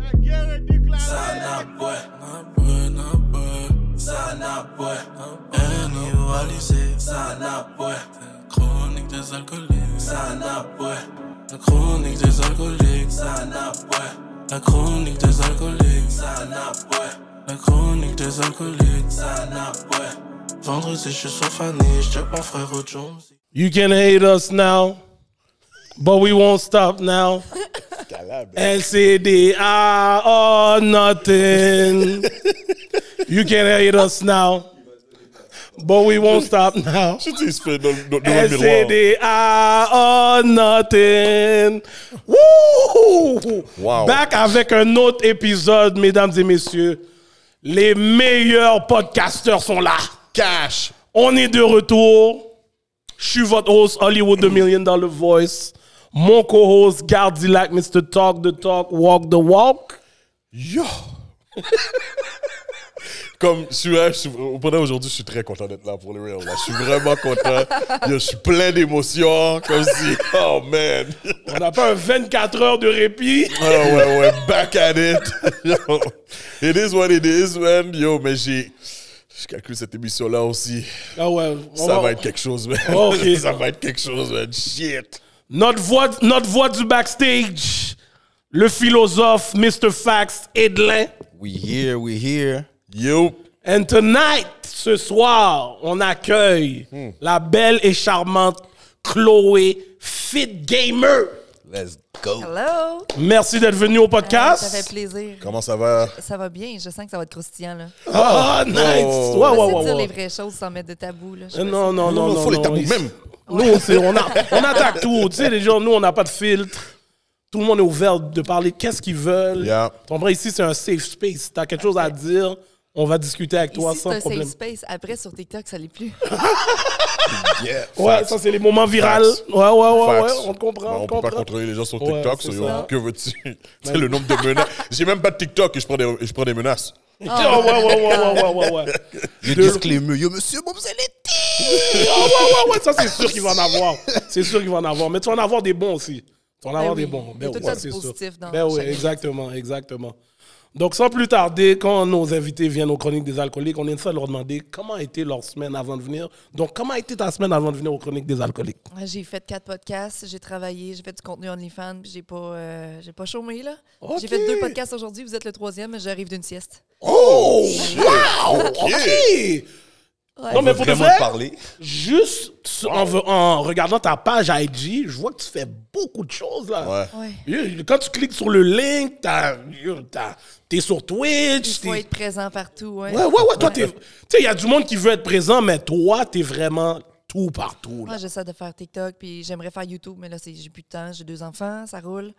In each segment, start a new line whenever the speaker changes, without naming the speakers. baby clown.
Sana boy, na boy, na boy. Sana boy, individualisé. Sana boy, chronique des alcooliques. Sana boy, la chronique des alcooliques. Sana boy, la chronique des alcooliques. Sana boy, la chronique des alcooliques. Sana boy, vendredi je suis sur Fanny, je pas frère Jones.
You can hate us now, but we won't stop now. LCDI or nothing. You can hate us now, but we won't stop now.
Tu sais, il se fait dans, dans- dans le
E
miroir.
LCDI or nothing. Wouh!
Wow.
Back avec un autre épisode, mesdames et messieurs. Les meilleurs podcasteurs sont là.
Cash.
On est de retour. Je suis votre host Hollywood The Million dans le Voice. Mon co-host Gardilac, Mr. Talk the Talk, Walk the Walk.
Yo. Comme, je suis, je suis- pendant aujourd'hui, je suis très content d'être là pour le real. là. Je suis vraiment content. Yo, je suis plein d'émotions. Comme si, oh man.
On n'a pas un 24 heures de répit.
Ah,
Oh, ouais, ouais, back at it. Yo, it is what it is, man. Yo, mais j'ai. Je calcule cette émission-là aussi.
Ah ouais.
Oh,
on
Ça va être quelque chose, man.
Oh, ok.
Ça va être quelque chose, man. Shit.
Notre voix, notre voix du backstage. Le philosophe Mr. Fax Edlin.
We here, we here.
Yo.
And tonight, ce soir, on accueille
Hmm.
la belle et charmante Chloé Fit Gamer.
Let's go.
Hello!
Merci d'être venu au podcast.
Ah, Ça fait plaisir.
Comment ça va?
Ça va bien, je sens que ça va être croustillant. Là.
Ah,
Oh.
nice! Ouais,
On
ouais,
va
ouais,
dire
ouais.
les vraies choses sans mettre de tabou. Là. Je sais
Euh,
pas
Non, non, non,
Non,
non.
faut les
non,
tabous,
ici.
même.
Nous, c'est- on, a- on attaque tout. Tu sais, les gens, nous, on n'a pas de filtre. Tout le monde est ouvert de parler qu'est-ce qu'ils veulent.
Yeah.
Tu comprends? Ici, c'est un safe space. Si tu as quelque chose à dire, on va discuter avec
si-
toi
Ici, c'est
sans
un
problème.
safe space. Après, sur TikTok, ça l'est plus.
Yeah.
Ouais,
Facts.
ça, c'est les moments virales. Ouais, ouais, ouais, ouais,
Facts.
on te comprend.
Ben,
on
on
te
peut pas
comprend.
contrôler les gens sur
Ouais,
TikTok.
c'est
so, yo,
ça.
que veux-tu? C'est le nombre de menaces. J'ai même pas de TikTok et je prends des, et je prends des menaces.
Oh,
Ah, ouais, ouais, ouais, ouais, ouais, ouais, ouais.
Yo, disclaimer. Yo, monsieur, bon, vous allez
Ah, ouais, ouais, ouais, ça, c'est sûr qu'il va en avoir. C'est sûr qu'il va en avoir. Mais tu vas en avoir des bons aussi. Tu vas en avoir
oui.
des bons.
Il y a
Ben
tout
oui,
ça de
c'est sûr.
positif dans
Ben oui,
chaque-
exactement, exactement. Donc, sans plus tarder, quand nos invités viennent aux Chroniques des Alcooliques, on est de leur demander comment a été leur semaine avant de venir. Donc, comment a été ta semaine avant de venir aux Chroniques des Alcooliques?
J'ai fait quatre podcasts, j'ai travaillé, j'ai fait du contenu OnlyFans, puis j'ai pas, euh, j'ai pas chômé. là.
Ok.
J'ai fait deux podcasts aujourd'hui, vous êtes le troisième, mais j'arrive d'une sieste.
Oh! Wow! OK!
Ouais.
Non, Ah, mais pour de
vraiment
vrai,
parler.
juste sur- en, ve- en regardant ta page IG, je vois que tu fais beaucoup de choses, là.
Ouais.
Ouais.
Yo, Quand tu cliques sur le link, t'as- yo, t'as- t'es sur
Il
Twitch.
faut
t'es-
être présent partout. Ouais,
Ouais, ouais, ouais. Toi, t'es- tu sais, il y a du monde qui veut être présent, mais toi, t'es vraiment tout partout.
Moi,
Là.
j'essaie de faire TikTok, puis j'aimerais faire YouTube, mais là, c'est- j'ai plus de temps, j'ai deux enfants, ça roule.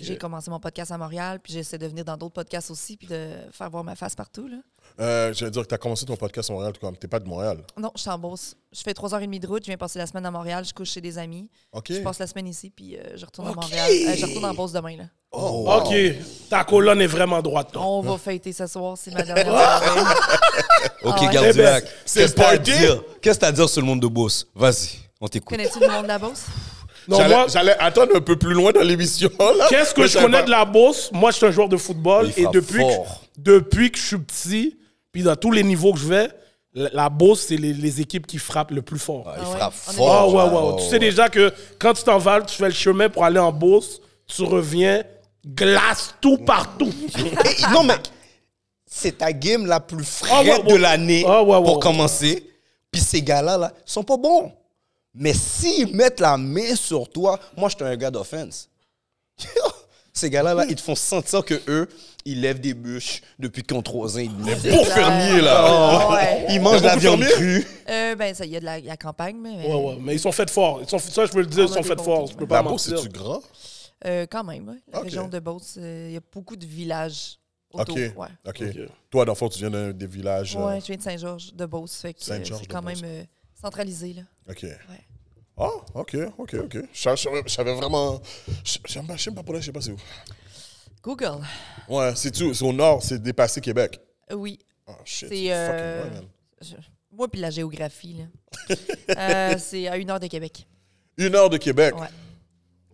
J'ai commencé mon podcast à Montréal, puis j'essaie de venir dans d'autres podcasts aussi, puis de faire voir ma face partout. Là.
Euh, je veux dire que t'as commencé ton podcast à Montréal, tu n'es pas de Montréal.
Oh,
Non, je suis en Beauce. Je fais trois heures et demie de route, je viens passer la semaine à Montréal, je couche chez des amis.
OK.
Je passe la semaine ici, puis euh, je retourne
Ok.
à Montréal. Euh, je retourne en Beauce demain. Là.
OK. Ta colonne est vraiment droite, toi.
On va fêter ce soir, c'est ma dernière soirée.
Ok,
Ah ouais.
Gardiac. Qu'est-ce que t'as à
party.
dire? Qu'est-ce que t'as à dire sur le monde de boss? Vas-y, on t'écoute.
Connais-tu le monde de la Beauce?
Non,
J'allais-
moi,
J'allais attendre un peu plus loin dans l'émission. là.
qu'est-ce que
Mais
je
j'avais
connais
pas-
de la bourse? Moi, je suis un joueur de football.
Il
Et
frappe
depuis que,
fort.
depuis que je suis petit, puis dans tous les niveaux que je vais, la, la bourse, c'est les, les équipes qui frappent le plus fort.
Il
Ah ouais?
frappe
On est-
Ah
fort.
ouais, ouais, ouais. Tu sais déjà que quand tu t'en vas, tu fais le chemin pour aller en bourse, tu reviens, glace tout partout.
Eh, non, mais c'est ta game la plus
Ah
fraîche
ouais, ouais.
de l'année
Ah ouais, ouais,
pour
ouais.
commencer. Puis ces gars-là, là, sont pas bons. Mais s'ils mettent la main sur toi, moi, je suis un gars d'offense. ces gars-là, là, ils te font sentir que eux, ils lèvent des bûches depuis qu'on trois ans et demi.
Pour fermier,
oh.
là.
Ah ouais.
Ils mangent de
T'as
la
beaucoup
viande
fermier?
crue.
Euh, ben, ça, il y a de la, la campagne, mais
Ouais, ouais, mais ils sont faits forts. Ils sont, ça, je peux le dire,
On
ils
a
sont
des
faits
bons
forts.
types,
Je peux
Ah, ouais.
pas
La bourse,
mentir.
c'est-tu grand?
euh, quand même. ouais. La
Ok.
région de Beauce, euh, il y a beaucoup de villages
OK.
autour. Ouais.
OK.
Ok.
Toi, d'enfant, tu viens d'un- des villages. euh,
Ouais, je viens de Saint-Georges de Beauce, fait que euh,
Saint-Georges
c'est
de
quand
Beauce.
même euh, centralisé là.
OK. Ah, OK, OK, OK. Je savais- je savais- je savais vraiment. Je je sais même pas, je sais même pas pour là, je sais pas c'est où.
Google.
Ouais, c'est tout. C'est au nord, c'est dépassé Québec.
Euh, Oui.
Oh shit.
C'est,
fucking
euh,
loin, man.
je- Moi puis la géographie là. Euh, c'est à une heure de Québec.
Une heure de Québec.
Ouais.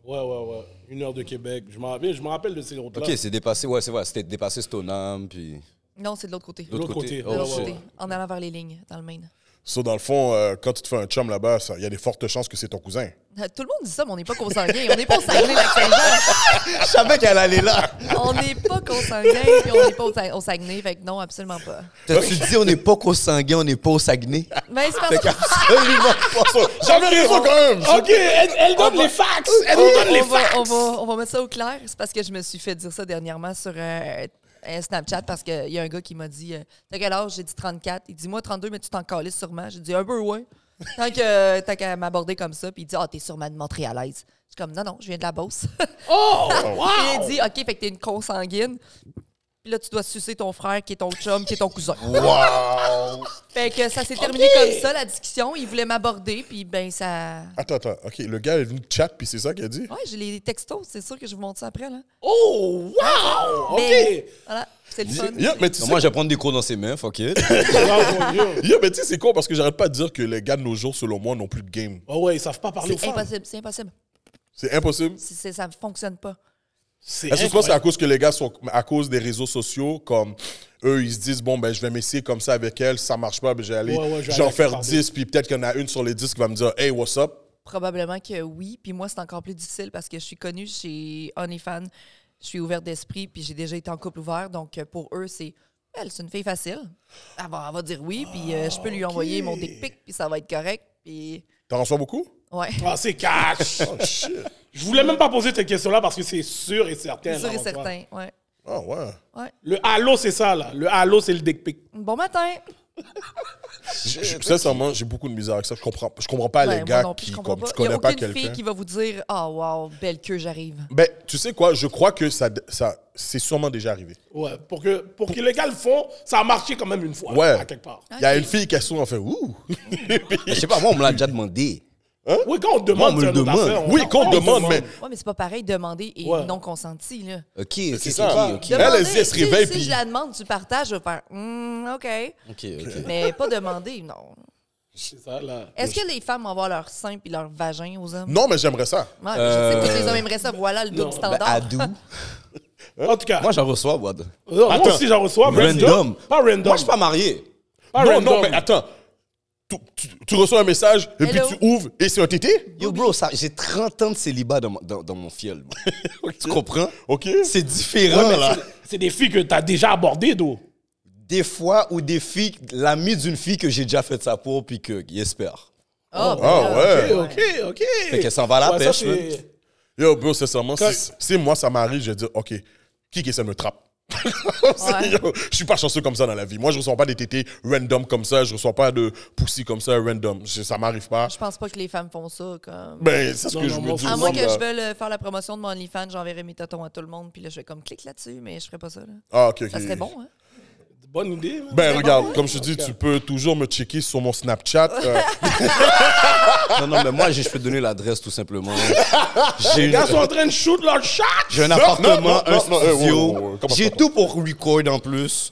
Ouais, ouais, ouais. Une heure de Québec. Je me rappelle, je me rappelle de ces routes-là.
Ok, c'est dépassé, ouais, c'est vrai, c'était dépassé Stoneham, puis.
Non, c'est de l'autre côté.
de l'autre côté.
côté.
De
Oh,
Ouais,
l'autre
ouais,
côté,
ouais.
en allant vers les lignes, dans le Maine.
So, dans le fond, euh, quand tu te fais un chum là-bas, ça- il y a des fortes chances que c'est ton cousin.
Euh, Tout le monde dit ça, mais on n'est pas consanguin. On n'est pas au Saguenay-Lac-Saint-Jean.
Je savais qu'elle allait là.
On n'est pas consanguin, puis on n'est pas au Sa- au Saguenay. Fait que non, absolument pas.
T'as-tu dit on n'est pas qu'au sanguin, on n'est pas au Saguenay?
Mais Ben, c'est parce
Fait
que
qu'absolument pas.
J'avais raison
oh.
quand même!
Ok, elle, elle donne les fax. Elle nous donne les
on va,
fax.
on, va, on va mettre ça au clair. C'est parce que je me suis fait dire ça dernièrement sur euh, un Snapchat parce qu'il y a un gars qui m'a dit euh, T'as quel âge J'ai dit 34. Il dit Moi, 32, mais tu t'en calisses sûrement. J'ai dit Un peu, ouais. Tant que- euh, tant qu'à m'aborder comme ça. Puis il dit Ah, t'es sûrement de Montréal à l'aise. Je suis comme Non, non, je viens de la Beauce.
Oh,
Puis
wow.
il dit OK, fait que t'es une consanguine. Puis là, tu dois sucer ton frère qui est ton chum, qui est ton cousin.
Wow!
Fait que ça s'est terminé comme ça, la discussion. Il voulait m'aborder, puis ben ça.
Attends, attends. OK, le gars est venu te chat, puis c'est ça qu'il a dit?
Ouais, j'ai les textos, c'est sûr que je vous montre ça après, là.
Oh, wow. Ok.
Mais- Voilà, c'est le fun.
Yeah, mais tu sais,
Moi, je vais prendre des cours dans ses mains, fuck it.
Wow, yo.
yeah, mais tu sais, c'est con parce que j'arrête pas de dire que les gars de nos jours, selon moi, n'ont plus de game.
Oh ouais, ils savent pas parler aux
C'est
femmes.
impossible, c'est impossible.
C'est impossible.
C'est- c'est- ça ne fonctionne pas.
C'est
Est-ce que tu penses que c'est à
incroyable.
cause que les gars sont à cause des réseaux sociaux, comme eux, ils se disent, bon, ben, je vais m'essayer comme ça avec elle, si ça marche pas, ben, je vais aller,
Ouais, ouais, je vais
j'en
aller
faire
regarder.
10, puis peut-être qu'il y en a une sur les 10 qui va me dire, hey, what's up?
Probablement que oui. Puis moi, c'est encore plus difficile parce que je suis connue chez OnlyFans. Je suis ouverte d'esprit, puis j'ai déjà été en couple ouvert. Donc, euh, pour eux, c'est elle, c'est une fille facile. Elle va, elle va dire oui, puis euh, je peux
Ah,
lui envoyer mon dick pic, puis ça va être correct. Puis,
T'en reçois beaucoup?
ouais.
Ah, c'est cash.
Shit.
Je voulais même pas poser cette question-là parce que c'est sûr et certain.
C'est sûr
là,
et
en soi.
certain. Ouais.
Ah, ouais.
ouais.
Le halo, c'est ça, là. Le halo, c'est le dick pic.
Bon matin.
Je- je- sincèrement, j'ai beaucoup de misère avec ça. Je comprends, je comprends pas
Ben,
les
moi
Ah, gars
non plus,
qui,
je comprends
comme, tu
Il y a
connais pas
aucune fille
quelqu'un.
qui va vous dire Ah, wow, belle queue, j'arrive.
Ben, tu sais quoi, je crois que ça, ça c'est sûrement déjà arrivé.
Ouais, pour que, pour que les gars le font, ça a marché quand même une fois,
Ouais.
Ah, à quelque part.
Il y a une fille qui a souvent fait ouh.
Je sais pas, moi, on me l'a déjà demandé.
Oui, quand on demande,
Moi, on me
c'est
le
une autre
demande.
affaire,
Oui, quand on demande, mais
Ouais, mais c'est pas pareil, demander et
Ouais.
non consenti, là.
Ok,
c'est
c'est
ça.
ça. Ok,
Elle,
Demander,
elle se dit, elle se
si-
réveille,
Si
puis-
je la demande, tu partages, je vais faire Hmm, OK.
ok. ok.
Mais pas demander, non.
c'est ça, là.
Est-ce que les femmes envoient leur sein puis leur vagin aux hommes?
non, mais j'aimerais ça.
Ouais, Je sais que tous les hommes aimeraient ça. Voilà le double
Ben,
standard.
Adou.
En tout cas,
Moi, j'en reçois, Wad.
non, moi
Attends.
aussi, j'en reçois.
Random.
Pas random.
Moi, je suis pas marié.
Pas
non,
Ah, random.
non, mais attends. Tu, tu- tu reçois un message et
Hello.
puis tu ouvres et c'est un tété?
Yo, bro, ça- j'ai 30 ans de célibat dans, mon- dans, dans mon fiel. bro. Tu comprends?
OK?
C'est différent,
Ouais, Ah, mais
Ah, là.
c'est- C'est des filles que t'as déjà abordées, d'où.
Des fois, ou des filles, l'ami d'une fille que j'ai déjà fait ça pour, puis que, espère.
Ah, ben
Ah,
là,
ouais.
Ok, ok.
Fait qu'elle s'en va à la
Ouais, ça,
pêche,
c'est-
man.
Yo, bro, sincèrement,
Quand-
si, si moi ça m'arrive, je vais dire, OK, qui que ça me trappe?
Ouais.
Yo, je suis pas chanceux comme ça dans la vie. Moi, je reçois pas des tétés random comme ça. Je reçois pas de poussi comme ça random. Je- ça m'arrive pas.
Je pense pas que les femmes font ça. Comme...
Ben, c'est ce
Non,
que
non,
je
moi
me dis.
aussi.
À moins
Non,
que
mais-
je veuille euh, faire la promotion de mon OnlyFans, j'enverrai mes tatons à tout le monde, puis là, je vais comme clique là-dessus, mais je ferai pas ça. Là.
Ah, OK, OK.
Ça serait bon, hein?
Bonne idée. man.
Ben regarde, comme je te dis, tu peux toujours me checker sur mon Snapchat. euh,
Non, non, mais moi, je je peux te donner l'adresse, tout simplement. J'ai
Les
une-
gars sont en train de shoot leur shot.
j'ai un
Non, non,
appartement,
non,
un
non, non, euh, ouais, ouais,
studio.
ouais, comment
J'ai
ça,
tout pour record en plus.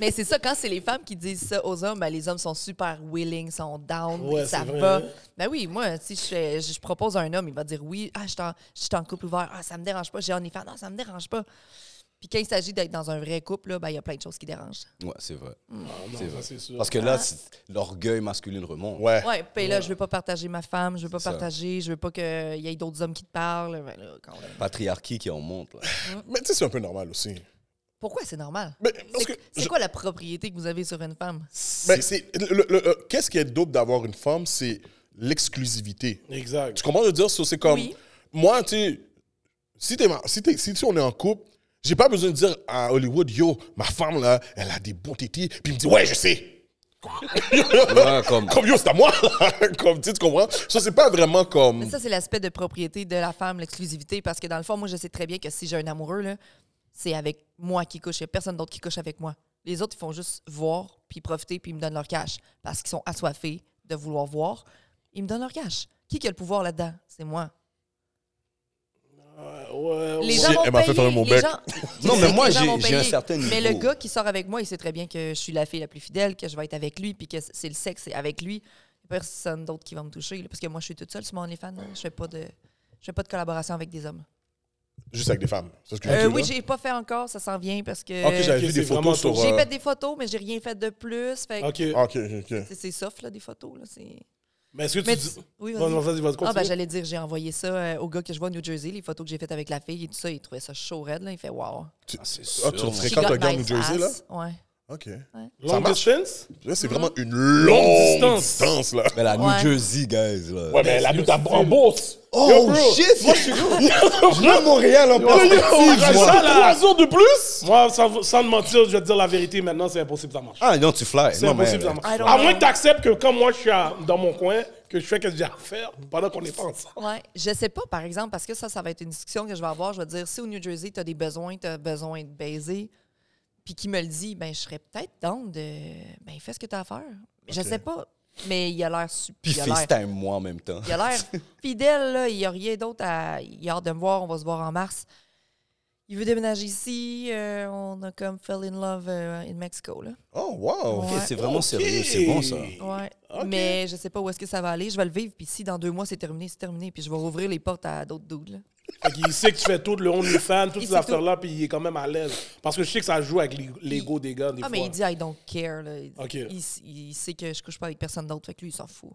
Mais c'est ça, quand c'est les femmes qui disent ça aux hommes, ben, les hommes sont super willing, sont down,
Ouais,
ça
c'est vrai,
va.
hein?
Ben oui, moi, si je, fais- je propose à un homme, il va dire oui, ah, je suis en- je suis en couple ouvert, ah, ça me dérange pas, j'ai un effet, non, ça me dérange pas. Puis quand il s'agit d'être dans un vrai couple, là, ben, il y a plein de choses qui dérangent.
Ouais, c'est vrai.
Hmm.
Non,
Ah,
ça, c'est sûr.
Parce que là, c'est- l'orgueil masculin remonte.
Ouais.
Ouais, puis là, je veux pas partager ma femme, je veux pas
ça.
partager, je veux pas qu'il y ait d'autres hommes qui te parlent. Ben là, quand même.
Patriarchie qui en monte, là.
Mais tu sais, c'est un peu normal aussi.
Pourquoi c'est normal?
Mais parce
C'est
que
c'est
je-
quoi la propriété que vous avez sur une femme?
mais c'est le- le- le- qu'est-ce qui est dope d'avoir une femme, c'est l'exclusivité.
Exact.
Tu comprends ce que je veux dire So, c'est comme
Oui.
moi, tu sais, si t'es ma- si, t'es- si tu- on est en couple, j'ai pas besoin de dire à Hollywood, yo, ma femme là, elle a des bons tétés, puis il me dit ouais, je sais.
Ouais, comme.
Comme yo, c'est à moi. comme tu sais, tu comprends Ça c'est pas vraiment comme
Mais ça, c'est l'aspect de propriété de la femme, l'exclusivité, parce que dans le fond, moi, je sais très bien que si j'ai un amoureux, là, c'est avec moi qui couche. Il n'y a personne d'autre qui couche avec moi. Les autres, ils font juste voir, puis profiter, puis ils me donnent leur cash, parce qu'ils sont assoiffés de vouloir voir. Ils me donnent leur cash. Qui qui a le pouvoir là-dedans? C'est moi.
Oh,
Ouais,
Les
Si,
gens vont
eh ben,
elle m'a fait
payer,
faire un mot
les
bec.
gens-
Non, mais
les
moi,
gens
j'ai-
vont
j'ai un
payer.
certain
Mais
niveau.
le gars qui sort avec moi, il sait très bien que je suis la fille la plus fidèle, que je vais être avec lui, puis que c'est le sexe, c'est avec lui. Personne d'autre qui va me toucher, là, parce que moi, hein. je suis toute seule sur mon OnlyFans. là. Je fais pas de... Je fais pas de collaboration avec des hommes.
Juste avec des femmes. C'est ce que
Euh,
j'ai dit,
oui,
là.
j'ai pas fait encore, ça s'en vient parce que
Ok, j'avais
Ok,
vu
c'est
des
vraiment
photos sur.
ton-
j'ai
euh,
fait des photos, mais j'ai rien fait de plus. Fait que
OK.
Ok, ok, ok.
c'est- c'est soft là, des photos là. c'est-
Mais est-ce que tu
Mais
dis...
tu- oui,
Non,
vas-y.
non, vas-y, vas-y,
Ah, ben,
continue.
j'allais dire, j'ai envoyé ça euh, au gars que je vois au New Jersey, les photos que j'ai faites avec la fille et tout ça. Il trouvait ça chaud, raide, là. Il fait, wow.
Tu-
c'est
Ah,
sûr,
tu
man.
She
fréquentes
got
un gars au New
nice
Jersey, là?
ass. Ouais.
Ok.
Long
marche.
distance?
Là,
Mm-hmm.
c'est vraiment une longue
distance.
distance, là.
Mais la New
Ouais.
Jersey, guys, là.
Ouais, mais elle habite à en bourse.
Oh, shit! Moi, je suis Je viens à Montréal, en
ça,
perspective, moi.
là.
Trois heures de plus?
Moi, sans, sans te mentir, je vais te dire la vérité maintenant, c'est impossible, ça marche.
Ah, non, tu fly.
C'est
Non, mais... euh,
impossible, ça marche.
I don't
À
know.
moins que tu acceptes que comme moi, je suis à- dans mon coin, que je fais ce que j'ai à faire pendant qu'on est pas ensemble.
Ouais. Je sais pas, par exemple, parce que ça, ça va être une discussion que je vais avoir. Je vais dire, si au New Jersey, t'as des besoins, t'as besoin de baiser, puis qui me le dit, ben, je serais peut-être dans de. Ben, fais ce que t'as à faire. Je sais pas. Mais il a l'air super.
Puis
il a l'air-
FaceTime, moi, en même temps.
Il a l'air fidèle, là. Il n'y a rien d'autre à. Il a hâte de me voir, on va se voir en mars. Il veut déménager ici. euh, on a comme fell in love euh, in Mexico, là.
Oh, wow!
Ouais.
c'est vraiment
Ok.
sérieux. C'est bon, ça.
Ouais.
Ok.
Mais je sais pas où est-ce que ça va aller. Je vais le vivre, puis si dans deux mois c'est terminé, c'est terminé. Puis je vais rouvrir les portes à d'autres dudes, là.
Fait qu'il sait que tu fais tout le OnlyFans, toutes
Il
ces
sait
affaires-là, puis il est quand même à l'aise. Parce que je sais que ça joue avec l'ego- l'ego des gars, des
Ah,
fois.
mais il dit I don't care, là. Il,
Ok.
il s- il sait que je couche pas avec personne d'autre, fait que lui, il s'en fout.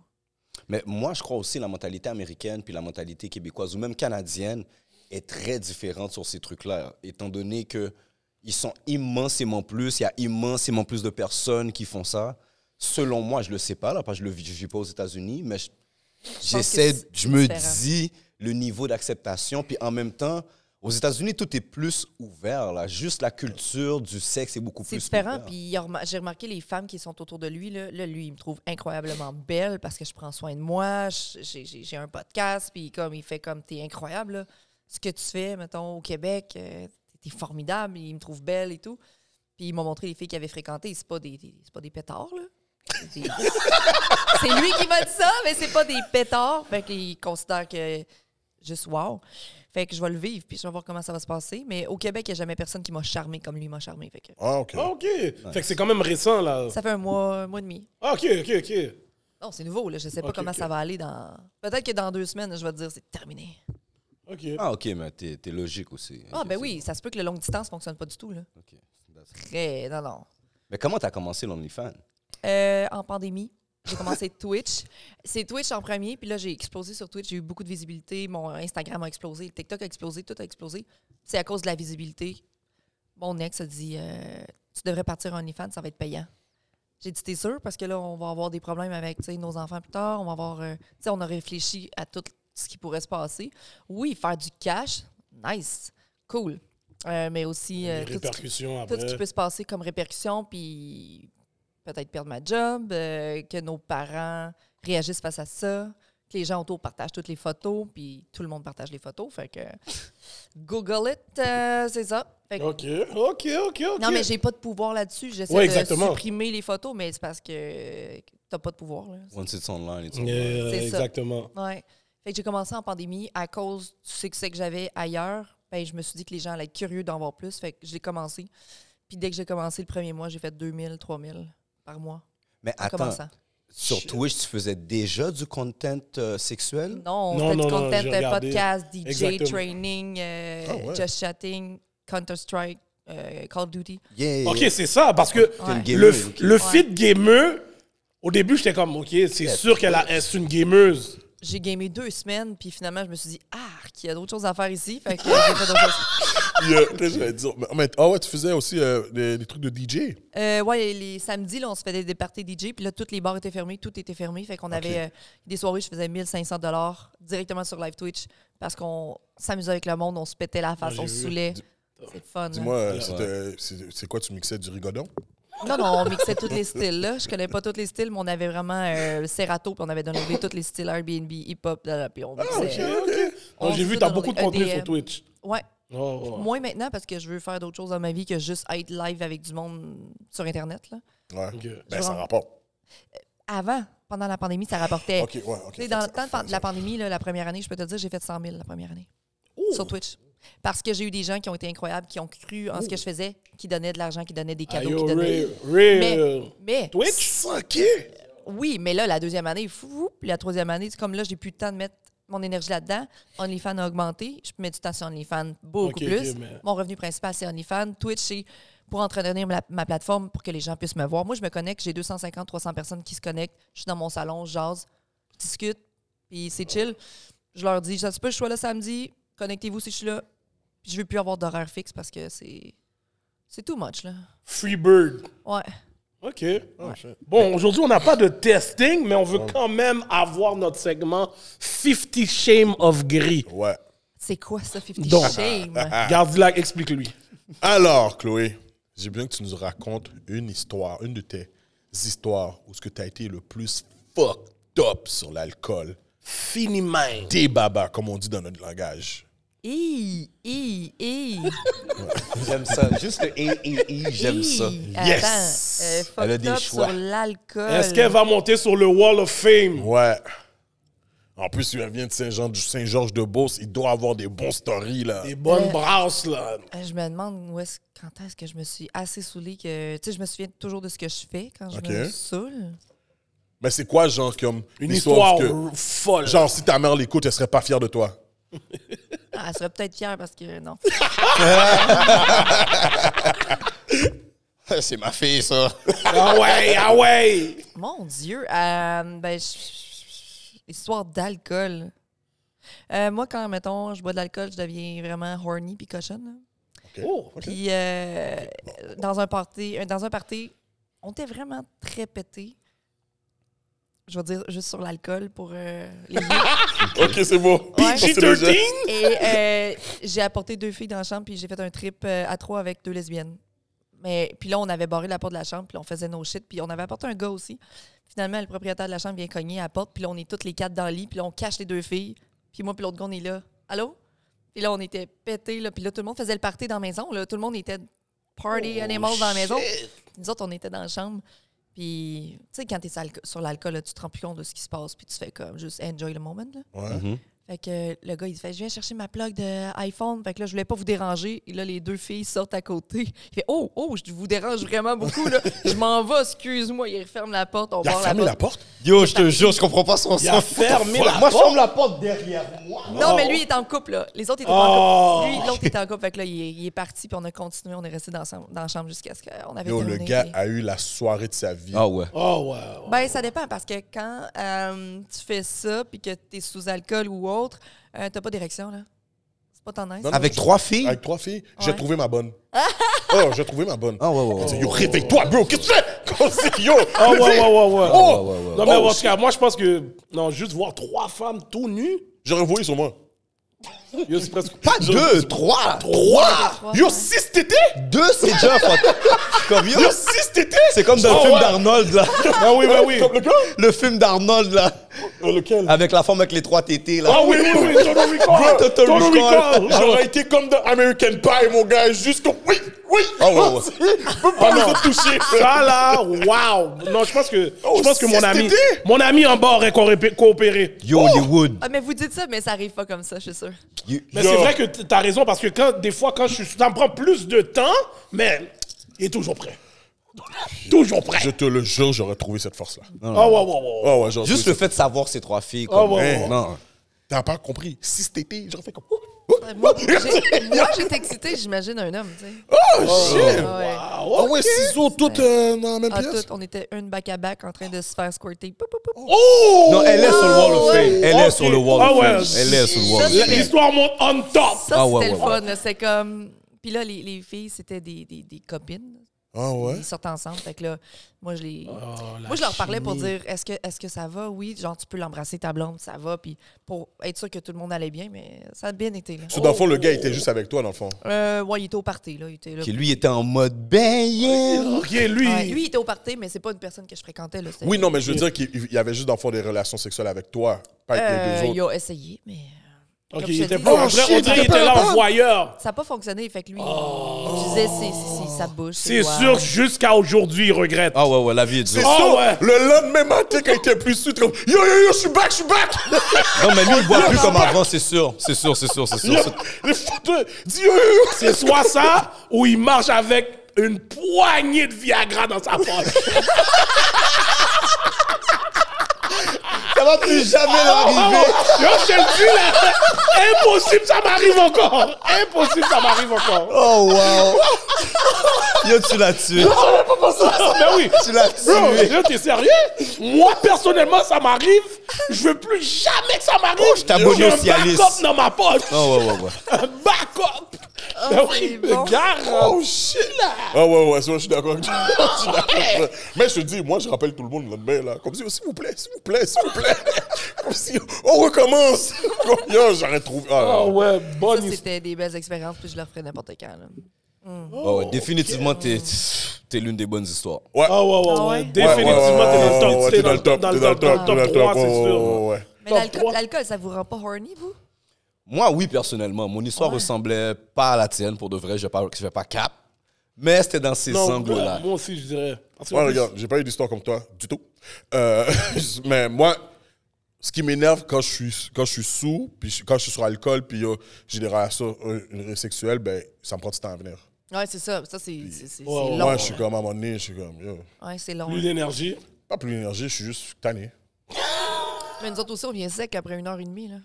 Mais moi, je crois aussi la mentalité américaine puis la mentalité québécoise ou même canadienne est très différente sur ces trucs-là, étant donné que ils sont immensément plus, il y a immensément plus de personnes qui font ça. Selon moi, je le sais pas là, parce que je le vis- je vis pas aux États-Unis, mais je- j'essaie,
c'est
je me
différent.
dis le niveau d'acceptation, puis en même temps. Aux États-Unis, tout est plus ouvert, là. Juste la culture du sexe est beaucoup
C'est
plus
différent,
ouvert.
puis il a remar- j'ai remarqué les femmes qui sont autour de lui, là, là, lui, il me trouve incroyablement belle parce que je prends soin de moi, je- j'ai- j'ai j'ai un podcast, puis comme il fait comme, t'es incroyable, là. ce que tu fais, mettons, au Québec, euh, t'es formidable, il me trouve belle et tout. Puis il m'a montré les filles qu'il avait fréquentées, c'est pas des, des- c'est pas des pétards, là. C'est des- C'est lui qui m'a dit ça, mais c'est pas des pétards. Fait qu'il considère que juste wow. Fait que je vais le vivre, puis je vais voir comment ça va se passer. Mais au Québec, il n'y a jamais personne qui m'a charmé comme lui m'a charmé. Fait que
Ah, ok.
Ah, OK. Fait que c'est quand même récent, là.
ça fait un mois, un mois et demi.
Ah, OK, OK, OK.
Non, c'est nouveau, là. Je sais pas
Ok,
comment
ok.
ça va aller dans. Peut-être que dans deux semaines, je vais te dire c'est terminé.
OK.
Ah, OK, mais t'es t'es logique aussi.
Ah,
Ok,
ben
c'est
oui, ça se peut que le longue distance fonctionne pas du tout, là.
bon. Ok.
Très, non, non.
Mais comment t'as commencé l'OnlyFans?
Euh, en pandémie. J'ai commencé Twitch. C'est Twitch en premier, puis là, j'ai explosé sur Twitch. J'ai eu beaucoup de visibilité. Mon Instagram a explosé, le TikTok a explosé, tout a explosé. C'est à cause de la visibilité. Mon ex a dit euh, Tu devrais partir en OnlyFans, ça va être payant. J'ai dit T'es sûr Parce que là, on va avoir des problèmes avec tu sais, nos enfants plus tard. On va avoir. euh, tu sais, on a réfléchi à tout ce qui pourrait se passer. Oui, faire du cash, nice, cool. Euh, mais aussi.
Les
euh, tout ce qui-
répercussions
tout
après.
ce qui peut se passer comme répercussion, puis peut-être perdre ma job, euh, que nos parents réagissent face à ça, que les gens autour partagent toutes les photos, puis tout le monde partage les photos. Fait que Google it, euh, c'est ça. Fait que-
OK, OK, OK, OK.
Non, mais j'ai pas de pouvoir là-dessus. J'essaie
Ouais,
de
exactement.
supprimer les photos, mais c'est parce que t'as pas de pouvoir. Là.
Once it's online, it's online.
Euh,
C'est ça.
exactement.
Ouais. Fait que j'ai commencé en pandémie à cause du succès que j'avais ailleurs. Ben, je me suis dit que les gens allaient être curieux d'en voir plus. Fait que j'ai commencé. Puis dès que j'ai commencé le premier mois, j'ai fait 2000, 3000 par mois.
Mais
En
attends,
commençant.
sur Twitch, tu faisais déjà du content euh, sexuel?
Non,
Non, on fait
non,
du
non,
content,
j'ai
euh,
regardé.
podcast, DJ,
Exactement.
training, euh,
Ah ouais.
just chatting, Counter-Strike, euh, Call of Duty.
Yeah!
OK, c'est ça, parce que
T'es une
Ouais.
gamer,
le, f-
ok.
le fit gamer, au début, j'étais comme, OK, c'est sûr qu'elle a- est une gameuse.
J'ai gamé deux semaines, puis finalement, je me suis dit, ah, qu'il y a d'autres choses à faire ici. Fait que j'ai fait d'autres choses.
Yeah, qu'est-ce que j'allais dire? Mais- mais- Ah ouais, tu faisais aussi euh, des, des trucs de DJ.
Euh, ouais, les samedis, là, on se faisait des parties DJ, puis là, toutes les bars étaient fermés, tout était fermé. Fait qu'on avait euh, des soirées, je faisais 1500 directement sur live Twitch parce qu'on s'amusait avec le monde, on se pétait la face,
j'ai
on
vu.
se saoulait. C'est le fun. hein. là.
Dis-moi, euh,
Ouais.
c'était- c'est c'est quoi, tu mixais du rigodon?
Non, non, on mixait tous les styles. Là. Je connais pas tous les styles, mais on avait vraiment euh, Serato, puis on avait downloadé tous les styles Airbnb, hip-hop, là, là, puis on mixait. On
Donc, Oh, J'ai
se
vu,
fait
t'as
dans
beaucoup de
des-
contenu
des, euh,
sur Twitch.
Ouais,
Oh, oh.
moins maintenant parce que je veux faire d'autres choses dans ma vie que juste être live avec du monde sur Internet. Là.
Ouais.
Ok.
Ben,
Je
ça
vois.
rapporte.
Avant, pendant la pandémie, ça rapportait.
Ok, ouais, ok.
Tu sais, dans le temps de pan- de la pandémie, là, la première année, je peux te dire, j'ai fait 100 000 la première année sur Twitch. Parce que j'ai eu des gens qui ont été incroyables, qui ont cru en ce que je faisais, qui donnaient de l'argent, qui donnaient des
Ah,
cadeaux,
yo,
qui donnaient.
oh,
real, real
Mais,
euh, Twitch?
OK.
oui, mais là, la deuxième année, fou, puis la troisième année, c'est comme là, j'ai plus le temps de mettre mon énergie là-dedans. OnlyFans a augmenté. Je mets du temps sur OnlyFans beaucoup
Ok, ok,
plus.
mais-
Mon revenu principal, c'est OnlyFans. Twitch, c'est pour entretenir la- ma plateforme pour que les gens puissent me voir. Moi, je me connecte. J'ai 250, 300 personnes qui se connectent. Je suis dans mon salon, je jase, je discute, puis c'est chill. Je leur dis, je sais pas, je suis là samedi. Connectez-vous si je suis là. Puis je veux plus avoir d'horaire fixe parce que c'est. C'est too much, là.
Freebird.
Ouais.
OK. Bon, aujourd'hui, on n'a pas de testing, mais on veut quand même avoir notre segment 50 Shame of Gris.
Ouais.
C'est quoi ça, 50
Donc-
Shame?
Garde-la, explique-lui.
Alors, Chloé, j'ai besoin que tu nous racontes une histoire, une de tes histoires où ce que tu as été le plus fucked up sur l'alcool.
Fini mind.
T'es baba, comme on dit dans notre langage.
Hi, hi, hi.
J'aime ça. Juste le i, i, i, j'aime ça.
Hi.
Yes.
Attends, euh, fucked
Elle a des
up
choix.
sur l'alcool.
Est-ce qu'elle va monter sur le Wall of Fame?
Ouais. En plus, elle vient de Saint-Jean- du Saint-Georges de Beauce. Il doit avoir des bons stories, là.
Des bonnes
Ouais.
brasses, là.
Euh, Je me demande où est-ce, quand est-ce que je me suis assez saoulée que... Tu sais, je me souviens toujours de ce que je fais quand je me
Ok.
saoule.
Mais c'est quoi, genre, comme.
Une
l'histoire
histoire
où ce
r- folle.
que, Genre, si ta mère l'écoute, elle serait pas fière de toi.
Ah, elle serait peut-être fière parce que... Non.
C'est ma fille, ça.
Ah ouais, ah ouais.
Mon Dieu! euh, ben, je- histoire d'alcool. Euh, moi, quand, mettons, je bois de l'alcool, je deviens vraiment horny puis cochonne. là.
Oh,
Puis, euh, dans un party, euh, dans un party, on était vraiment très pété. Je vais dire juste sur l'alcool pour euh, les vieux.
Ok, c'est bon.
Ouais.
PG-13?
Et euh, j'ai apporté deux filles dans la chambre, puis j'ai fait un trip euh, à trois avec deux lesbiennes. Mais puis là, on avait barré la porte de la chambre, puis on faisait nos shit, puis on avait apporté un gars aussi. Finalement, le propriétaire de la chambre vient cogner à la porte, puis là, on est toutes les quatre dans le lit, puis là, on cache les deux filles. Puis moi, puis l'autre gars, on est là. Allô? Puis là, on était pétés, là, puis là, tout le monde faisait le party dans la maison. Là. Tout le monde était party animal dans la maison. Nous autres, on était dans la chambre. Puis, tu sais, quand t'es alco- sur l'alcool, là, tu te rends plus compte de ce qui se passe, puis tu fais comme juste enjoy le moment. Là.
Ouais.
Fait que euh, le gars, il fait Je viens chercher ma plug de iPhone. Fait que là, je voulais pas vous déranger. Et là, les deux filles sortent à côté. Il fait Oh, oh, je vous dérange vraiment beaucoup. Là. Je m'en vais, excuse-moi. Il referme la porte. On
Il a
barre
fermé la porte.
Yo, je te jure, je comprends pas son
Il a
sens.
fermé la
Moi, je
porte.
ferme la porte derrière moi.
Non,
Oh.
mais lui, il est en couple. Là. Les autres, ils étaient
Oh.
en couple. Lui, l'autre, était en couple. Fait que là, il est, il est parti. Puis on a continué. On est resté dans, dans la chambre jusqu'à ce qu'on avait
Yo, le
terminé.
gars a eu la soirée de sa vie.
Ah ouais.
Oh, wow.
Ben, ça dépend parce que quand euh, tu fais ça puis que t'es sous alcool ou autre, euh, t'as pas d'érection, là. C'est pas ton aise.
Non, non.
Avec trois filles.
Avec trois filles, j'ai
Ouais.
trouvé ma bonne. oh, j'ai trouvé ma bonne.
Ah ouais, ouais,
On dit,
ouais.
yo, réveille-toi, bro, qu'est-ce que tu fais? Qu'on dit, yo,
Ah ouais, ouais, ouais, ouais.
Oh!
ouais, ouais.
Non, mais
Oh,
en tout cas, moi, je pense que. Non, juste voir trois femmes tout nues.
j'aurais voulu sur moi.
Yo, c'est presque.
Pas deux, trois.
Trois!
Trois,
Yo,
ouais.
six tétés?
Deux, c'est déjà fuck. Comme yo,
Yo, six tétés?
c'est comme dans le
Oh,
film
ouais.
d'Arnold, là.
Ah oui, ben oui.
Comme lequel?
Le film d'Arnold, là.
Euh, Lequel?
Avec la forme avec les trois tétés, là.
Ah oui, oui, oui, Total Recall.
Bro, Total
Total
Recall.
Recall.
Ah, J'aurais été comme dans American Pie, mon gars, jusqu'au. Oui, oui! Oh,
Ah ouais, ouais. Ah,
Je peux pas me toucher.
Ça là, waouh! Non, je pense que,
Oh,
je pense que mon
c'est
ami,
c'était?
mon ami en bas aurait coopé- coopéré.
Yo, Hollywood.
Ah, mais vous dites ça, mais ça arrive pas comme ça, je suis sûre.
You-
Mais
Yo.
c'est vrai que t- t'as raison parce que quand, des fois, quand je suis, ça me prend plus de temps, mais il est toujours prêt. toujours prêt.
Je te le jure, j'aurais trouvé cette force-là.
Oh, ouais, ouais, ouais, ouais.
Oh, ouais, j'aurais
Juste
trouvé
le fait de savoir ces trois filles.
Ah
Comme,
ouais,
hey,
ouais.
Non.
ça. T'as pas compris. Six tétés, j'aurais fait comme. oh,
Ouais, Moi, j'ai- moi, j'étais excitée, j'imagine un homme, tu sais.
Oh, shit!
Ah ouais.
Ah,
Ah
ouais.
ouais, ciseaux, toutes euh, dans la même
Ah,
pièce?
toutes, on était une back à back en train de se faire squirter. Pou, pou, pou.
Oh!
Non, elle est sur le Wall of
ouais.
Fame. Elle est
Ok.
sur le Wall
Ah
of Fame.
ouais.
Elle est sur le Wall of
Ah Ça,
Fame.
L- L'histoire monte on top.
Ça,
Ah,
c'était
ouais,
le
ouais,
fun. là. C'était comme. Puis là, les, les filles, c'était des, des, des copines.
Ah ouais?
Ils sortent ensemble. Fait que là, moi, je les. moi, je leur parlais pour dire est-ce que, est que ça va Oui, genre, tu peux l'embrasser, ta blonde, ça va. Puis pour être sûr que tout le monde allait bien, mais ça a bien été. Là.
Parce que dans le fond, le gars était juste avec toi, dans le fond.
Euh, Oh. ouais, il était au party, là. Il était là.
Qui lui était en mode ben yeah.
Ok, lui.
Ouais, lui, il était au party, mais c'est pas une personne que je fréquentais. Là, C'était-
Oui, non, mais je veux dire qu'il il y avait juste dans le fond des relations sexuelles avec toi, pas avec
Euh,
les deux
il
autres.
a essayé, mais
Ok,
Comme je
il
te
était
dis,
pas.
Oh,
on dirait-
shit,
on dirait
il
qu'il
était
était
pas
là
là-dedans.
en voyeur.
ça n'a pas fonctionné. Fait que lui, je disais, c'est c'est- c'est sa bouche.
C'est
ses
sûr,
doigts.
jusqu'à aujourd'hui, il regrette.
Ah ouais, ouais, la vie est
C'est
dure.
Oh,
sûr,
ouais.
le lendemain matin, quand il était plus sûr, t'es comme Yo, yo, yo, je suis back, je suis back!
Non, mais lui, il voit plus comme avant, c'est sûr. C'est sûr, c'est sûr, c'est sûr.
Yo, les photos, dis yo, yo, yo!
C'est soit ça ou il marche avec une poignée de Viagra dans sa poche.
ça va plus jamais l'arriver.
Yo, je te le dis là! Impossible, ça m'arrive encore! Impossible, ça m'arrive encore!
Oh, wow. Yo, tu l'as tué.
Mais oui!
Tu l'as
Bro,
tué.
yo, t'es sérieux? Moi, personnellement, ça m'arrive. Je veux plus jamais que ça m'arrive.
je t'abonne
J'ai
au Cialis.
un backup dans ma poche.
Oh, ouais, ouais, ouais.
Un backup.
Oh,
Ben
c'est
oui,
bon.
Oh shit là.
Ah ouais, ouais, ça, je suis d'accord avec toi. Je suis d'accord avec toi. Mais je te dis, moi, je rappelle tout le monde le lendemain, là. Comme si, oh, s'il vous plaît, s'il vous plaît, s'il vous plaît. Comme si, oh, on recommence. Comme, Yo, j'aurais trouvé. Ah,
Oh ouais,
Ça,
bonne histoire.
c'était des belles expériences, puis je le referais n'importe quand. là.
Oh, ouais, définitivement, t'es t'es l'une des bonnes histoires.
ouais.
Ah ouais, ouais,
Ah
ouais.
ouais?
Définitivement, t'es dans le top.
Ouais, T'es dans le top, t'es dans le top, t'es dans le top.
trois, c'est
Ouais,
sûr.
ouais, ouais.
Mais
Top
l'alcool,
trois.
l'alcool, ça vous rend pas horny, vous?
Moi, oui, personnellement. Mon histoire
Ouais.
ressemblait pas à la tienne, pour de vrai. Je ne pas, je vais pas cap. Mais c'était dans ces
Non,
angles-là.
Moi aussi, je dirais. Parce que
Moi,
en plus-
regarde, j'ai pas eu d'histoire comme toi du tout. Euh, mais moi, ce qui m'énerve quand je suis quand je suis sous, puis je- quand je suis sur alcool, puis euh, j'ai des relations euh, sexuelles, ben ça me prend du temps à venir.
Ouais, c'est ça. Ça, c'est c'est- c'est- c'est
Ouais, ouais,
long. hein.
Moi, je suis comme à un moment donné, je suis comme yo,
Ouais, c'est long.
Plus d'énergie.
pas plus d'énergie, je suis juste tanné.
Mais nous autres aussi, on vient sec après une heure et demie, là.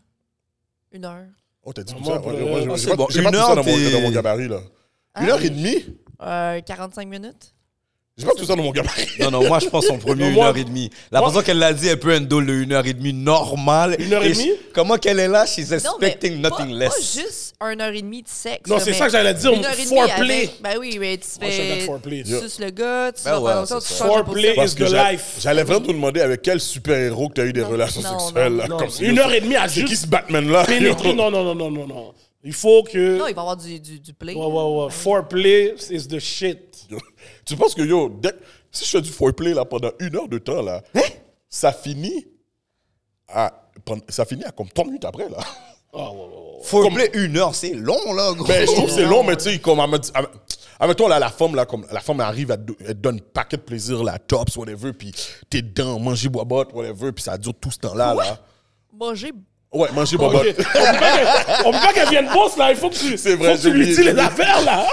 Une heure.
Oh, t'as dit tout
Moi,
ça.
pour
Ouais,
le-
ouais,
Ah,
j'ai
c'est
pas-
bon.
J'ai pas
Une
tout ça dans
heure,
mon,
t'es-
dans mon gabarit là.
Ah.
Une heure et demie,
Euh, 45 minutes.
j'ai pas tout ça dans mon gabarit.
Non, non, moi, je pense en premier
Non,
une
moi-
heure et demie. La personne qu'elle l'a dit, elle peut endo le une heure et demie normal.
Une heure et
je-
demie?
Comment qu'elle est là? She's
Non,
expecting
mais
nothing
pas,
less.
Pas juste une heure et demie de sexe.
Non,
là,
c'est
mais
ça que j'allais dire,
Une heure et demie
foreplay.
avec- Ben oui, mais tu
Moi, je suis un gars de
fais.
foreplay.
Tu suces le gars, tu
Ben
vas faire
ouais,
longtemps,
c'est
tu
ça.
changes de
Foreplay.
position.
It's the
que j'a-
life.
j'allais vraiment te demander avec quel super-héros que t'as eu des
Non,
relations
non,
sexuelles. là,
non,
comme
non.
si,
Une
yo,
heure et demie à
C'est qui
juste
ce Batman-là?
pénétrer. Non, non, non, non, non, non. Il faut que.
Non, il va y avoir du, du, du play.
Ouais, ouais, ouais. Foreplay is the shit.
Yo, Tu penses que yo, dès- si je fais du foreplay là pendant une heure de temps là,
Hein?
ça finit à pen- ça finit à comme 30 minutes après là.
Ah, ouais, ouais, ouais.
Faut appeler une heure, c'est long, là, gros.
Ben, je trouve que c'est long, mais tu sais, comme à me- à me- admettons là, la femme là, comme la femme arrive, elle, do- elle te donne un paquet de plaisir là, tops, whatever, puis t'es dedans, manger boîte, whatever, puis ça dure tout ce temps là là.
Manger.
Ouais, manger
Ok.
boîte.
On peut pas qu'elle- on peut pas qu'elle vienne bosse là, il faut que tu,
C'est vrai,
faut que tu
j'ai
lui
oublié.
dis les affaires là.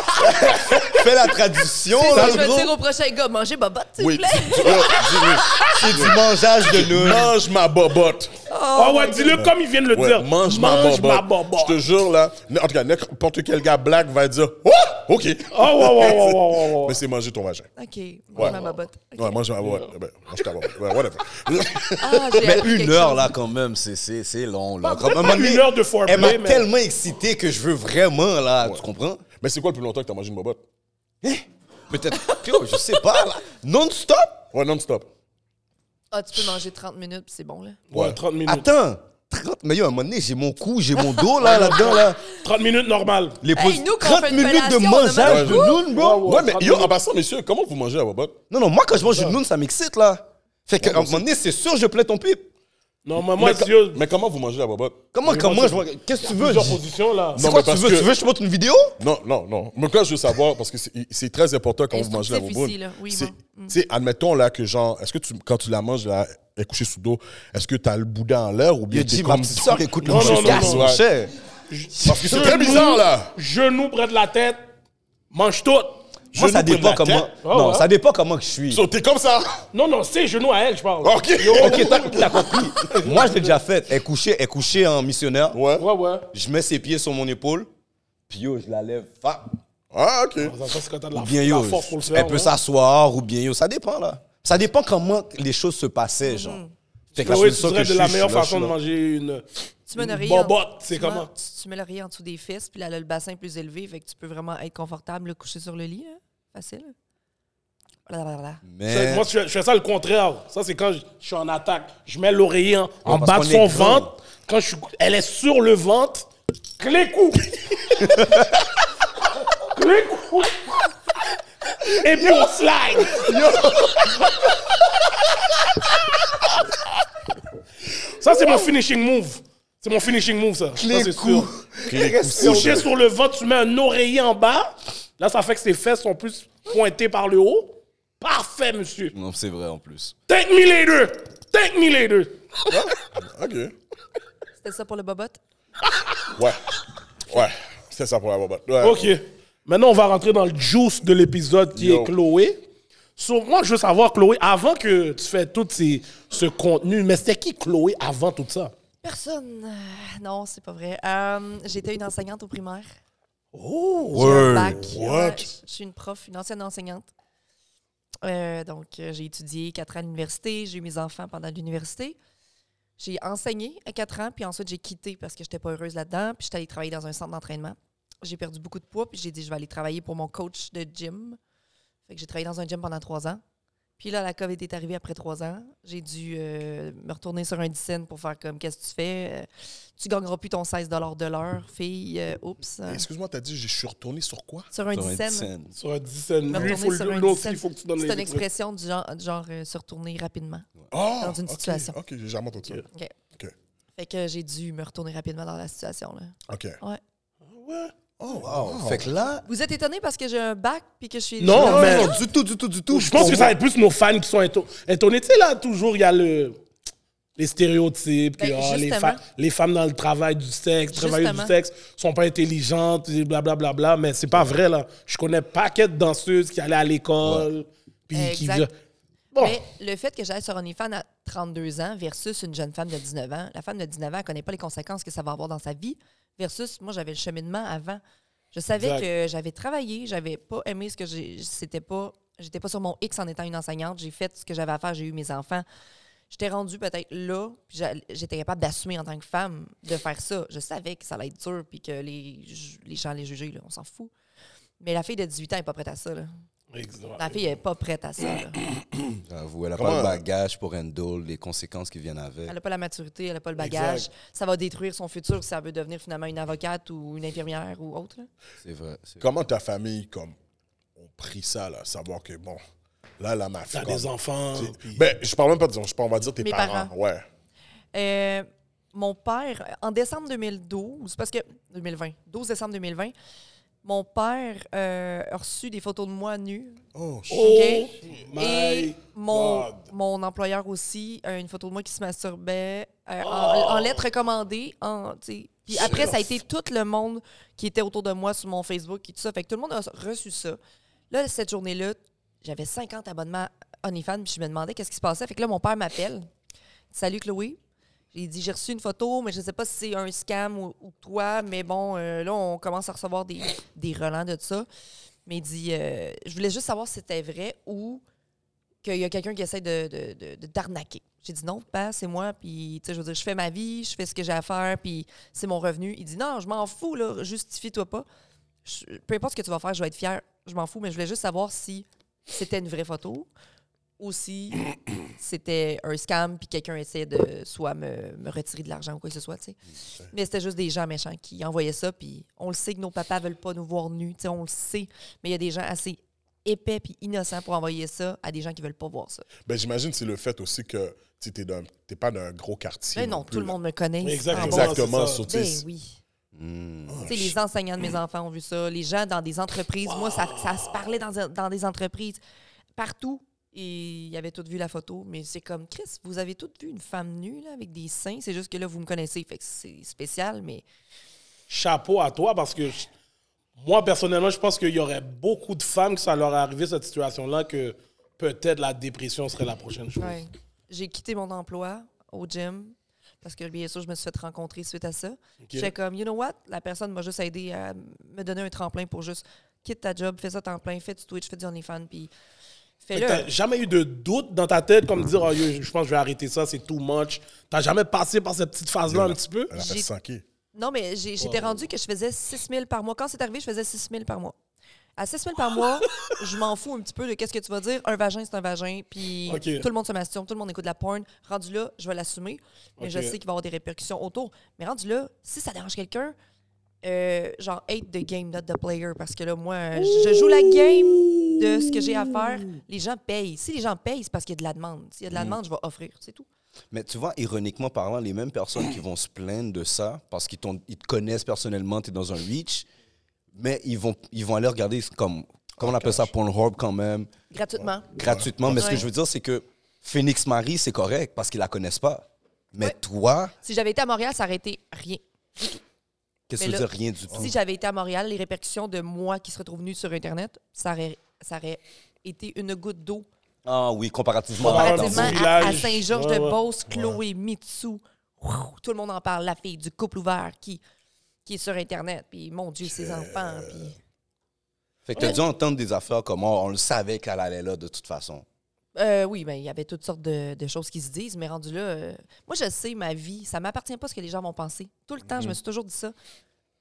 Fais la traduction,
C'est ça
là,
que je vais
gros.
dire au prochain gars, manger bobotte, s'il
Oui,
vous plaît.
tu- tu- yo, dis-lui,
C'est du mangeage de Noël.
mange ma bobotte.
Oh
Ah ouais, dis-le comme ils viennent le
Ouais,
dire.
mange, ma bobotte. Je te jure, là, n- en tout cas, n'importe quel gars black va dire Oh, OK.
Ah ouais, ouais, ouais, ouais, ouais, ouais, ouais.
Mais c'est manger ton vagin.
Ok,
Ouais.
mange ma bobotte. Ok.
Ouais, mange ma bobotte. Ouais, ben, mange ta bobotte. Ouais, whatever.
Ah, j'ai
Mais
appris
une
quelque
heure,
chose.
là, quand même, c'est- c'est c'est long, là. Comme,
peut-être
à un
pas
moment donné,
une heure de foreplay,
Elle m'a
mais-
tellement excité que je veux vraiment, là, tu comprends? Hein?
Mais c'est quoi le plus longtemps que t'as mangé une bobotte?
Peut-être, Yo, je sais pas, là. Non-stop?
Ouais, non-stop.
Ah, tu peux manger 30 minutes, puis c'est bon, là.
Ouais, 30 minutes.
Attends, 30, mais yo, à un moment donné, j'ai mon cou, j'ai mon dos, là, là-dedans, là.
30 minutes normal.
Les
Hey,
pos-
nous, quand on
30
fait une
minutes de
fellation, on
mangeage
mange
de
beaucoup.
noun, bro.
Ouais,
Ouais, mais
trente
yo,
minutes.
en passant, messieurs, comment vous mangez la bobotte?
Non, non, moi, quand je mange une noun, ça m'excite, là. Fait qu'à un moment donné, c'est sûr, je plais ton pipe.
Non, mais moi,
mais, co-
Dieu,
mais comment vous mangez la bobotte?
Comment, comment,
moi,
je vois- Qu'est-ce que tu veux?
plusieurs
je-
positions là.
C'est
Non,
quoi
mais
que tu
parce
veux? Tu
que-
veux que je te montre une vidéo?
Non, non, non. Mais quand je veux savoir, parce que c'est c'est très important quand vous mangez la
Instructif
bobotte.
ici, là. Oui,
C'est-
bon. Mm.
Tu sais, admettons là que genre, est-ce que tu, quand tu la manges, là, elle est couchée sous d'eau, est-ce que t'as le boudin en l'air ou bien
Yo,
t'es
dis, ma
comme...
petite soeur écoute le
Non, non, non,
podcast,
non.
mon cher.
Parce que c'est très bizarre là!
Genou près de la tête, mange tout.
Moi, ça
Genou près de
dépend
la
comment.
tête.
Ah
Non,
ouais.
ça dépend comment que je suis.
So, t'es comme ça!
Non, non, c'est genou à elle, je parle.
Ok!
Ok, t'as t'as compris. Moi, je l'ai déjà fait. Elle couchait, elle couchait en missionnaire.
Ouais.
Ouais, ouais.
Je mets ses pieds sur mon épaule. Puis yo, je la lève. Fap.
Ah, ok.
Ça, ça, c'est quand t'as de la,
Ou bien
la
yo,
force pour le faire.
elle peut
hein.
s'asseoir ou bien yo, ça dépend là. Ça dépend comment les choses se passaient, genre. Fait que la
Ah oui, tu
solution
dirais
que
de
je
la
suis,
meilleure
je suis là,
façon de
je suis là.
manger une,
Tu mets
une
l'oreiller. en-
bobotte, c'est
tu mets-
comment?
Tu, tu mets l'oreiller en dessous des fesses, puis là, elle a le bassin plus élevé, fait que tu peux vraiment être confortable, là, couché sur le lit, là. Facile. Blablabla.
Ça,
Mais
Moi, je fais, je fais ça le contraire. Ça, c'est quand je, je suis en attaque. Je mets l'oreiller en, en
parce
bas de
qu'on
son
est grand.
ventre. Quand je suis, elle est sur le ventre, clé coup. clé coup. Et puis on slide. ça, c'est mon finishing move. C'est mon finishing move, ça. ça, c'est sûr. Couché sur le ventre, tu mets un oreiller en bas. Là, ça fait que ses fesses sont plus pointées par le haut. Parfait, monsieur.
non, c'est vrai en plus.
Take me later. Take me later.
Ok.
C'était ça pour le bobotte?
Ouais. Ouais.
Euh,
C'est ça pour la bobotte. Ouais.
OK. Maintenant, on va rentrer dans le juice de l'épisode qui
Yo.
est Chloé. So, moi, je veux savoir, Chloé, avant que tu fais tout ces- ce contenu, mais c'était qui Chloé avant tout ça?
Personne. euh, Non, c'est pas vrai. Euh, J'étais une enseignante au primaire.
Oh!
J'ai un
Word.
bac.
What?
Ouais, je- je suis une prof, une ancienne enseignante. Euh, donc, euh, j'ai étudié quatre ans à l'université. J'ai eu mes enfants pendant l'université. J'ai enseigné à quatre ans, puis ensuite, j'ai quitté parce que j'étais pas heureuse là-dedans. Puis, j'étais allée travailler dans un centre d'entraînement. J'ai perdu beaucoup de poids, puis j'ai dit, je vais aller travailler pour mon coach de gym. Fait que j'ai travaillé dans un gym pendant trois ans. Puis là, la COVID est arrivée après trois ans. J'ai dû euh, me retourner sur un scène pour faire comme, qu'est-ce que tu fais? Euh, Tu gagneras plus ton 16 de l'heure, fille. Euh, oups.
Excuse-moi, t'as dit, je suis retourné sur quoi?
Sur un
Sur une
scène.
scène.
Sur un 17,
Me
lui, il faut
retourner
le
sur un
l'autre,
dissent.
il faut que tu donnes
C'est
les
une expression du genre, du genre euh, se retourner rapidement.
Oh,
Dans une
ok,
situation.
Ok, j'ai jamais entendu ça.
OK.
Ok.
Fait que j'ai dû me retourner rapidement dans la situation. Là.
Ok.
Ouais.
Oh,
Wow. Fait que là.
Vous êtes étonné parce que j'ai un bac puis que je suis.
Non,
Non,
mais-
non, du tout, du tout, du tout.
Je pense que ça va être plus nos fans qui sont éton- étonnés. Tu sais, là, toujours, il y a le, les stéréotypes, que,
Ben,
ah, les,
justement.
fa- les femmes dans le travail du sexe, travailleuses du
Justement.
sexe, sont pas intelligentes, et blablabla, mais c'est pas vrai, là. Je connais paquet de danseuses qui allaient à l'école, puis qui
Exact.
Bon,
Mais le fait que j'aille sur OnlyFans à 32 ans versus une jeune femme de 19 ans, la femme de 19 ans, elle connaît pas les conséquences que ça va avoir dans sa vie versus moi, j'avais le cheminement avant. Je savais
Exact.
que j'avais travaillé, j'avais pas aimé ce que j'ai. C'était pas. J'étais pas sur mon X en étant une enseignante. J'ai fait ce que j'avais à faire, j'ai eu mes enfants. J'étais rendue peut-être là, puis j'a- j'étais capable d'assumer en tant que femme de faire ça. Je savais que ça allait être dur, puis que les, ju- les gens allaient juger, là, on s'en fout. Mais la fille de 18 ans n'est pas prête à ça. là.
exact.
La fille n'est pas prête à ça. là.
J'avoue, elle a
Comment-
pas le bagage pour handle les conséquences qui viennent avec.
Elle n'a pas la maturité, elle n'a pas le bagage. Ça va détruire son futur si elle veut devenir finalement une avocate ou une infirmière ou autre. là.
C'est vrai. c'est-
Comment ta famille, comme, ont pris ça, là? Savoir que, bon, là, là, ma fille.
t'as des
comme-
enfants.
t'sais,
puis-
Ben, je parle même pas de ça. Je parle, on va dire tes
Mes
parents.
parents.
Ouais.
Euh, mon père, euh, en décembre 2012, parce que 2020, 12 décembre 2020, mon père euh, a reçu des photos de moi nue.
Oh, shit.
Oh
Ok.
my
Et mon,
God.
mon employeur aussi, euh, une photo de moi qui se masturbait euh, en, en lettres recommandées. En, tu sais. Puis après, ça a été tout le monde qui était autour de moi sur mon Facebook et tout ça. Fait que tout le monde a reçu ça. Là, cette journée-là, j'avais 50 abonnements OnlyFans, puis je me demandais qu'est-ce qui se passait. Fait que là, mon père m'appelle. Salut Chloé. J'ai dit, j'ai reçu une photo, mais je ne sais pas si c'est un scam ou, ou toi, mais bon, euh, là, on commence à recevoir des, des relents de ça. Mais il dit, euh, je voulais juste savoir si c'était vrai ou qu'il y a quelqu'un qui essaie de, de, de- de t'arnaquer. J'ai dit non, pas, c'est moi, puis tu sais, je veux dire, je fais ma vie, je fais ce que j'ai à faire, puis c'est mon revenu. Il dit non, je m'en fous, là, justifie-toi pas. Je- peu importe ce que tu vas faire, je vais être fier, je m'en fous, mais je voulais juste savoir si c'était une vraie photo ou si c'était un scam, puis quelqu'un essayait de soit me, me retirer de l'argent ou quoi que ce soit, tu sais. Mais c'était juste des gens méchants qui envoyaient ça, puis on le sait que nos papas veulent pas nous voir nus, tu sais, on le sait, mais il y a des gens assez épais puis innocents pour envoyer ça à des gens qui veulent pas voir ça.
Ben, j'imagine que c'est le fait aussi que tu n'es pas d'un gros quartier.
Mais Ben non,
plus,
tout le
là.
monde me connaît.
Exactement.
Ah bon?
Exactement.
C'est ça.
sur- tu
Ben
sais,
oui.
Hmm.
Tu sais, les enseignants de mes enfants ont vu ça. Les gens dans des entreprises. Moi, ça, ça se parlait dans, dans des entreprises. Partout. Et ils avaient tous vu la photo. Mais c'est comme, Chris, vous avez toutes vu une femme nue là, avec des seins. C'est juste que là, vous me connaissez. Fait que c'est spécial, mais
chapeau à toi parce que je- moi, personnellement, je pense qu'il y aurait beaucoup de femmes que ça leur est arrivé cette situation-là que peut-être la dépression serait la prochaine chose.
Ouais. J'ai quitté mon emploi au gym parce que bien sûr, je me suis fait rencontrer suite à ça. J'étais comme, you know what? La personne m'a juste aidé à me donner un tremplin pour juste quitte ta job, fais ça temps plein, fais du Twitch, fais du OnlyFans, puis
Fait que T'as
fais-le.
jamais eu de doute dans ta tête comme dire, oh, yo, je pense que je vais arrêter ça, c'est too much. T'as jamais passé par cette petite phase-là un petit peu?
Elle a fait
J'ai-
100 k.
Non, mais j'ai- j'étais rendu que je faisais 6 000 par mois. Quand c'est arrivé, je faisais 6 000 par mois. À 6 000 par mois, je m'en fous un petit peu de qu'est-ce que tu vas dire. Un vagin, c'est un vagin. Puis
Ok.
tout le monde se masturbe, tout le monde écoute de la porn. Rendu là, je vais l'assumer. Mais je
Ok.
sais qu'il va y avoir des répercussions autour. Mais rendu là, si ça dérange quelqu'un, euh, genre hate the game, not the player. Parce que là, moi, je joue la game de ce que j'ai à faire. Les gens payent. Si les gens payent, c'est parce qu'il y a de la demande. S'il y a de
Mm.
la demande, je vais offrir. C'est tout.
Mais tu vois, ironiquement parlant, les mêmes personnes qui vont se plaindre de ça parce qu'ils t'ont- ils te connaissent personnellement, tu es dans un reach, mais ils vont, ils vont aller regarder comme, comment on appelle ça, Pornhub quand même,
Gratuitement.
gratuitement. Mais ce que
Ouais.
je veux dire, c'est que Phoenix Marie, c'est correct parce qu'ils la connaissent pas. Mais toi,
Si j'avais été à Montréal, ça aurait été rien.
qu'est-ce que
Mais
tu veux
là-
dire, rien
Oh.
du tout.
Si j'avais été à Montréal, les répercussions de moi qui se retrouve nue sur Internet, ça aurait, ça aurait été une goutte d'eau
Ah oui, comparativement.
comparativement
Ah, dans le
à, à
village. Ouais, ouais.
Saint-Georges-de-Beauce, Chloé, Mitsu. Ouh, tout le monde en parle, la fille du couple ouvert qui, qui est sur Internet. Puis, mon Dieu, ses
Euh,
enfants. Puis,
Fait que t'as dû entendre des affaires comme oh, on le savait qu'elle allait là de toute façon.
Euh, oui, mais il y avait toutes sortes de, de choses qui se disent, mais rendu là, euh, moi, je sais, ma vie, ça m'appartient pas ce que les gens vont penser. Tout le temps,
Mhm.
je me suis toujours dit ça.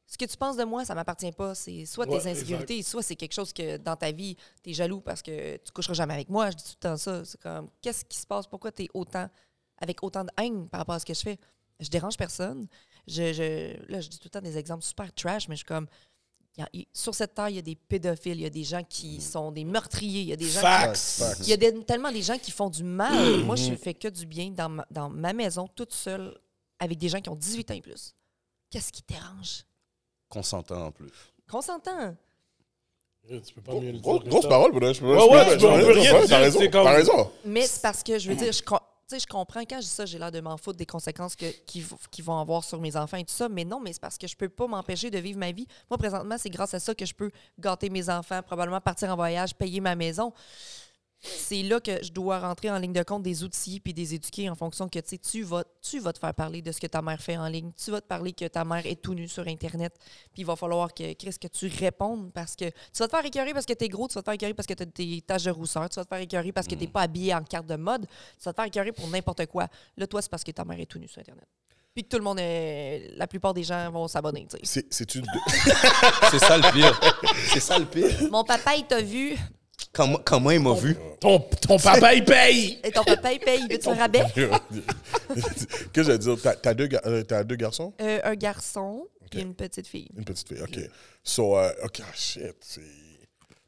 Ce que tu penses de moi, ça m'appartient pas. C'est soit
Ouais,
tes insécurités, soit c'est quelque chose que dans ta vie, tu es jaloux parce que tu coucheras jamais avec moi. Je dis tout le temps ça. C'est comme, qu'est-ce qui se passe? Pourquoi tu es autant, avec autant de haine par rapport à ce que je fais? Je dérange personne. Je, je- là, je dis tout le temps des exemples super trash, mais je suis comme, il y a- il- sur cette terre, il y a des pédophiles, il y a des gens qui sont des meurtriers, il y a des gens qui
Mm. Facts.
il y a des- tellement des gens qui font du mal. Moi, je fais que du bien dans ma, dans ma maison, toute seule, avec des gens qui ont 18 ans et plus. Qu'est-ce qui te dérange?
Qu'on s'entend en plus.
Qu'on s'entend.
Tu peux pas mieux le
Grosse,
dire que
grosse
ça.
parole, pour de- je peux-
Ouais,
je peux-
ouais,
je
tu peux- on
peux-
peut rien
ouais,
dire,
T'as raison,
c'est comme-
t'as raison.
Mais c'est parce que, je veux dire, je, com- tu sais, je comprends quand je dis ça, j'ai l'air de m'en foutre des conséquences que, qui, v- qui vont avoir sur mes enfants et tout ça. Mais non, mais c'est parce que je peux pas m'empêcher de vivre ma vie. Moi, présentement, c'est grâce à ça que je peux gâter mes enfants, probablement partir en voyage, payer ma maison. C'est là que je dois rentrer en ligne de compte des outils puis des éduquer en fonction que tu sais, tu vas, tu vas te faire parler de ce que ta mère fait en ligne. Tu vas te parler que ta mère est tout nue sur Internet. Puis il va falloir que, Chris, que tu répondes parce que tu vas te faire écœurer parce que t'es gros, tu vas te faire écœurer parce que t'as des taches de rousseur, tu vas te faire écœurer parce que t'es pas habillé en carte de mode, tu vas te faire écœurer pour n'importe quoi. Là, toi, c'est parce que ta mère est tout nue sur Internet. Puis que tout le monde, est- la plupart des gens vont s'abonner. tu sais.
C'est- C'est-tu de-
C'est ça le pire. C'est ça le pire.
Mon papa, il t'a vu,
Comment, comment il m'a vu?
Ton, ton papa, il paye.
et ton papa, il paye, il veut-tu un rabais?
Qu'est-ce que j'allais dire? T'as- T'as deux, gar- euh, t'as deux garçons?
Euh, un garçon et une petite fille.
Une petite fille, OK. So, euh, OK, ah, shit. c'est-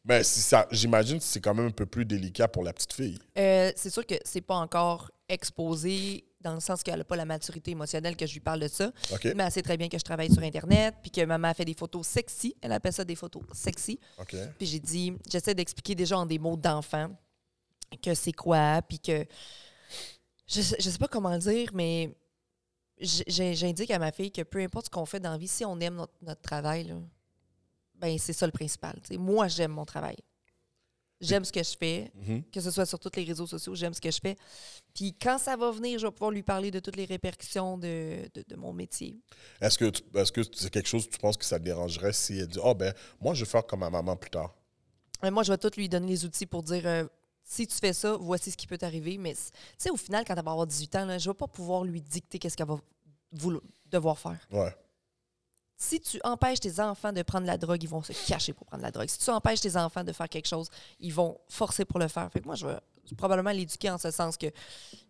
Ben, si ça- j'imagine que c'est quand même un peu plus délicat pour la petite fille.
Euh, c'est sûr que c'est pas encore exposé dans le sens qu'elle n'a pas la maturité émotionnelle que je lui parle de ça.
OK.
Mais elle sait très bien que je travaille sur Internet, puis que maman a fait des photos sexy. Elle appelle ça des photos sexy.
OK.
Puis j'ai dit, j'essaie d'expliquer déjà en des mots d'enfant que c'est quoi, puis que. Je, sais- je sais pas comment le dire, mais j- j'ai- j'indique à ma fille que peu importe ce qu'on fait dans la vie, si on aime notre, notre travail, là, ben c'est ça le principal. tu sais. Moi, j'aime mon travail. J'aime ce que je fais, que ce soit sur tous les réseaux sociaux, j'aime ce que je fais. Puis quand ça va venir, je vais pouvoir lui parler de toutes les répercussions de, de- de mon métier.
Est-ce que tu- est-ce que c'est quelque chose que tu penses que ça te dérangerait si elle dit, oh, ben, moi, je vais faire comme ma maman plus tard?
Mais Euh, moi, je vais tout lui donner les outils pour dire euh, si tu fais ça, voici ce qui peut t'arriver. Mais c- tu sais, au final, quand elle va avoir 18 ans, là, je ne vais pas pouvoir lui dicter qu'est-ce qu'elle va voulo- devoir faire.
Ouais.
Si tu empêches tes enfants de prendre la drogue, ils vont se cacher pour prendre la drogue. Si tu empêches tes enfants de faire quelque chose, ils vont forcer pour le faire. Fait que moi, je vais probablement l'éduquer en ce sens que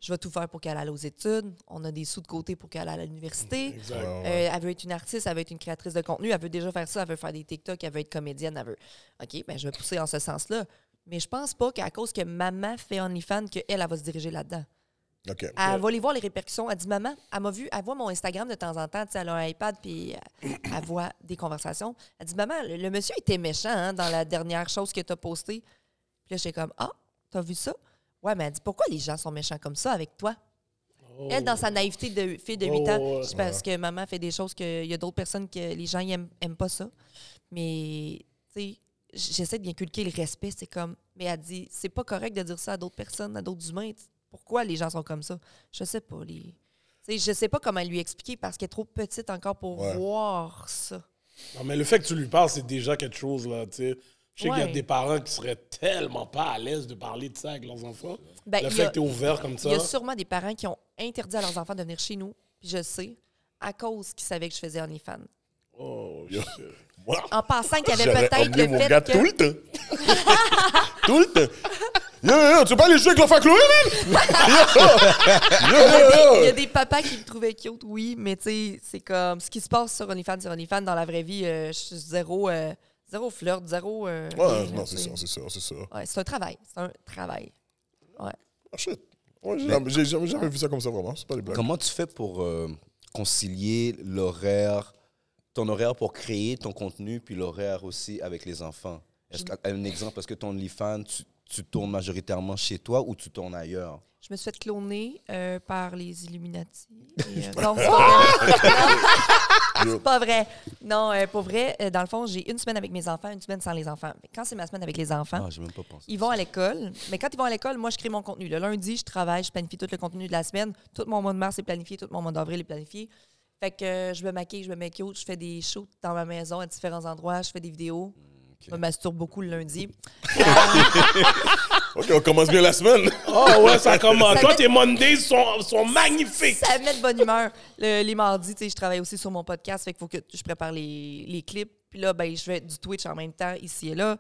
je vais tout faire pour qu'elle aille aux études. On a des sous de côté pour qu'elle aille à l'université.
Ouais, ouais, ouais.
Euh, elle veut être une artiste, elle veut être une créatrice de contenu, elle veut déjà faire ça, elle veut faire des TikTok, elle veut être comédienne, elle veut. OK, ben je vais pousser en ce sens-là. Mais je pense pas qu'à cause que maman fait OnlyFans, qu'elle, elle va se diriger là-dedans.
OK.
Elle va aller voir les répercussions. Elle dit Maman, elle m'a vu, elle voit mon Instagram de temps en temps, tu sais, elle a un iPad, puis euh, elle voit des conversations. Elle dit Maman, le, le monsieur était méchant hein, dans la dernière chose que tu as postée. Puis là, j'étais comme Ah, t'as vu ça? Ouais, mais elle dit Pourquoi les gens sont méchants comme ça avec toi? Elle, dans sa naïveté de fille de 8
Oh,
ans,
ouais.
c'est parce que maman fait des choses qu'il y a d'autres personnes que les gens n'aiment aiment pas ça. Mais, tu sais, j- j'essaie de d'inculquer le respect. C'est comme. Mais elle dit, c'est pas correct de dire ça à d'autres personnes, à d'autres humains. Pourquoi les gens sont comme ça? Je sais pas. Les... tu sais, Je sais pas comment lui expliquer parce qu'elle est trop petite encore pour
Ouais.
voir ça.
Non, mais le fait que tu lui parles, c'est déjà quelque chose, là, tu sais. Je sais qu'il y
Ouais.
a des parents qui seraient tellement pas à l'aise de parler de ça avec leurs enfants.
Ben,
le
il y
fait
a-
que t'es ouvert comme ça.
Il y a sûrement des parents qui ont interdit à leurs enfants de venir chez nous, puis je sais, à cause qu'ils savaient que je faisais OnlyFans.
Oh,
Yo.
shit.
Moi,
En pensant qu'il y avait
j'aurais
peut-être
emmené
le
mon
fait
gars
que...
tout le temps. tout le temps. Yo, yo, yo, tu veux pas aller jouer avec l'enfant Chloé, man? Yo, yo, yo,
Il y a
yo.
des papas qui me trouvaient cute, oui, mais tu sais, c'est comme ce qui se passe sur OnlyFans, sur OnlyFans, dans la vraie vie, euh, je suis zéro, euh, zéro flirt, zéro. euh,
Ouais,
rien,
non,
là,
c'est
tu sais.
ça, c'est ça, c'est ça.
Ouais, c'est un travail, c'est un travail. Ouais.
Ah, shit. Ouais, j'ai jamais- j'ai jamais, jamais vu ça comme ça, vraiment. C'est pas des blagues.
Comment tu fais pour euh, concilier l'horaire, ton horaire pour créer ton contenu, puis l'horaire aussi avec les enfants? Est-ce qu'à- un exemple, est-ce que ton OnlyFans, tu, tu tournes majoritairement chez toi ou tu tournes ailleurs?
Je me suis fait cloner euh, par les Illuminati. et, euh, non, c'est pas vrai.
Yo.
Pas vrai. Non, euh, pour vrai, euh, dans le fond, j'ai une semaine avec mes enfants, une semaine sans les enfants. Mais Quand c'est ma semaine avec les enfants,
Ah, j'ai même pas pensé.
ils vont à l'école. Mais quand ils vont à l'école, moi, je crée mon contenu. Le lundi, je travaille, je planifie tout le contenu de la semaine. Tout mon mois de mars est planifié, tout mon mois d'avril est planifié. Fait que euh, je me maquille, je me make je fais des shoots dans ma maison à différents endroits, je fais des vidéos. Je me masturbe beaucoup le lundi.
OK, on commence bien la semaine.
Oh ouais, ça commence.
Ça
Toi,
fait-
tes Mondays sont, sont magnifiques.
Ça me met de bonne humeur. Le- les mardis, tu sais, je travaille aussi sur mon podcast, fait qu'il faut que je prépare les, les clips. Puis là, ben, je fais du Twitch en même temps, ici et là.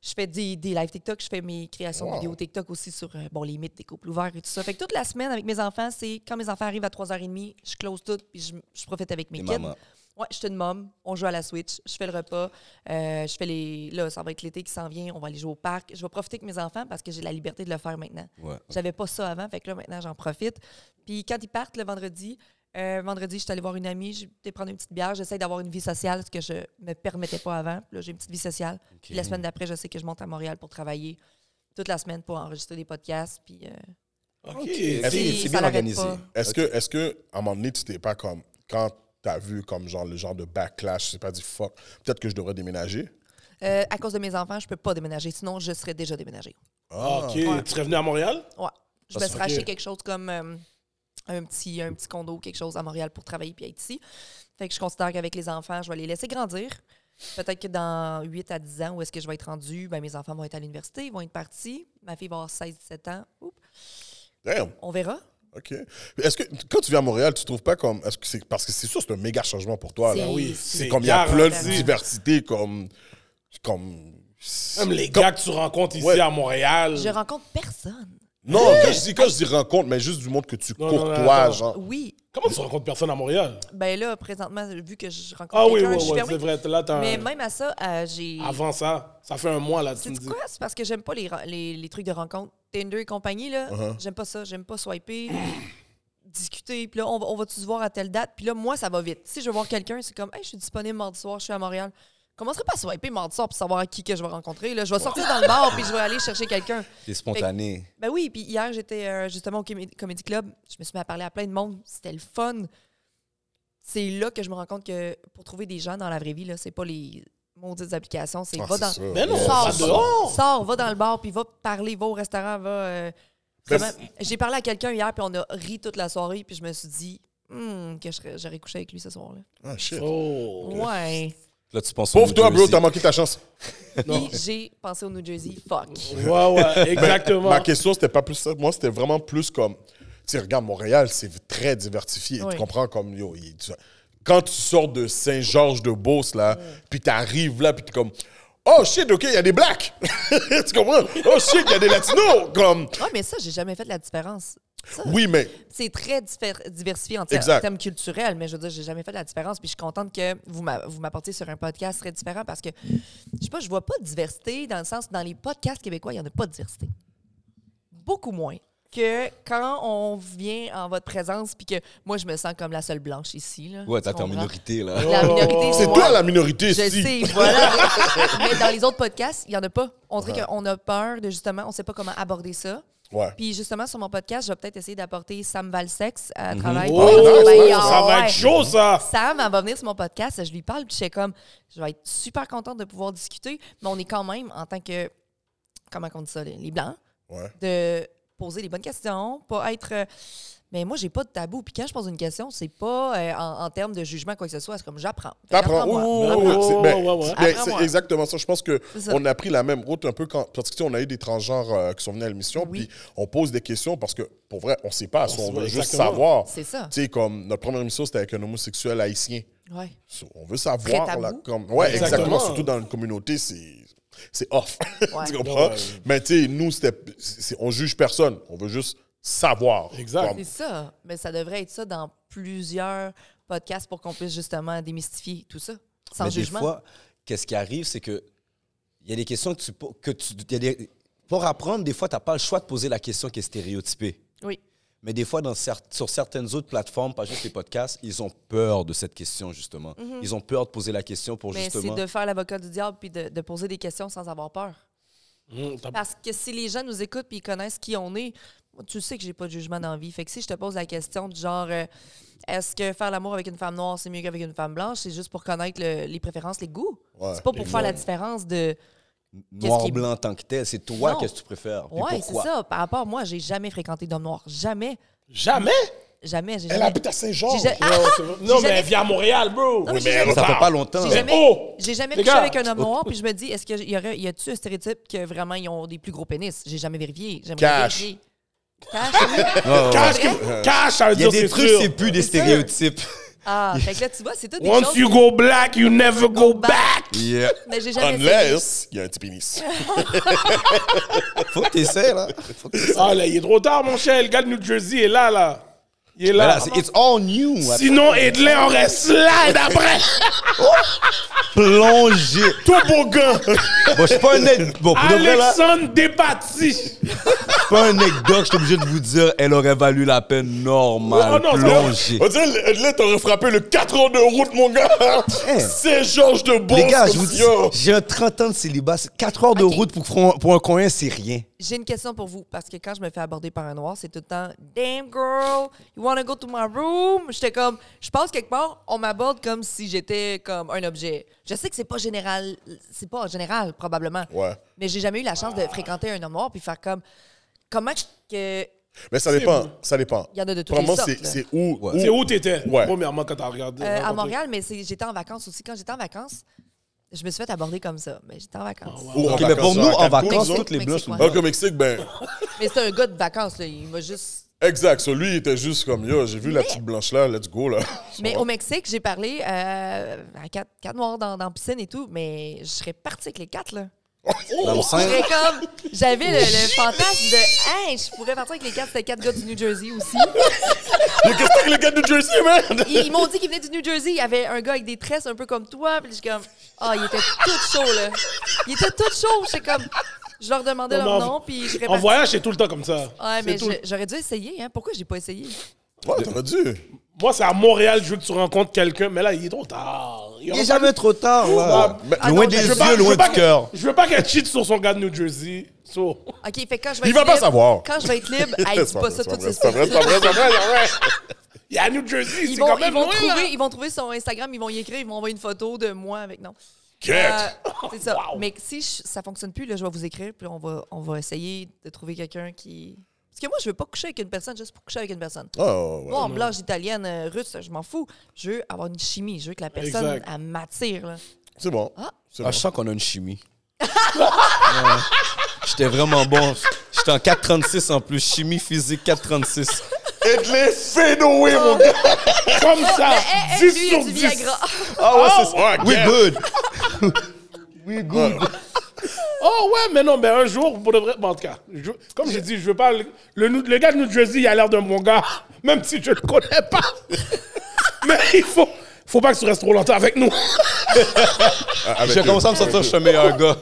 Je fais des, des live TikTok, je fais mes créations de vidéos TikTok aussi sur euh, bon, les mythes des couples ouverts et tout ça. Fait que toute la semaine avec mes enfants, c'est quand mes enfants arrivent à 3h30, je close tout puis je, je profite avec mes
T'es
kids.
maman.
Ouais, je suis une mom, on joue à la Switch, je fais le repas, euh, je fais les. Là, ça va être l'été qui s'en vient, on va aller jouer au parc. Je vais profiter avec mes enfants parce que j'ai la liberté de le faire maintenant.
Ouais.
J'avais pas ça avant, fait que là, maintenant, j'en profite. Puis quand ils partent le vendredi, euh, vendredi, je suis allée voir une amie, j'étais prendre une petite bière, j'essaie d'avoir une vie sociale, ce que je me permettais pas avant. Puis Là, j'ai une petite vie sociale. Puis la semaine d'après, je sais que je monte à Montréal pour travailler toute la semaine pour enregistrer des podcasts. Puis, euh,
OK.
Ah C'est
ça
c'est bien
l'arrête
organisé.
pas.
Est-ce que, est-ce que, à un moment donné, tu t'es pas comme, quand t'as vu comme genre le genre de backlash, tu t'es pas dit fuck, peut-être que je devrais déménager?
euh, à cause de mes enfants, je peux pas déménager, sinon je serais déjà déménagée.
OK. Tu serais venu à Montréal?
Ouais. Je
Ça,
me
c'est
serais acheté quelque chose comme euh, un, petit, un petit condo, quelque chose à Montréal pour travailler puis être ici. Fait que je considère qu'avec les enfants, je vais les laisser grandir. Peut-être que dans 8 à 10 ans, où est-ce que je vais être rendue, ben, mes enfants vont être à l'université, ils vont être partis. Ma fille va avoir 16-17 ans. Oups.
Damn,
On verra.
OK. Est-ce que, quand tu viens à Montréal, tu trouves pas comme, est-ce que c'est, parce que c'est sûr, c'est un méga changement pour toi, là.
C'est-
oui,
C'est
c'est
comme, il y a plein de
garanti.
diversité, comme, comme,
Même les
comme-
gars que tu rencontres ici
Ouais.
à Montréal.
Je rencontre personne.
Non, quand je dis, quand je dis rencontre, mais juste du monde que tu
Non, non, non,
courtois,
attends.
genre.
Oui.
Comment tu rencontres personne à Montréal?
Ben là, présentement, vu que je rencontre
Ah oui,
quelqu'un,
ouais,
je suis
ouais,
fermée.
c'est vrai. Là, t'as-
Mais même à ça, euh, j'ai...
Avant ça, ça fait un mois, là, tu me
C'est
dis.
quoi? C'est parce que j'aime pas les, ra- les, les trucs de rencontre. Tinder et compagnie, là. J'aime pas ça. J'aime pas swiper, discuter. Puis là, on, va- on va-tu se voir à telle date? Puis là, moi, ça va vite. Si je veux voir quelqu'un, c'est comme, hey, je suis disponible mardi soir, je suis à Montréal. Je commencerai pas à swiper mardi soir pour savoir à qui que je vais rencontrer. Là. Je vais sortir dans le bar puis je vais aller chercher quelqu'un.
T'es spontané.
Ben oui, puis hier, j'étais euh, justement au Comé- Comedy Club. Je me suis mis à parler à plein de monde. C'était le fun. C'est là que je me rends compte que pour trouver des gens dans la vraie vie, là, c'est pas les maudites applications. C'est
Ah,
va
c'est
dans,
ça.
Mais non,
Sors,
va dehors.
Sors, va dans le bar, puis va parler, va au restaurant, va. euh,
Ben,
vraiment- J'ai parlé à quelqu'un hier, puis on a ri toute la soirée, puis je me suis dit Hmm, que je serais- j'aurais couché avec lui ce soir-là.
Ah, shit.
Oh.
Ouais.
Là, tu penses au
Pauvre
New
toi, bro,
Jersey.
t'as manqué ta chance.
Puis j'ai pensé au New Jersey, fuck.
Ouais, ouais, exactement.
Ma question, c'était pas plus ça. Moi, c'était vraiment plus comme. Tu sais, regarde, Montréal, c'est très diversifié.
Oui.
Tu comprends comme. yo, il- tu- quand tu sors de Saint-Georges-de-Beauce, là, puis t'arrives là, puis t'es comme. Oh shit, OK, il y a des blacks. tu comprends? Oh shit, il y a des latinos. Comme.
Ouais, Ah, mais ça, j'ai jamais fait la différence. Ça,
Oui, mais.
C'est très diffé- diversifié en ter-
Exact.
termes culturels, mais je veux dire, j'ai jamais fait la différence. Puis je suis contente que vous m'a- vous m'apportiez sur un podcast très différent parce que je sais pas, je vois pas de diversité dans le sens dans les podcasts québécois, il y en a pas de diversité. Beaucoup moins que quand on vient en votre présence puis que moi je me sens comme la seule blanche ici là.
Ouais,
Tu
t'as en
comprends?
minorité, là.
La minorité,
C'est
Oh, ouais.
toi la minorité
Je
ici.
sais, voilà. mais dans les autres podcasts, il y en a pas. On dirait qu'on a peur de justement, on sait pas comment aborder ça.
Ouais.
Puis justement, sur mon podcast, je vais peut-être essayer d'apporter Sam Valsex à travail.
Oh,
Ben,
nice.
ah,
ça va
ouais.
être chaud, ça.
Sam, elle va venir sur mon podcast, je lui parle, puis je suis comme, je vais être super contente de pouvoir discuter, mais on est quand même, en tant que, comment on dit ça, les, les Blancs,
Ouais.
de poser les bonnes questions, pas être... euh, mais moi, j'ai pas de tabou. Puis quand je pose une question, c'est pas euh, en, en termes de jugement, quoi que ce soit. C'est comme j'apprends. Fait
T'apprends.
qu'apprends-moi.
Oui, oui, oui,
Apprends-moi.
oui, c'est-
Ouais,
ben,
ouais, ouais.
ben,
Apprends-moi.
c'est exactement ça. Je pense que
C'est ça.
on a pris la même route un peu quand. Parce que, tu sais, on a eu des transgenres euh, qui sont venus à l'émission,
Oui.
puis on pose des questions parce que, pour vrai, on sait pas. soit on
sait pas
veut juste
exactement.
savoir.
C'est ça.
Tu sais, comme notre première émission, c'était avec un homosexuel haïtien.
Ouais.
So, On veut savoir.
tabou.
Là, comme, ouais,
Exactement.
exactement. Surtout dans une communauté, c'est. C'est off.
Ouais.
tu comprends?
Ouais.
Mais tu sais, nous, c'était, c'est- on juge personne. On veut juste savoir.
Exact.
Comme-
C'est ça. Mais ça devrait être ça dans plusieurs podcasts pour qu'on puisse justement démystifier tout ça, sans
Mais
jugement.
Des fois, qu'est-ce qui arrive, c'est que il y a des questions que tu po- que tu y a des- pour apprendre, des fois, tu n'as pas le choix de poser la question qui est stéréotypée.
Oui.
Mais des fois, dans cer- sur certaines autres plateformes, pas juste les podcasts, ils ont peur de cette question, justement. Ils ont peur de poser la question pour
Mais c'est
justement.
de faire l'avocat du diable puis de, de poser des questions sans avoir peur.
Hum, t'as-
Parce que si les gens nous écoutent puis ils connaissent qui on est, moi, tu sais que j'ai pas de jugement d'envie. Fait que si je te pose la question du genre euh, est-ce que faire l'amour avec une femme noire c'est mieux qu'avec une femme blanche, c'est juste pour connaître le- les préférences, les goûts.
Ouais,
c'est pas pour
les
faire la
goûts.
différence de
Noir,
qui est-
blanc, tant que tel. C'est toi,
Non.
qu'est-ce que tu préfères? puis
Ouais, c'est
pourquoi?
ça. Par rapport à moi, j'ai jamais fréquenté d'homme noir, jamais,
Jamais?
jamais, j'ai
Elle
jamais.
habite à Saint-Jean.
J'ai- Ah!
Non, c'est vrai. Non, mais
jamais-
elle vit à Montréal, bro.
Non, mais
Oui,
j'ai
mais
jamais-
Ça fait
repart.
pas longtemps. hein.
J'ai
Mais
jamais,
oh!
j'ai jamais
Les
couché
gars! Oh!
avec un homme noir, puis je me dis, est-ce qu'il y, aurait- y a-tu un stéréotype que vraiment ils ont des plus gros pénis? J'ai jamais vérifié. J'aimerais
Cash.
vérifier. Cash?
Cash, cash, ça veut
Ah, Il y a
dire
des
c'est
trucs,
sûr.
c'est plus des stéréotypes.
ah, fait que là, tu vois, c'est tout des
Once
choses.
you go black, you never go back.
Yeah.
Mais j'ai jamais essayé.
Unless, il y a un petit pénis.
Faut que t'essaies, là. Faut que t'essaies.
Ah là, il est trop tard, mon cher. Le gars de New Jersey est là, là. Il est
Mais
là.
là, c'est- it's all new. après.
Sinon, Edley aurait slide après.
Plongé.
Toboggan.
Bon, je suis pas un nec. Bon, pour de vrai, là,
Alexandre Dépati.
je suis pas un nec doc, Je suis obligé de vous dire, elle aurait valu la peine normale.
Oh, non, c'est-
Plongé.
On dirait, le- là, t'aurais frappé le 4 ans de route, mon gars.
Hey.
C'est Georges de Beauce.
Les gars, je vous dis,
Yo.
j'ai un 30 ans de célibat. 4 heures de
Ok.
route pour, pour un coin, c'est rien.
J'ai une question pour vous, parce que quand je me fais aborder par un noir, c'est tout le temps Damn girl, you wanna go to my room? J'étais comme, je pense quelque part, on m'aborde comme si j'étais comme un objet. Je sais que c'est pas général, c'est pas général probablement.
Ouais.
Mais j'ai jamais eu la chance de fréquenter un homme noir puis faire comme, comment que.
Mais ça dépend, ça dépend.
Il y en a de toutes
Vraiment,
les sortes,
c'est-
là.
c'est où, où-
C'est où t'étais,
Ouais.
premièrement, quand t'as regardé?
Euh, à
rencontré?
Montréal, mais c'est- j'étais en vacances aussi. Quand j'étais en vacances, je me suis fait aborder comme ça. Mais j'étais en vacances.
Ah,
où en
Ok, mais pour
vacances,
nous, en
Cancun,
vacances,
disons?
toutes les blanches sont
Mexique,
Ah, qu'au Mexique, ben,
Mais c'était un gars de vacances, là. Il m'a juste.
exact. So, lui, il était juste comme, yo, j'ai vu la petite blanche là, let's go, là.
Mais au Mexique, j'ai parlé euh, à quatre, quatre noirs dans, dans la piscine et tout, mais je serais partie avec les quatre, là.
Dans le
Je
sein,
serais comme. J'avais le, le fantasme de. Hey, je pourrais partir avec les quatre, c'était quatre gars du New Jersey aussi.
Mais qu'est-ce que c'est que les gars de New Jersey, man?
Ils, ils m'ont dit qu'ils venaient du New Jersey. Il y avait un gars avec des tresses un peu comme toi, puis je suis comme. Ah, il était tout chaud, là. Il était tout chaud. J'étais comme. Je leur demandais
Non,
leur
mais en-
nom, puis je serais
En
partie.
voyage, c'est tout le temps comme ça.
Ouais,
C'est
mais
tout le-
je- j'aurais dû essayer, hein. Pourquoi j'ai pas essayé?
Ouais, t'aurais dû.
Moi, c'est à Montréal, je veux que tu rencontres quelqu'un, mais là, il est trop tard. Il
Il est jamais trop tard, là.
mais-
Ah non,
loin
je-
des
je
yeux,
veux
pas- je veux
loin
pas
du
que-
cœur.
Je veux pas qu'elle cheat sur son gars de New Jersey. So,
OK, fait que quand je vais
Il
être
va pas
libre-
savoir.
Quand je vais être libre, hey, dis
C'est
pas ça Euh, tout
vrai,
de
c'est
suite.
pas vrai, c'est pas vrai, c'est pas vrai, c'est vrai.
il y a New Jersey, c'est
Ils vont,
quand
ils,
même
vont
loin, là.
trouver, ils vont trouver son Instagram, ils vont y écrire, ils vont envoyer une photo de moi avec non.
Quête.
Euh, c'est ça. Mais si je- ça fonctionne plus, là, je vais vous écrire, puis on va, on va essayer de trouver quelqu'un qui. Parce que moi, je veux pas coucher avec une personne juste pour coucher avec une personne.
Oh, ouais.
Moi, en blanche, italienne, euh, russe, je m'en fous. Je veux avoir une chimie. Je veux que la personne
Exact.
elle m'attire. là.
C'est bon. C'est bon.
Ah, je sens qu'on a une chimie. Ouais. J'étais vraiment bon. J'étais en 436 en plus. Chimie physique 436.
Edley Fenoué, mon gars.
Comme ça,
Eh, eh,
10
lui, il y a
sur
du
10.
Viagra.
Ah ouais, c'est
ouais,
We
yeah.
good.
Ah.
Oh ouais, mais non, mais un jour, pour de vrai, bon, en tout cas, je- comme j'ai dit, je veux pas. Le, le, le gars de New Jersey, il a l'air d'un bon gars, même si je le connais pas. mais il faut, faut pas que tu restes trop longtemps avec nous.
Ah,
J'ai commencé à me sentir que je suis un meilleur gars.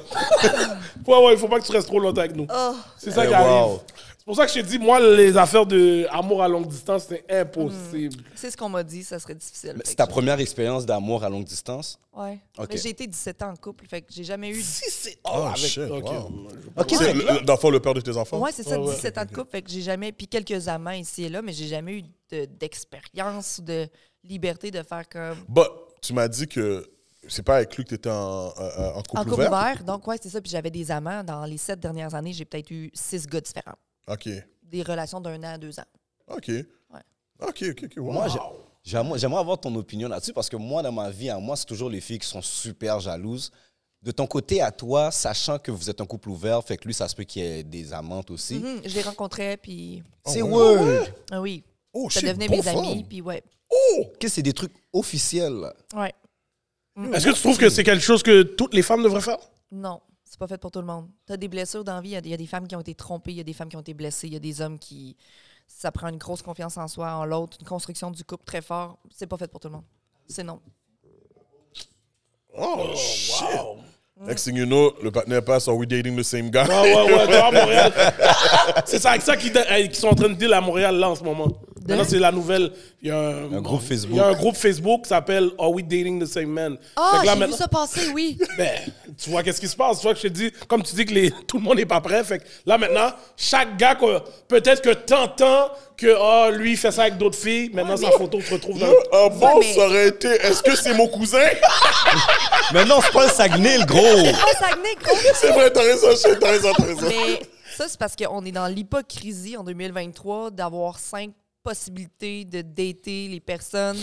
Ouais, ouais, il faut pas que tu restes trop longtemps avec nous.
Oh.
C'est ça
Eh,
qui arrive.
wow.
C'est pour ça que je t'ai dit, moi, les affaires de amour à longue distance, c'est impossible.
Mm.
C'est ce qu'on m'a dit, ça serait difficile.
C'est
Fait
ta
que-
première expérience d'amour à longue distance?
Ouais.
Ok.
Mais j'ai été 17 ans en couple, fait que j'ai jamais eu.
Si c'est.
Oh, shit,
ok.
wow.
Ah, OK.
C'est le- le- dans le fond, le père de tes enfants?
Ouais, c'est ça,
Ouais, ouais.
17 ans de couple, fait que j'ai jamais. Puis quelques amants ici et là, mais j'ai jamais eu de- d'expérience, de liberté de faire comme.
Bah, tu m'as dit que c'est pas avec lui que t'étais en, euh, en couple
En couple
ouvert.
ouvert, donc ouais, c'est ça. Puis j'avais des amants. Dans les sept dernières années, j'ai peut-être eu six gars différents.
OK.
Des relations d'un an à deux ans.
OK. OK, OK, OK. wow.
Moi, j'ai- j'aimerais j'aimerais avoir ton opinion là-dessus parce que moi, dans ma vie, à moi, c'est toujours les filles qui sont super jalouses. De ton côté à toi, sachant que vous êtes un couple ouvert, fait que lui, ça se peut qu'il y ait des amantes aussi.
Hum, je les rencontrais, puis.
C'est word!
Ah oui.
Oh,
Ça
shit,
devenait
bon
mes
fun.
amis, puis ouais.
Oh, Que c'est des trucs officiels. là.
Ouais.
Est-ce que tu trouves que c'est quelque chose que toutes les femmes devraient faire?
Non, c'est pas fait pour tout le monde. T'as des blessures dans la vie, il y a des- il y, a des femmes qui ont été trompées, il y a des femmes qui ont été blessées, il y a des hommes qui. Ça prend une grosse confiance en soi, en l'autre, une construction du couple très fort. C'est pas fait pour tout le monde. C'est non.
Oh, shit. Mm. Next thing you know, le partenaire passe, are we dating the same guy?
eh, Ah ouais, ouais, dehors Montréal. c'est ça, avec ça qu'ils de- euh, qu'ils sont en train de deal à Montréal là en ce moment. Maintenant, c'est la nouvelle. Il y a un,
Un groupe Facebook.
Il y a un groupe Facebook qui s'appelle Are We Dating the Same Man?
Ah,
Fait que là,
j'ai vu
maintenant-
ça passer, oui.
Ben, tu vois qu'est-ce qui se passe. Tu vois que je te dis, comme tu dis que les, tout le monde n'est pas prêt. Fait que là, maintenant, chaque gars, qu'on- peut-être que t'entends que ah, lui, il fait ça avec d'autres filles. Maintenant, sa photo se retrouve dans...
Un Ah bon,
mais-
ça aurait été. Est-ce que c'est mon cousin?
Mais non, c'est pas le Saguenay, le gros.
Ah, Saguenay, gros.
C'est vrai, t'as raison, Shane, t'as raison, t'as raison.
Mais ça, c'est parce qu'on est dans l'hypocrisie en 2023 d'avoir cinq possibilités de dater les personnes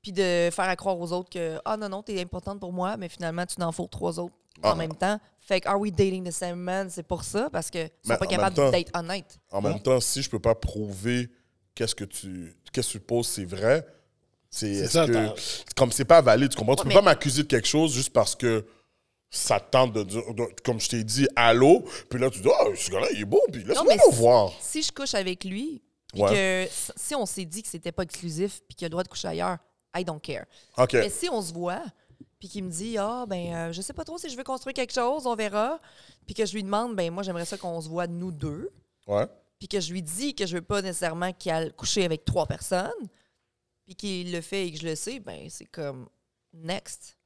puis de faire à croire aux autres que « Ah non, non, t'es importante pour moi, mais finalement, tu n'en faut trois autres
Ah.
en même temps. » Fait que « Are we dating the same man? » C'est pour ça, parce qu'ils
Mais
sont pas
Ben, en
capables
même temps-
d'être honnêtes.
En même temps, si je peux pas prouver qu'est-ce que tu qu'est-ce que tu poses, c'est vrai, c'est est-ce
ça,
que
t'as-
comme c'est pas valide, tu comprends? Tu peux
mais-
pas m'accuser de quelque chose juste parce que ça te tente de dire, de- comme je t'ai dit, allô, puis là tu dis, ah, ce gars-là, il est beau, puis laisse-moi le
si-
voir.
Si je couche avec lui, puis que s- si on s'est dit que c'était pas exclusif puis qu'il a le droit de coucher ailleurs, I don't care.
OK.
Mais si on se voit, puis qu'il me dit Ah, ben, euh, je sais pas trop si je veux construire quelque chose, on verra. Puis que je lui demande Ben, moi, j'aimerais ça qu'on se voit nous deux.
Ouais.
Puis que je lui dis que je veux pas nécessairement qu'il aille coucher avec trois personnes. Puis qu'il le fait et que je le sais, ben, c'est comme Next.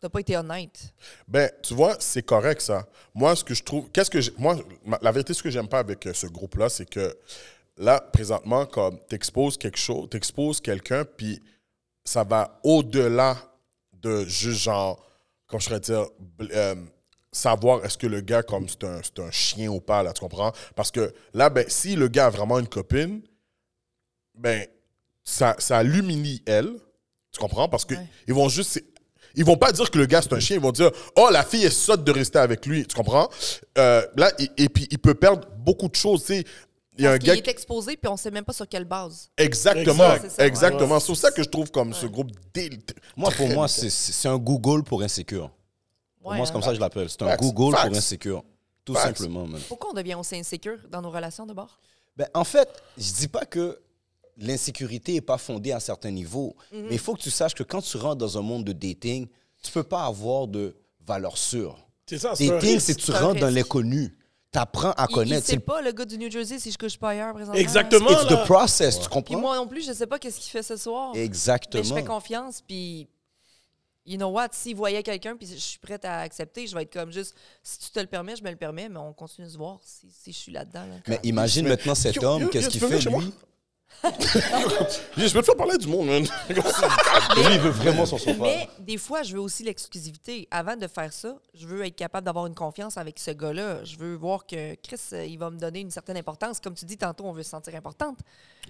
T'as pas été honnête.
Ben, tu vois, c'est correct ça. Moi, ce que je trouve, qu'est-ce que j'ai- moi, ma- la vérité, ce que j'aime pas avec euh, ce groupe-là, c'est que là, présentement, comme t'exposes quelque chose, t'exposes quelqu'un, puis ça va au-delà de juste genre, comment je pourrais dire, bl- euh, savoir est-ce que le gars comme c'est un, c'est un chien ou pas là, tu comprends Parce que là, ben, si le gars a vraiment une copine, ben, ça, ça l'humilie elle, tu comprends Parce que ils vont juste c'est- ils vont pas dire que le gars c'est un chien, ils vont dire oh la fille est sotte de rester avec lui, tu comprends Euh, Là et, et puis il peut perdre beaucoup de choses, tu sais. Il y a un
Parce qu'il
gars
est exposé, puis on sait même pas sur quelle base.
Exactement,
Exact. C'est ça, ouais.
exactement. C'est pour ça que je trouve comme ce groupe dé-
Moi, pour
très-
moi, c'est- c'est c'est un Google pour insécure. Pour
Ouais,
moi, c'est
hein.
comme ça que je l'appelle. C'est un
Facts.
Google
Facts.
pour insécure. Tout
Facts.
simplement, man.
Pourquoi on devient aussi insécure dans nos relations de bord?
Ben, en fait, je dis pas que l'insécurité n'est pas fondée à certains niveaux, mais il faut que tu saches que quand tu rentres dans un monde de dating, tu peux pas avoir de valeur sûre.
C'est ça, c'est un
Dating,
risque.
c'est que tu
C'est un
rentres dans
risque.
l'inconnu. Tu apprends à
Il, il
connaître.
sait
Ah, C'est le-
pas, le gars du New Jersey, si je couche pas ailleurs présentement.
Exactement.
It's
là.
the process, tu
Puis
comprends?
moi non plus, je sais pas qu'est-ce qu'il fait ce soir. Mais je
Exactement.
fais confiance, puis you know what, s'il voyait quelqu'un, puis je suis prête à accepter, je vais être comme juste, si tu te le permets, je me le permets, mais on continue de se voir si, si je suis là-dedans. là.
Mais imagine maintenant cet
Yo,
homme,
yo,
qu'est-ce
yo,
qu'il
tu peux
fait,
venir chez
lui?
Je vais te faire parler du monde, man.
Lui, il veut vraiment son sofa.
Mais des fois, je veux aussi l'exclusivité. Avant de faire ça, je veux être capable d'avoir une confiance avec ce gars-là. Je veux voir que Chris, euh, il va me donner une certaine importance. Comme tu dis tantôt, on veut se sentir importante.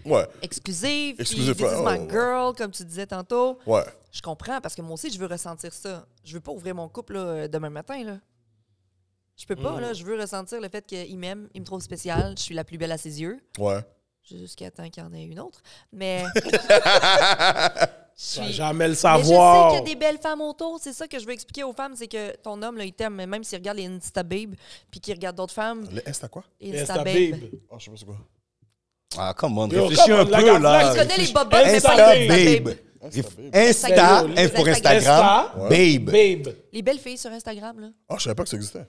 ouais,
Exclusive, puis
Exclusive,
this is
ouais,
my
Oh.
ouais, ouais.
girl, comme tu disais tantôt.
ouais.
Je comprends parce que moi aussi, je veux ressentir ça. Je veux pas ouvrir mon couple là, euh, demain matin. Là. Je peux pas, là. Je veux ressentir le fait qu'il m'aime, il me trouve spécial, je suis la plus belle à ses yeux,
Ouais.
jusqu'à temps qu'il y en ait une autre. Mais. je
Tu vas
suis-
jamais le
Mais je sais
savoir.
qu'il y a des belles femmes autour. C'est ça que je veux expliquer aux femmes, c'est que ton homme, là, il t'aime, même s'il regarde les Insta Babe, puis qu'il regarde d'autres femmes,
Le S, à quoi?
Mais
Insta
ça,
Babe.
babe.
Ah, je sais pas c'est quoi.
Ah, come on,
Yo,
réfléchis
come
un
on, la
peu,
garde-
là.
la-
Tu connais les bobettes, mais
Ah, Insta,
pas les Insta
babe.
Babe.
Insta,
Babe.
F
Instagram.
pour Instagram,
Insta,
babe.
Babe.
Les belles filles sur Instagram, là.
Ah, je savais pas que ça existait.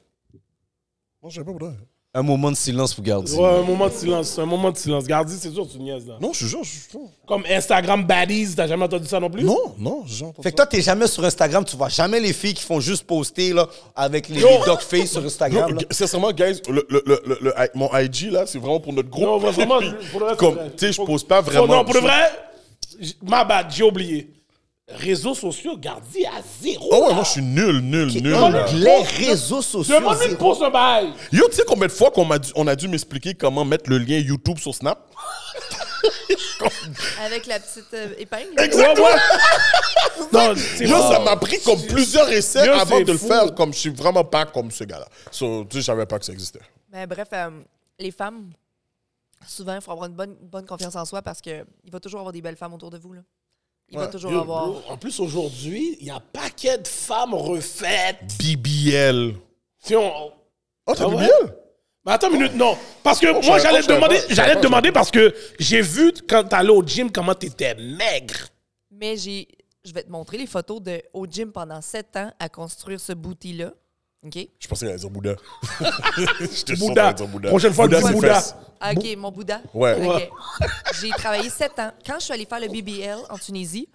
Non, je savais pas pour de vrai.
Un moment de silence pour garder.
Ouais, un moment de silence, un moment de silence. Gardi, c'est sûr que tu niaises, là.
Non, je suis genre, je suis genre.
Comme Instagram baddies, t'as jamais entendu ça non plus?
Non, non, je suis genre.
Fait que toi, t'es jamais sur Instagram, tu vois jamais les filles qui font juste poster là, avec les
Yo.
dog face sur Instagram.
Non,
là.
sincèrement, guys, le, le, le, le, le- mon IG, là, c'est vraiment pour notre groupe.
Non, vraiment, pour le reste,
Comme,
c'est vrai.
tu sais, je pose pas
Oh
vraiment.
non, pour de vrai, j- ma bad, j'ai oublié. Réseaux sociaux, Gardi à zéro.
Oh ouais,
là.
moi, je suis nul, nul, nul.
non,
là.
Les réseaux sociaux.
Demande-lui de
zéro.
poser un bail.
Yo, tu sais combien de fois qu'on m'a dû- on a dû m'expliquer comment mettre le lien YouTube sur Snap?
Avec la petite euh, épingle.
Exactement.
Non, c'est
Yo,
bon.
ça m'a pris comme plusieurs essais
Yo,
avant
c'est
de le
fou.
faire, comme je suis vraiment pas comme ce gars-là. So, tu sais, je savais pas que ça existait.
Mais bref, euh, les femmes, souvent, il faut avoir une bonne, bonne confiance en soi parce que il va toujours avoir des belles femmes autour de vous. Là. Il va toujours
Yo,
avoir.
bro, en plus, aujourd'hui, il y a un paquet de femmes refaites.
BBL.
Si on-
Oh, t'as
Ah ouais?
BBL?
Mais attends une minute, non. Parce que moi,
savais
j'allais
pas, je savais
te demander,
pas, je savais
j'allais
pas,
te
je
demander parce que j'ai vu quand t'allais au gym comment t'étais maigre.
Mais j'ai. Je vais te montrer les photos de au gym pendant sept ans à construire ce booty-là. OK?
Je pensais qu'il allait dire Bouddha. J'étais sûr qu'il
Bouddha.
allait dire Bouddha.
Prochaine fois,
Bouddha,
dis
c'est
Bouddha.
fesses.
Ah, OK, mon Bouddha.
Ouais.
Ok.
Ouais.
J'ai travaillé sept ans. Quand je suis allée faire le BBL en Tunisie,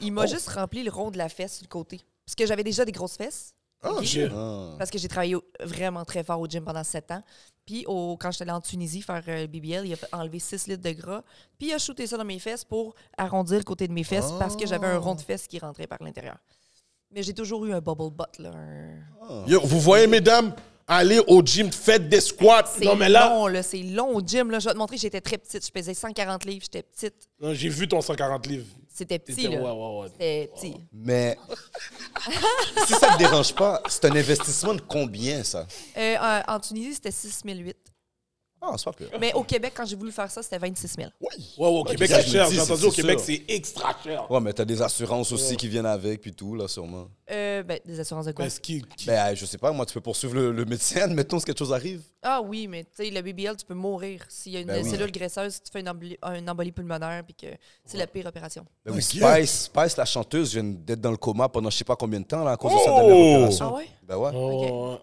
il
Oh.
m'a juste rempli le rond de la fesse sur le côté. Parce que j'avais déjà des grosses fesses. Ok?
Oh, shit.
Ah.
Parce que j'ai travaillé au- vraiment très fort au gym pendant sept ans. Puis au- quand j'étais allée en Tunisie faire euh, le BBL, il a fait- enlevé 6 litres de gras. Puis il a shooté ça dans mes fesses pour arrondir le côté de mes fesses parce que
Ah.
j'avais un rond de fesses qui rentrait par l'intérieur. Mais j'ai toujours eu un bubble butt. Là. un-
Ah.
Yo, vous voyez, mesdames, allez au gym, faites des squats.
C'est
Non, mais là-
long, là. C'est long au gym. Là. Je vais te montrer, j'étais très petite. Je pesais 140 livres, j'étais petite.
Non, J'ai vu ton 140 livres.
C'était petit,
T'étais-
là.
ouais, ouais, ouais.
C'était petit.
Mais si ça te dérange pas, c'est un investissement de combien, ça?
Euh, euh, en Tunisie, c'était 6008.
Ah, c'est pas plus.
Mais au Québec, quand j'ai voulu faire ça, c'était 26 000.
Ouais, ouais, au Québec, c'est
Ah, je me
cher.
dis,
J'ai entendu,
c'est
au Québec,
sûr.
c'est extra cher.
Ouais, mais t'as des assurances aussi qui viennent avec, puis tout, là, sûrement.
Euh, ben, des assurances de quoi?
Ben, ce qui- qui-
Ben, euh, je sais pas, moi, tu peux poursuivre le, le médecin, mettons, si quelque chose arrive.
Ah oui, mais tu sais, le BBL, tu peux mourir. S'il y a une
Ben oui.
cellule graisseuse, si tu fais une, emboli- une embolie pulmonaire, puis que c'est la pire opération.
Ben
Ok.
oui, Spice, Spice, la chanteuse, vient d'être dans le coma pendant je sais pas combien de temps, là, à cause de sa
Oh!
dernière opération.
Ah ouais?
Ben ouais.
Oh, ouais.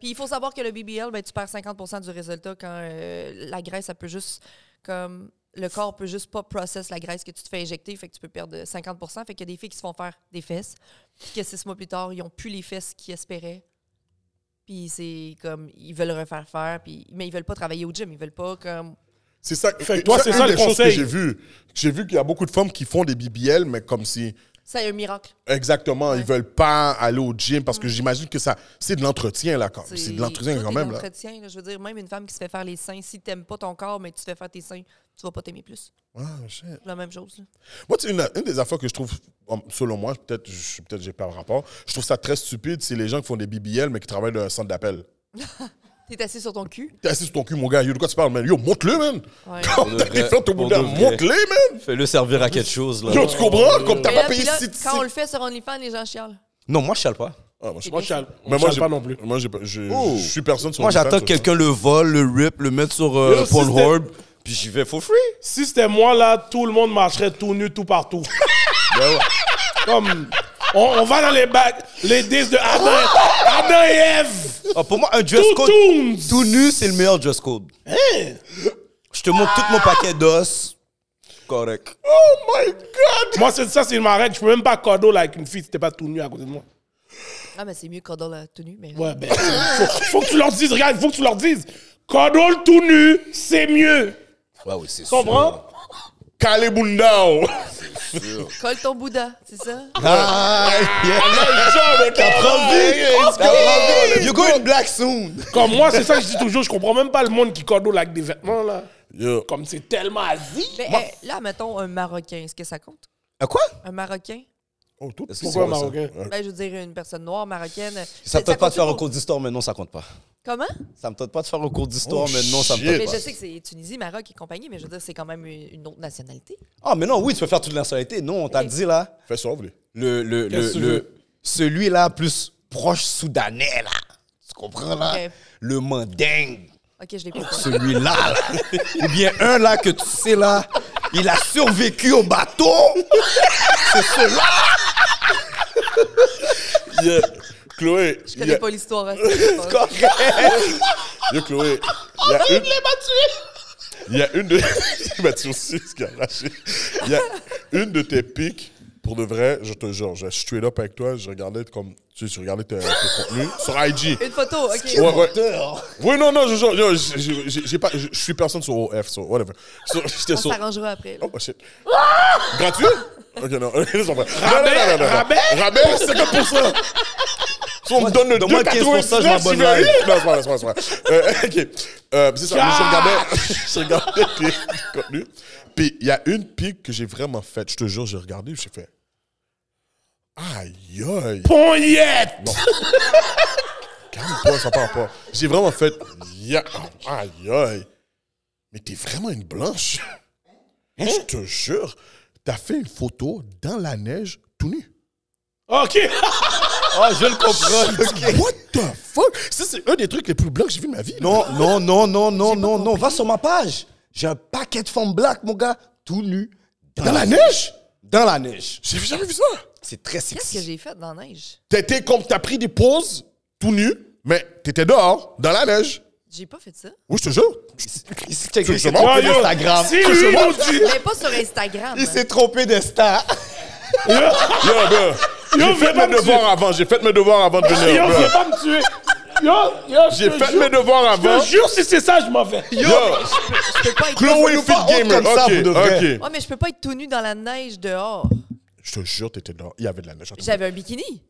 Puis il faut savoir que le BBL, ben, tu perds 50 du résultat quand euh, la graisse, ça peut juste. comme Le corps peut juste pas process la graisse que tu te fais injecter, fait que tu peux perdre 50 Fait qu'il y a des filles qui se font faire des fesses, puis que six mois plus tard, ils ont plus les fesses qu'ils espéraient. Puis c'est comme, ils veulent refaire faire, puis, mais ils veulent pas travailler au gym, ils veulent pas comme.
C'est ça.
Fait que toi, c'est
une
ça
des
le
choses
conseil.
que j'ai vu. J'ai vu qu'il y a beaucoup de femmes qui font des BBL, mais comme si.
C'est un miracle.
Exactement, ils veulent pas aller au gym parce que j'imagine que ça. C'est de l'entretien, là, quand C'est de l'entretien,
tout
quand
est
même, là.
l'entretien, là. Je veux dire, même une femme qui se fait faire les seins, si t'aimes pas ton corps, mais tu te fais faire tes seins, tu vas pas t'aimer plus.
Ah, shit.
C'est La même chose. là.
Moi, tu sais, une, une des affaires que je trouve, um, selon moi, peut-être je- peut-être j'ai pas le rapport, je trouve ça très stupide, c'est les gens qui font des BBL mais qui travaillent dans un centre d'appel.
T'es assis sur ton cul.
T'es assis sur ton cul, mon gars, yo, de quoi tu parles, man? Yo, monte-le, man! Comme
Ouais.
Pour
t'as
de
des
vrai,
fêtes au
pour
bout d'un,
de vrai.
monte-le, man!
Fais-le servir à quelque chose, là.
Yo, tu comprends? Comme t'as
Mais là,
pas payé
puis là,
si...
quand on le fait sur OnlyFans, les gens chialent.
Non, moi, je chiale pas.
Ah, moi, je
Moi, je chiale.
mais
Mais
moi,
moi,
j'ai-
pas non plus.
Moi, j'ai pas- je
Oh.
je suis personne sur
Moi,
le
j'attends
fan,
que quelqu'un le vole, le rip, le mette sur euh,
Yo, si
Pornhub, puis j'y vais for free.
Si c'était moi, là, tout le monde marcherait tout nu, tout partout.
Ben
Comme. On, on va dans les bacs, les disques de Adam, Adam et Ève.
Ah, pour moi, un dress
Tout
code
tourne.
tout nu, c'est le meilleur dress code. Je te montre tout mon paquet d'os. Correct.
Oh my God!
Moi, c'est ça, c'est une m'arrête. Je peux même pas cordeau là, avec une fille si t'es pas tout nu à côté de moi.
Ah, mais c'est mieux quand on l'a tenue. Mais...
Ouais, ben, faut, faut que tu leur dises, regarde, faut que tu leur dises. Cordeau le tout nu, c'est mieux.
Ouais, oui, c'est
Tu comprends?
Kalebundao!
Colle ton Bouddha, c'est ça?
Ah, You're going black soon.
Comme moi, c'est ça que je dis toujours, je comprends même pas le monde qui cordeau là, avec des vêtements, là.
Yo,
Comme c'est tellement asie.
Mais eh, là, mettons un Marocain, est-ce que ça compte?
À quoi?
Un Marocain?
oh, tout
Est-ce que
pour
c'est
Pourquoi
moi,
un
quoi, ça?
Marocain?
Ben, je veux dire, une personne noire, marocaine.
Ça me tente pas de faire un
compte-tu
cours d'histoire, mais non, ça compte pas.
pour- Comment?
Ça me tente pas de faire un cours d'histoire,
Oh,
mais non, ça me
shit.
tente
Mais
pas.
je sais que c'est Tunisie, Maroc et compagnie, mais je veux dire, c'est quand même une une autre nationalité.
Ah, mais non, oui, tu peux faire toute l'insolité. Non, on t'a dit là.
Fais ça, vous voulez.
Le, le, le,
Qu'est-ce que
le-
je veux?
celui-là plus proche soudanais là. Tu comprends là?
Ok.
Le mandingue.
OK, je l'ai
Oh,
pas.
Celui-là là. Ou bien un là que tu sais là. Il a survécu au bateau. C'est celui-là.
Yeah. Chloé,
Je connais
yeah.
pas l'histoire. hein, c'est pas-
Yo, Chloé,
Oh,
il y a une... Il y a une de... Il m'a tué aussi, ce qui a lâché. Il y a une de tes pics, pour de vrai, je te jure, je suis up avec toi, je regardais comme... Tu sais, je regardais tes, tes contenus sur IG.
Une photo, OK.
Ouais, ouais. Oui, non, non, je jure, yo, j'ai- j'ai- j'ai- j'ai pas... Je je suis personne sur OF, sur whatever. Sur- J'étais
On
sur...
s'arrangera après. là.
Oh, shit. Gratuit? Ok, non. Ils sont pas- non, non, non, non,
Rabais,
non.
rabais?
Rabais, 50%. Si on me donne le
donne-moi 15%, je
2,99,
m'abonne
je vais
live.
rire. Non, c'est pas vrai, c'est pas vrai, c'est pas vrai. Euh, OK. Euh, c'est ça, je regardais, je regardais tes contenus. Puis il y a une pique que j'ai vraiment faite. Je te jure, j'ai regardé, j'ai fait... Aïe, aïe.
Ponyette!
Calme-toi, ça part pas. J'ai vraiment fait... Ya- Aïe, aïe. Mais t'es vraiment une blanche.
Hein?
Je te jure, t'as fait une photo dans la neige tout nu.
Ok!
Ah, je le comprends.
What the fuck? Ça, c'est un des trucs les plus blancs que j'ai vu de ma vie.
Non, non, non, non, non, non, non. Va sur ma page. J'ai un paquet de femmes black, mon gars, tout nu. Dans,
Dans la neige?
Dans la neige.
J'ai jamais vu ça.
C'est très
Qu'est-ce que
sexy.
j'ai fait dans la neige?
T'as été comme, t'as pris des pauses tout nu, mais t'étais dehors, dans la neige.
J'ai pas fait ça.
Oui, je te jure.
Il s'est checké
Je
ses
m'en
trompé
fous.
Ah,
d'Instagram.
Si lui nous dit...
Mais pas sur Instagram.
Il s'est trompé d'Insta.
Yo, ben, j'ai
viens
fait
pas
mes
me
devoirs avant. J'ai fait mes devoirs avant de venir.
Yo,
ben.
viens pas me tuer. Yo, yo, je
J'ai
te
fait
jure-
mes devoirs avant.
Je te jure, si c'est ça, je m'en vais.
Yo,
Je peux pas être...
Chloé
Faut pas
Fit
honte
Gamer.
comme ça,
Ok,
vous devrez.
ok.
Ouais, mais je peux pas être tout nu dans la neige dehors.
Je te jure, t'étais dehors. Il y avait de la neige.
J'avais un bikini.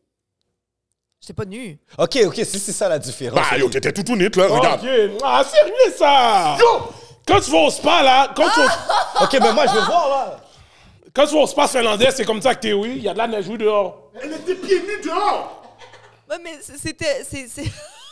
J'étais pas nu.
OK, OK, si c'est ça la différence.
Bah, yo, t'étais tout tout nid, là. Regarde.
Ok, ah, c'est réglé ça. Quand tu vas au spa, là, quand tu, vas au-
OK, mais moi, je veux voir, là.
quand tu vas au spa finlandais, c'est comme ça que t'es, oui. Il y a de la neige, oui, dehors.
Ouais, mais c- c'était... c'est- c'est-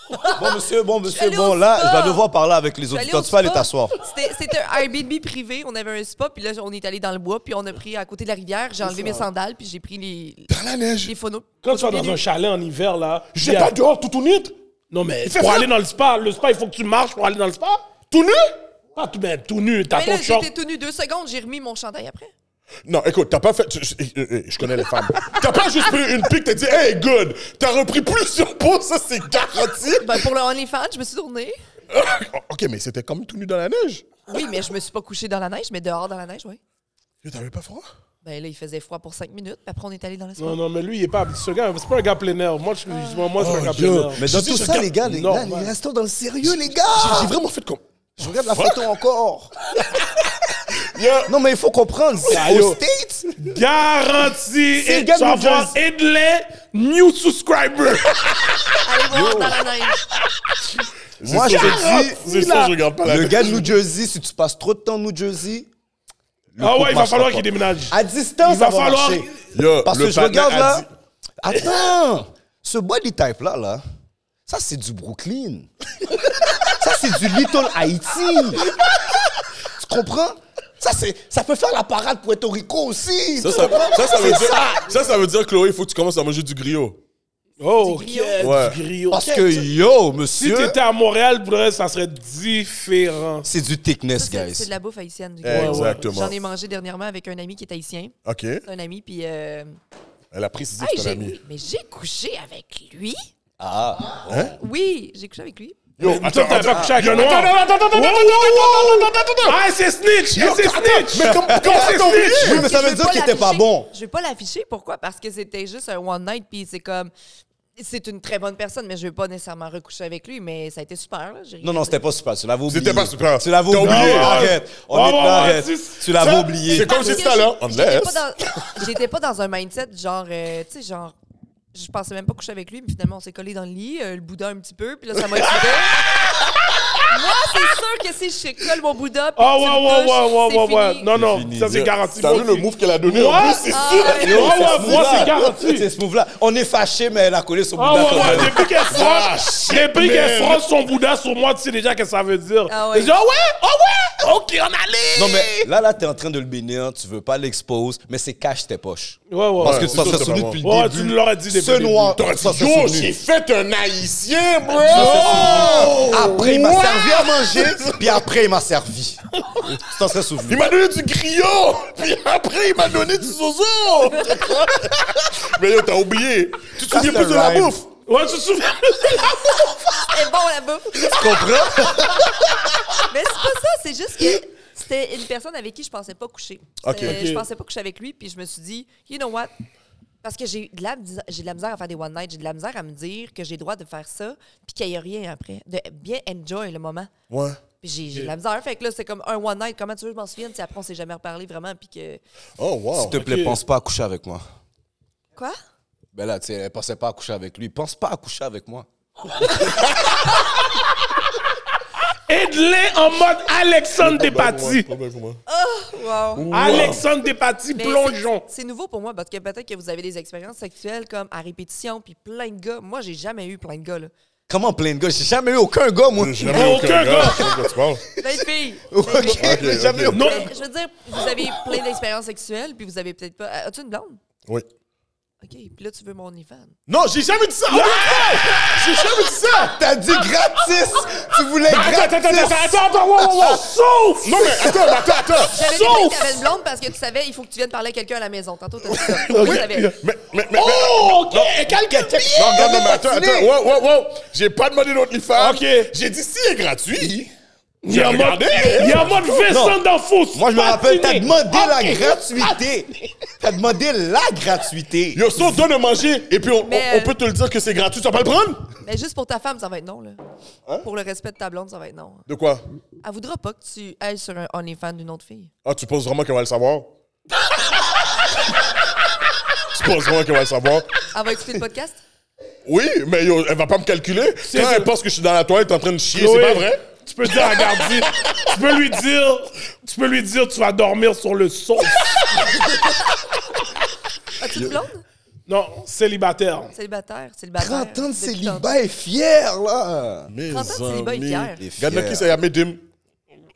Bon, monsieur, bon,
suis
monsieur,
allée
bon,
au
là, je
spa.
vais devoir parler avec les autres.
J'allais
Tu
au
peux aller
spa.
t'asseoir.
C'était c'était un Airbnb privé. On avait un spa, puis là, on est allé dans le bois, puis on a pris à côté de la rivière. J'ai enlevé mes sandales, puis j'ai pris les,
Dans la neige.
les phonos.
Quand tu vas
photos
dans un
pieds nus.
chalet en hiver, là.
J'étais
il y a-
pas dehors tout tout nid.
Non, mais
fait
pour
ça.
aller dans le spa, le spa, il faut que tu marches pour aller dans le spa.
Tout nu?
Pas tout, ben, tout nu, t'as
Mais là,
ton short.
j'étais tout nu deux secondes. J'ai remis mon chandail après.
Non, écoute, t'as pas fait. Je, je- je- je connais les femmes. T'as pas juste pris une pique, t'as dit, hey, good. T'as repris plusieurs pots, ça, c'est garanti. Oh,
Ben, pour le OnlyFans, je me suis tournée.
ok, mais c'était comme tout nu dans la neige.
Oui, mais je me suis pas couchée dans la neige, mais dehors dans la neige, oui.
Yo, T'avais pas froid?
Ben là, il faisait froid pour cinq minutes, puis après, on est allé dans le spa.
Non, non, mais lui, il est pas. Ce gars, c'est pas un gars plein air. Moi, je, moi, moi, c'est
Oh,
un gars
yo.
plein air.
Mais dans
Je dis,
tout
je
ça,
regarde-
les gars, les gars,
Normal.
restons dans le sérieux, les gars.
J'ai vraiment fait comme.
Je regarde la photo encore.
Yo,
Non, mais il faut comprendre.
Ah,
C'est
yo.
aux States.
Garanti,
C'est le
et
gars
tu
de
vas
New Jersey.
avoir Edley, new subscriber.
Allez voir dans la neige.
Moi,
c'est
je
ça,
te
dis,
dis,
c'est ça, je regarde pas la
Le
neige.
gars de New Jersey, si tu passes trop de temps au New Jersey. le
Ah
couple
ouais, il va
marchera
falloir
pas.
qu'il déménage.
À distance,
Il va
ça va
falloir-
marcher.
Yo,
Parce
le
que je
partenaire
regarde
a
là.
dit-
Attends, ce body type là, là, ça c'est du Brooklyn. ça c'est du Little Haïti. tu comprends? Ça, c'est, ça peut faire la parade Puerto Rico aussi.
Ça
tu
ça,
comprends?
ça, ça veut
C'est
dire, ça, ça veut dire, Chloé, il faut que tu commences à manger du griot.
Oh,
Du
ok,
griot.
Ouais.
du griot.
Parce
Ok,
que yo,
si
monsieur,
t'étais à Montréal, pour vrai, ça serait
Ah.
différent.
c'est du thickness,
Ça, C'est c'est
guys.
de la bouffe haïtienne. du coup.
Exactement.
J'en ai mangé dernièrement avec un ami qui est haïtien.
OK.
Un ami, puis. euh,
Elle a précisé
hey,
que c'est un
j'ai-
ami.
Mais j'ai couché avec lui.
Ah,
Oui, j'ai couché avec lui.
Yo,
Mais toi, t'avais pas couché avec un noir.
Attends, attends, attends,
Wow,
attends,
wow, wow,
attends,
wow.
attends, attends, attends, attends.
Ah, c'est snitch!
Yo,
Ah, c'est
attends,
snitch!
mais comme- comment
Ah,
ça
c'est
t'en
snitch?
oui, mais ça
Je
veut
vais
dire
pas
qu'il était pas
l'afficher.
bon.
Je vais pas l'afficher. Pourquoi? Parce que c'était juste un one night, puis c'est comme. C'est une très bonne personne, mais je vais pas nécessairement recoucher avec lui, mais ça a été super. Là. j'ai rien
Non, non,
dit.
c'était pas super. Tu l'avais oublié.
C'était pas super.
Tu l'avais
T'as
oublié. hein.
oublié.
Arrête. On
Ah,
est
ouais, ouais,
là, arrête.
c'est-
Tu l'avais
ça,
oublié.
c'est comme
Parce
j'ai
que
dit tout à l'heure,
j'ai- j'étais
unless.
pas dans- J'étais pas dans un mindset genre, euh, tu sais, genre, je pensais même pas coucher avec lui, mais finalement, on s'est collé dans le lit, euh, le Bouddha un petit peu, puis là, ça m'a excité. Moi, c'est sûr que si je te colle mon Bouddha, puis
Ah, ouais,
tu me
ouais,
touches,
ouais,
c'est
ouais, ouais, ouais.
fini.
Non,
fini.
non, ça, c'est
Yo,
garanti.
T'as vu le move qu'elle a donné en
Ouais.
plus, c'est
Ah,
sûr.
ouais.
Yo,
Ah, ouais,
ce
moi,
move-là.
c'est garanti.
C'est ce move-là. On est fâché, mais elle a collé son
Ah
bouddha.
ouais,
quand
ouais,
même.
depuis qu'elle
Ah,
frotte, depuis qu'elle frotte son Bouddha sur moi, tu sais déjà que ça veut dire.
Ah ouais.
Et je dis, ah ouais, ah ouais, ok, on allait.
Non, mais là, là, t'es en train de le bénir, tu veux pas l'expose, mais c'est cache tes poches.
Ouais, ouais.
Parce
ouais.
que
c'est
tu t'en
sûr,
serais
c'est
souvenu
pas
depuis
Ouais,
le
tu nous
début.
l'aurais dit depuis
Ce
le début.
noir,
T'aurais
t'en
dit,
serais
yo,
souvenu.
j'ai fait un haïtien, bro!
Après, il m'a
Wow!
servi à manger, puis après, il m'a servi. tu t'en serais souvenu.
Il m'a donné du griot, puis après, il m'a donné du zozo! Mais yo, t'as oublié. Tu te
Ça,
souviens
c'est
plus de la
rhyme.
bouffe?
Ouais, tu te souviens?
C'est bon, la bouffe.
Tu comprends?
Mais c'est pas ça, c'est juste que c'était une personne avec qui je pensais pas coucher.
Ok.
C'était-
Ok.
Je pensais pas coucher avec lui, puis je me suis dit, you know what? Parce que j'ai de, la, mis- j'ai de la misère à faire des one night, j'ai de la misère à me dire que j'ai le droit de faire ça, puis qu'il n'y a rien après, de bien enjoy le moment.
Ouais.
Puis j'ai j'ai de la misère. Fait que là, c'est comme un one night. Comment tu veux que je m'en souvienne? si après, on s'est jamais reparlé vraiment. Puis que.
Oh, wow.
S'il te plaît,
ok.
pense pas à coucher avec moi.
Quoi?
Ben là, tu sais, elle pensait pas à coucher avec lui. Pense pas à coucher avec moi.
Aide-les en mode Alexandre Despatie.
Probablement.
Wow!
Alexandre Despatie,
Mais
plongeon.
C'est c'est nouveau pour moi parce que peut-être que vous avez des expériences sexuelles comme à répétition, puis plein de gars. Moi, j'ai jamais eu plein de gars, là.
Comment plein de gars? J'ai jamais eu aucun gars, moi.
J'ai jamais
Aucun
aucun gars.
gars.
Je sais pas de quoi tu parles.
Plein de Ben, filles! Ben, Plein de
Ok,
filles.
j'ai jamais eu
Non,
Mais je veux dire, vous avez plein d'expériences sexuelles, puis vous avez peut-être pas. As-tu une blonde?
Oui.
OK, puis là, tu veux mon OnlyFans.
Non, j'ai jamais dit ça! Oh, J'ai jamais dit ça!
T'as dit gratis! tu voulais
Attends, attends,
gratis!
attends, attends, attends, wow, wow, wow. Sauf!
Non, mais attends, mais attends, attends!
J'avais compris que t'avais une blonde parce que tu savais, il faut que tu viennes parler à quelqu'un à la maison. Tantôt, t'as dit ça. Moi, je savais.
Mais, mais, mais,
Oh, OK, quelques
mais- non, regarde, non, mais attends,
Patiné.
attends, wow, wow, wow! J'ai pas demandé d'autres femmes.
Ok.
J'ai dit, s'il est gratuit,
Il y a en mode,
Regardez.
il y a en mode Vincent
Non.
dans fausse.
Moi, je me rappelle, t'as demandé la
gratuité.
gratuité! T'as demandé la gratuité!
yo, si on te donne à manger, et puis on,
Mais-
on-
euh,
on peut te le dire que c'est gratuit, tu vas pas le prendre?
Mais juste pour ta femme, ça va être non, là.
Hein?
Pour le respect de ta blonde, ça va être non.
De quoi?
Elle voudra pas que tu ailles sur un OnlyFans d'une autre fille.
Ah, tu penses vraiment qu'elle va le savoir? tu penses vraiment qu'elle va le savoir?
Elle va écouter le podcast?
Oui, mais yo, elle va pas me calculer. Quand
ça.
elle pense que je suis dans la toilette en train de chier,
Chloé,
c'est pas vrai?
Ah, Tu peux dire à Gardi, tu peux lui dire, tu peux lui dire, tu vas dormir sur le sol.
As-tu une blonde?
Non, célibataire.
Célibataire, célibataire.
30 ans de
Depuis
célibat est fier, là!
Mes
ans de célibat, il est
amis.
fier.
Il est fier.
Regarde là qui c'est Yamé Dim.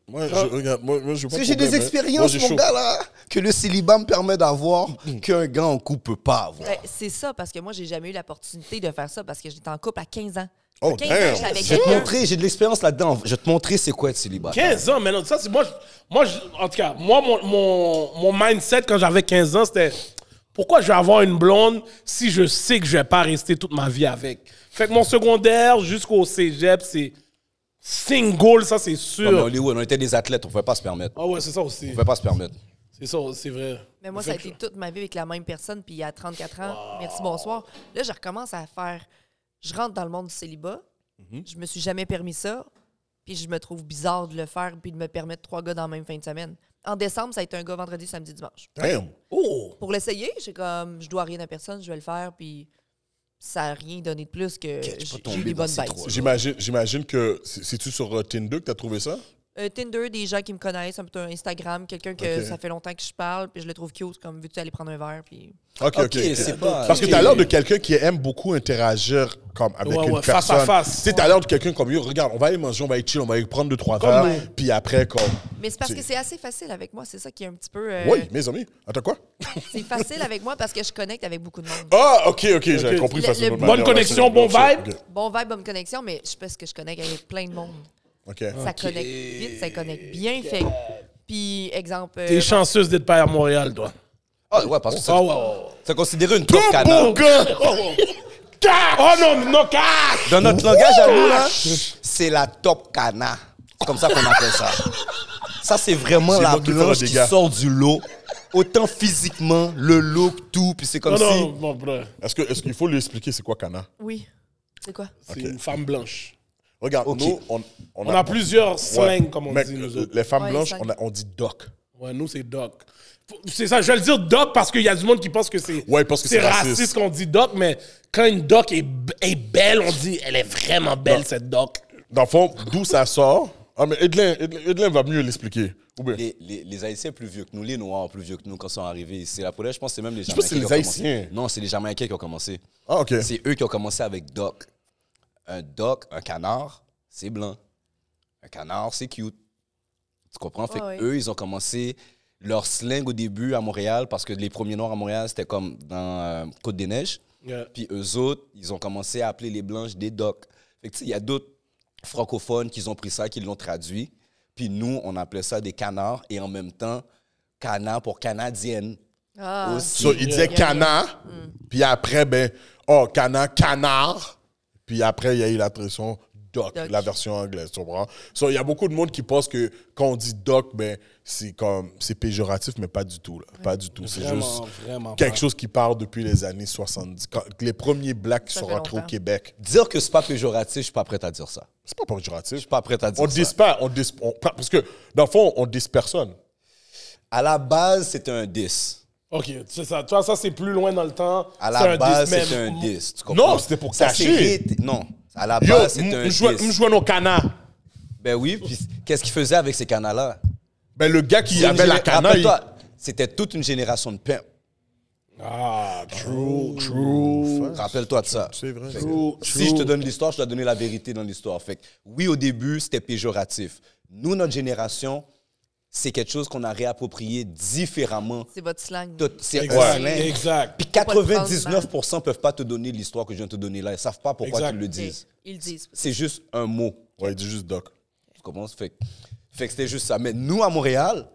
Moi, je regarde. Moi, moi, j'ai pas
Parce
de
que j'ai
problème,
des
hein. Moi, Mm.
expériences,
j'ai
mon
chaud.
gars, là, que le célibat me permet d'avoir, qu'un gars en couple peut pas avoir.
Ben, c'est ça, parce que moi, j'ai jamais eu l'opportunité de faire ça parce que j'étais en couple à 15 ans.
Oh,
à 15
damn.
ans, j'étais avec
Je vais te
quelqu'un.
montrer, j'ai de l'expérience là-dedans. Je vais te montrer c'est quoi être célibataire.
15 ans, maintenant. Ça, c'est moi, je- moi je- en tout cas, moi, mon, mon, mon mindset quand j'avais 15 ans, c'était pourquoi je vais avoir une blonde si je sais que je vais pas rester toute ma vie avec. Fait que mon secondaire jusqu'au cégep, c'est single, ça, c'est
Non, mais
sûr.
Hollywood, on était des athlètes, on pouvait pas se permettre. On
Ah ouais, c'est ça aussi.
pouvait pas se permettre.
C'est ça, c'est vrai.
Mais moi, ça a été toute ma vie avec la même personne, puis à 34 ans, merci, bonsoir. Là, je recommence à faire. Je rentre dans le monde du célibat.
Mhm.
Je me suis jamais permis ça. Puis je me trouve bizarre de le faire, puis de me permettre trois gars dans la même fin de semaine. En décembre, ça a été un gars vendredi, samedi, dimanche.
Damn.
Oh!
Pour l'essayer, j'ai comme, je dois rien à personne, je vais le faire, puis ça n'a rien donné de plus que
tu peux
j'ai j'ai
tomber
eu des
dans
bonnes
ces
bêtes.
trois-là.
J'imagine, j'imagine que c'est- c'est-tu sur euh, Tinder que t'as trouvé ça?
Euh, Tinder, des gens qui me connaissent, un peu Instagram, quelqu'un que
Ok.
ça fait longtemps que je parle, puis je le trouve cute, comme veux-tu aller prendre un verre, puis.
Ok, ok.
Ok, c'est pas.
Parce que t'as l'air de quelqu'un qui aime beaucoup interagir comme avec
Ouais,
une
ouais, face
personne.
à face.
Tu sais, t'as l'air de quelqu'un comme, yo, regarde, on va aller manger, on va aller chill, on va aller prendre deux, trois verres,
ouais.
puis après, comme...
Mais c'est parce
C'est-
que c'est assez facile avec moi, c'est ça qui est un petit peu. euh,
Oui, mes amis. Attends, quoi?
C'est facile avec moi parce que je connecte avec beaucoup de monde.
Ah, ok, ok, j'avais
Ok.
compris.
Le-
face à
le-
votre
Bonne
manière, là,
connexion,
c'est-
bon vibe.
ok,
Bon vibe, bonne connexion, mais je pense que je connecte avec plein de monde.
Ok.
Ça connecte vite, ça connecte bien. Fait. Puis, exemple. euh,
T'es chanceuse d'être pas à Montréal, toi.
Ah, ouais, parce que
Oh,
ça- ça considéré une top
Bon
canard.
gars!
Oh non, non, cash!
Dans notre langage à nous, là, c'est la top cana. C'est comme ça qu'on appelle ça. Ça, c'est vraiment
C'est
la
moi qui fera
blanche
des
qui
gars.
sort du lot. Autant physiquement, le look, tout. Puis c'est comme
Non,
si...
non, bon, bro,
Est-ce que- est-ce qu'il faut lui expliquer c'est quoi Cana?
Oui. C'est quoi?
c'est une femme blanche.
Regarde,
Ok.
nous, on,
On a plusieurs slang, comme on
mais,
dit,
euh,
nous autres.
Les femmes
Ouais,
blanches,
slang.
on, a- on dit doc.
Ouais, nous, c'est Doc. Faut- C'est ça, je vais le dire Doc parce qu'il y a du monde qui pense que c'est
Ouais, parce que c'est raciste.
qu'on dit Doc, mais quand une Doc est, b- est belle, on dit elle est vraiment belle, cette Doc.
Dans le fond, d'où ça sort. Ah, mais Edlin, Edlin, Edlin va mieux l'expliquer. Ou bien.
Les, les, les Haïtiens plus vieux que nous, les Noirs plus vieux que nous, quand ils sont arrivés ici, la première, je pense que c'est même les
pense que
Jamaïcains.
c'est les
qui ont commencé.
Haïtiens.
Non, c'est les Jamaïcains qui ont commencé.
Ah, ok.
C'est eux qui ont commencé avec Doc. Un Doc, un canard, c'est blanc. Un canard, c'est cute. Tu comprends? Fait
Ouais,
que
ouais.
eux, ils ont commencé leur slang au début à Montréal parce que les premiers Noirs à Montréal, c'était comme dans euh, Côte-des-Neiges.
Yeah.
Puis eux autres, ils ont commencé à appeler les Blanches des Docs. Fait que tu sais, il y a d'autres francophones qui ont pris ça, qui l'ont traduit. Puis nous, on appelait ça des canards et en même temps, canard pour canadienne.
Ah.
Aussi.
So, il disait
Yeah.
Cana,
Mm.
puis après, ben, oh, Cana, canard. Puis après, il y a eu la traduction doc,
Doc.
la version anglaise, tu comprends? So, il y a beaucoup de monde qui pense que quand on dit doc, ben, c'est comme, c'est péjoratif, mais pas du tout, là. Pas du tout. C'est juste
vraiment.
quelque chose qui part depuis les années 70. Quand les premiers blacks qui
Ça
sont
fait
rentrés au
longtemps.
Québec,
Dire que c'est pas péjoratif, je suis pas prête à dire ça.
c'est pas
Je
péjoratif.
suis pas prête à dire
On
ça.
dis pas, on dis, on- parce que dans le fond, on dis personne.
À la base, c'était un 10.
Ok, c'est ça. Toi, ça, c'est plus loin dans le temps.
À
C'est
la
un
base,
10,
c'était un
mais-
10. Tu comprends?
Non, c'était pour
Ça,
cacher.
c'est- Non. À la
Yo,
base, c'était Bah, un
me joue-
10.
me joue nos canards.
Ben oui, puis qu'est-ce qu'il faisait avec ces canards-là?
Ben, le gars qui
Une
avait la
géné-
cana, il...
Rappelle-toi, C'était toute une génération de pimps.
Ah, true, true.
Rappelle-toi de ça.
C'est vrai.
Si je te donne l'histoire, je dois donner la vérité dans l'histoire. Fait que, oui, au début, c'était péjoratif. Nous, notre génération, c'est quelque chose qu'on a réapproprié différemment.
C'est votre slang.
Tout- C'est un
Exact.
slang.
Exact.
Puis
pas le prendre
99% peuvent pas te donner l'histoire que je viens de te donner là. Ils savent pas pourquoi
Exact.
tu le
Ok,
dis.
Ils le disent.
C'est juste un mot.
Ouais, il dit juste doc.
Tu comprends? Fait, que- fait que c'était juste ça. Mais nous, à Montréal,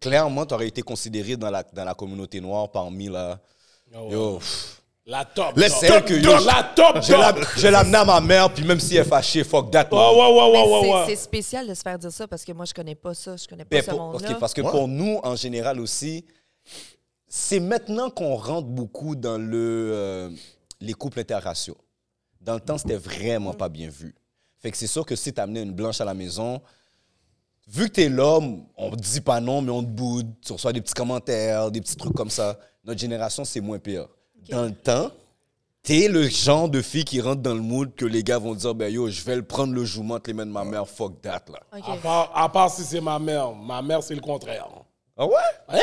clairement, tu aurais été considéré dans la, dans la communauté noire parmi la.
Oh, ouais. Oh,
Yo, pff.
La top.
Laisse
dog.
celle que yo-
La top.
Je l'am-
dog.
je l'amenais à ma mère, puis même si elle est fâchée, fuck that.
Ouais,
man.
ouais, ouais,
Mais
ouais,
c'est-
ouais, ouais.
C'est spécial de se faire dire ça parce que moi, je connais pas ça. Je connais pas
Ben,
ce
pour-
monde-là.
ok, parce que pour nous, en général aussi, c'est maintenant qu'on rentre beaucoup dans le, euh, les couples interraciaux. Dans le temps, c'était vraiment
Mm.
pas bien vu. Fait que c'est sûr que si t'amenais une blanche à la maison, vu que t'es l'homme, on te dit pas non, mais on te boude, tu reçois des petits commentaires, des petits trucs comme ça. Notre génération, c'est moins pire. Dans le temps, t'es le genre de fille qui rentre dans le mood que les gars vont dire, ben yo, je vais le prendre le jour entre les mains de ma mère, fuck that, là.
Ok.
À part, à part si c'est ma mère. Ma mère, c'est le contraire. Hein?
Ah ouais?
Ah,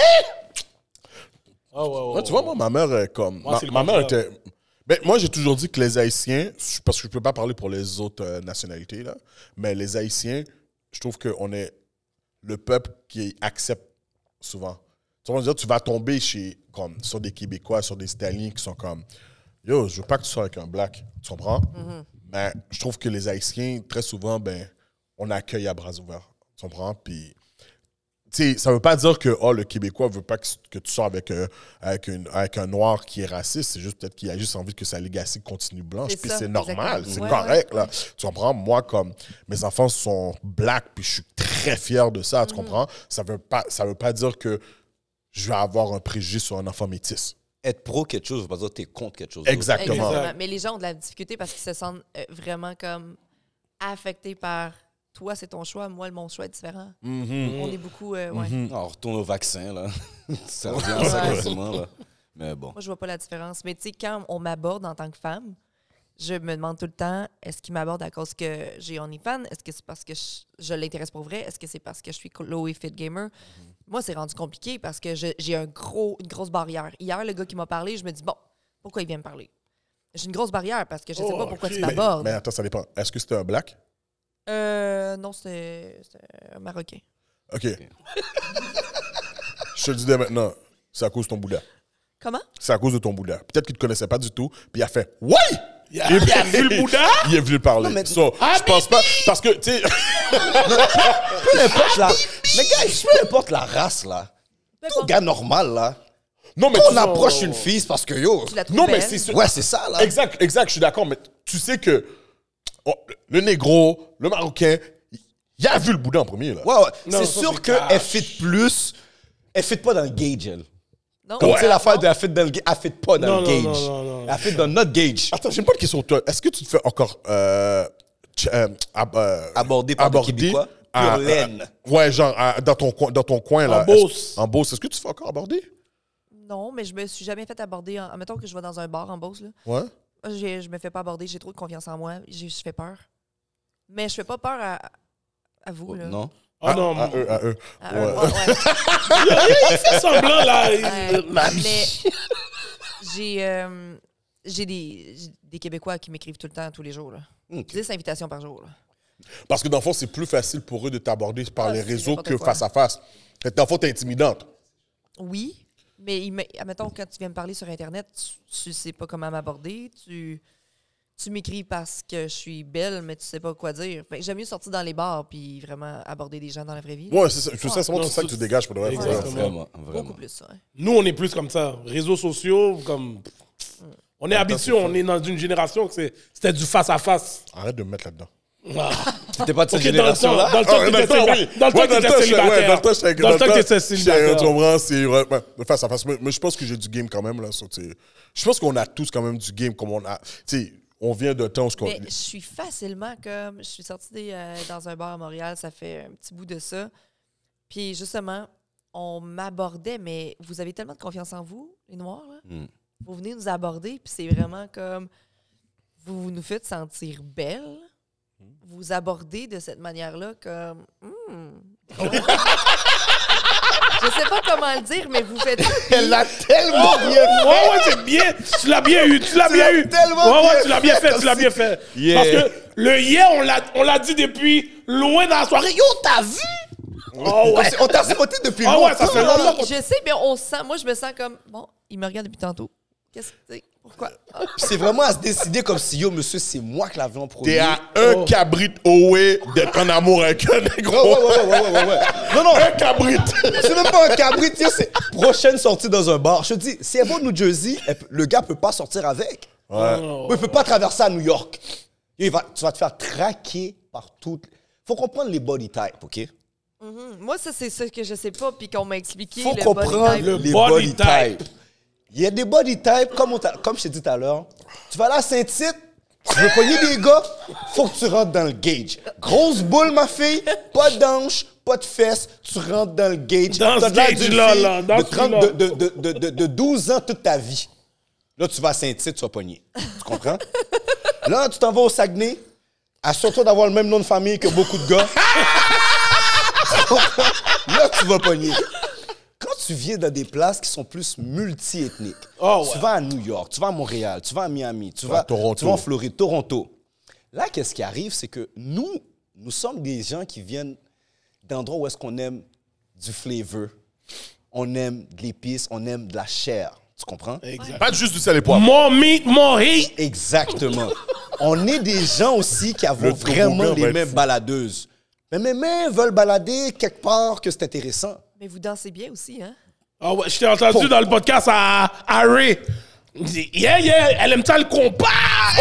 ouais, ouais,
Ouais, tu vois,
ouais.
moi, ma mère est comme.
Moi,
ma-
c'est le
ma, mère
contraire.
était. Ben, moi, j'ai toujours dit que les Haïtiens, je- parce que je peux pas parler pour les autres euh, nationalités, là, mais les Haïtiens, je trouve qu'on est le peuple qui accepte souvent. Tu vas dire, tu vas tomber chez, comme, sur des Québécois, sur des Italiens qui sont comme, yo, je veux pas que tu sois avec un black. Tu comprends?
Mhm.
Mais je trouve que les Haïtiens, très souvent, ben, on accueille à bras ouverts. Tu comprends? Puis tu sais, ça veut pas dire que oh, le Québécois veut pas que, que tu sors avec, euh, avec, une- avec un noir qui est raciste. C'est juste peut-être qu'il a juste envie que sa legacy continue blanche.
C'est
Puis
ça,
c'est normal,
exactement.
c'est
Ouais,
correct. Là. Tu comprends? Moi, comme mes enfants sont black, puis je suis très fier de ça.
Mhm.
Tu comprends? Ça veut pas, ça veut pas dire que je vais avoir un préjugé sur un enfant métis.
être pro quelque chose, je veux pas dire que t'es contre quelque chose.
Exactement.
Exact.
Mais les gens ont de la difficulté parce qu'ils se sentent euh, vraiment comme affectés par toi, c'est ton choix, moi, le- mon choix est différent.
Mm-hmm.
On est beaucoup. euh, ouais.
Mm. On retourne au vaccin, là. ça revient à ça
Ouais.
quasiment, là. Mais bon.
Moi, je vois pas la différence. Mais tu sais, quand on m'aborde en tant que femme, je me demande tout le temps est-ce qu'il m'aborde à cause que j'ai OnlyFans Est-ce que c'est parce que je, je l'intéresse pour vrai Est-ce que c'est parce que je suis Chloé Fit Gamer
Mm-hmm.
Moi, c'est rendu compliqué parce que je- j'ai un gros, une grosse barrière. Hier, le gars qui m'a parlé, je me dis bon, pourquoi il vient me parler J'ai une grosse barrière parce que je sais
Oh,
pas pourquoi
ok.
tu
Mais,
m'abordes.
mais attends, ça dépend. Est-ce que c'était un black?
Euh, non, c'est c'est un Marocain.
OK. je te le dis dès maintenant, c'est à cause de ton Bouddha.
Comment?
C'est à cause de ton Bouddha. Peut-être qu'il ne te connaissait pas du tout, puis il a fait Ouais!
Il a- il a vu le Bouddha?
Il est venu parler.
Non, mais-
So, je pense pas. Parce que, tu sais,
Peu importe la. Mais gars, peu importe la race, là. Tout gars normal, là.
non, mais.
On
tu-
approche une fille c'est parce que yo.
Tu la trouves
Non, mais
belle?
c'est sûr.
Ouais, c'est ça, là.
Exact, exact, je suis d'accord, mais tu sais que oh, le négro, le marocain, il a vu le Bouddha en premier, là.
Ouais, ouais.
Non,
C'est
ça,
sûr
c'est
qu'elle
cash.
fit plus. Elle fit pas dans le gauge, elle.
Non,
Comme tu sais, l'affaire
non.
de elle fit dans le gauge. Elle fit pas dans
Non,
le
non,
gauge.
non, non, Ah. non.
Elle fit dans notre gauge.
Attends, j'ai une bonne question. Toi, est-ce que tu te fais encore euh, ch- euh, ab- euh,
Abordé par des Québécois?
à-
Pure laine.
à- ouais, genre à- dans ton coin, dans ton coin là.
En Beauce.
Est-ce- En Beauce, est-ce que tu te fais encore aborder?
Non, mais je me suis jamais fait aborder. En... Mettons que je vais dans un bar en Beauce, là.
Ouais.
Moi, j'ai- Je me fais pas aborder, j'ai trop de confiance en moi, j'ai- je fais peur. Mais je fais pas peur à, à vous, là.
Non?
Oh non,
À eux, à eux.
À eux,
Ouais.
ouais, ouais.
il fait semblant là. il-
Ouais. Mais j'ai euh, j'ai des, j'ai des Québécois qui m'écrivent tout le temps, tous les jours. Là. 10 invitations par jour. là.
Parce que dans le fond, c'est plus facile pour eux de t'aborder par
Ah,
les
c'est
réseaux
n'importe
que
quoi.
face à face. Fait que Dans le fond, t'es intimidante.
Oui, mais il me- admettons, quand tu viens me parler sur Internet, tu, tu sais pas comment m'aborder. Tu, tu m'écris parce que je suis belle, mais tu sais pas quoi dire. Fait que J'aime mieux sortir dans les bars puis vraiment aborder des gens dans la vraie vie.
Ouais, c'est ça. C'est ça, c'est
Ah, Non,
ça que
c'est-
tu dégages pour de vrai.
Exactement.
Vraiment,
Beaucoup
vraiment.
plus, ouais.
Nous, on est plus comme ça. Réseaux sociaux, comme. On est habitué, on est dans une génération que c'est- c'était du face-à-face.
Arrête de me mettre là-dedans.
T'étais pas de cette
Ok, dans le temps,
génération-là?
dans le temps
Ah,
que
dans le
t'étais
temps,
célibataire.
oui.
Dans le temps
Ouais,
que t'étais
j'étais- ouais,
célibataire.
Dans le temps, j'étais-
Dans le temps que
j'étais
t'étais célibataire.
Tu comprends, c'est... ouais, ouais, de face à face. Mais mais je pense que j'ai du game quand même, là. ça, tu sais. Je pense qu'on a tous quand même du game, comme on a... Tu sais, on vient de temps où... ce qu'on-
Mais je suis facilement comme. Je suis sortie des, euh, dans un bar à Montréal, ça fait un petit bout de ça. Puis justement, on m'abordait, mais vous avez tellement de confiance en vous, les Noirs, là.
Mm.
Vous venez nous aborder, puis c'est vraiment comme. Vous nous faites sentir belle. Vous abordez de cette manière-là comme. Hmm. je sais pas comment le dire, mais vous faites.
Elle l'a tellement bien
Ouais, ouais, c'est bien. Tu l'as bien eu. Tu l'as bien eu.
tellement
ouais, ouais,
bien
tu l'as bien fait. Tu l'as bien fait.
Yeah.
Parce que le yeah, on l'a- on l'a dit depuis loin dans la soirée. Yo, t'as vu? Oh ouais.
Comme si On t'a spoté depuis
Ah
longtemps.
ouais, ça fait
là.
longtemps. qu'on-
Je sais, mais on sent. Moi, je me sens comme. Bon, il me regarde depuis tantôt. Qu'est-ce que tu sais? Pourquoi? Ah,
Puis C'est vraiment à se décider comme si, yo, monsieur, c'est moi qui l'avais en premier.
T'es à un
Oh.
cabrit away d'être en amour avec un
Ouais,
négro.
Oh,
ouais, ouais, ouais, ouais, ouais, ouais. Non, non,
Un cabrit.
c'est même pas un cabri, tu sais, c'est prochaine sortie dans un bar. Je te dis, si elle va au New Jersey, elle peut- le gars peut pas sortir avec.
Ouais.
Oui, il peut pas traverser à New York. Il va, tu vas te faire traquer par toutes. Faut comprendre les body types, OK?
hum, Moi, ça, c'est ce que je sais pas, puis qu'on m'a expliqué.
Faut
le
comprendre
body type.
les
Le body
body
type.
types. Il y a des body types, comme, on t'a- comme je t'ai dit tout à l'heure. Tu vas là à Saint-Tite, tu veux pogner des gars, faut que tu rentres dans le gauge. Grosse boule, ma fille, pas d'anche, pas de fesses, tu rentres dans le gauge.
Dans
T'as
ce
l'air d'une
gauge-là,
fille
là, dans
de,
ce
30
là.
de, de, de, de, de- de 12 ans toute ta vie. Là, tu vas à Saint-Tite, tu vas pogner. Tu comprends? Là, tu t'en vas au Saguenay, assure-toi d'avoir le même nom de famille que beaucoup de gars. Là, tu vas pogner. Quand tu viens dans des places qui sont plus multiethniques,
Oh, ouais.
tu vas à New York, tu vas à Montréal, tu vas à Miami, tu vas,
à Toronto.
tu vas en Floride, Toronto. Là, qu'est-ce qui arrive, c'est que nous, nous sommes des gens qui viennent d'endroits où est-ce qu'on aime du flavor, on aime de l'épice, on aime de la chair. Tu comprends?
Exact.
Pas juste du sel et poivre.
Mon meat, mon hate.
Exactement. on est des gens aussi qui avons
Le trou
vraiment
blanc va
les
ben,
être
mêmes
fou.
baladeuses. Mais mes mains veulent balader quelque part que c'est intéressant.
Mais vous dansez bien aussi, hein?
Ah ouais, je t'ai entendu dans le podcast à, à Ray. Il dit, Yeah, yeah, elle aime ça le compas.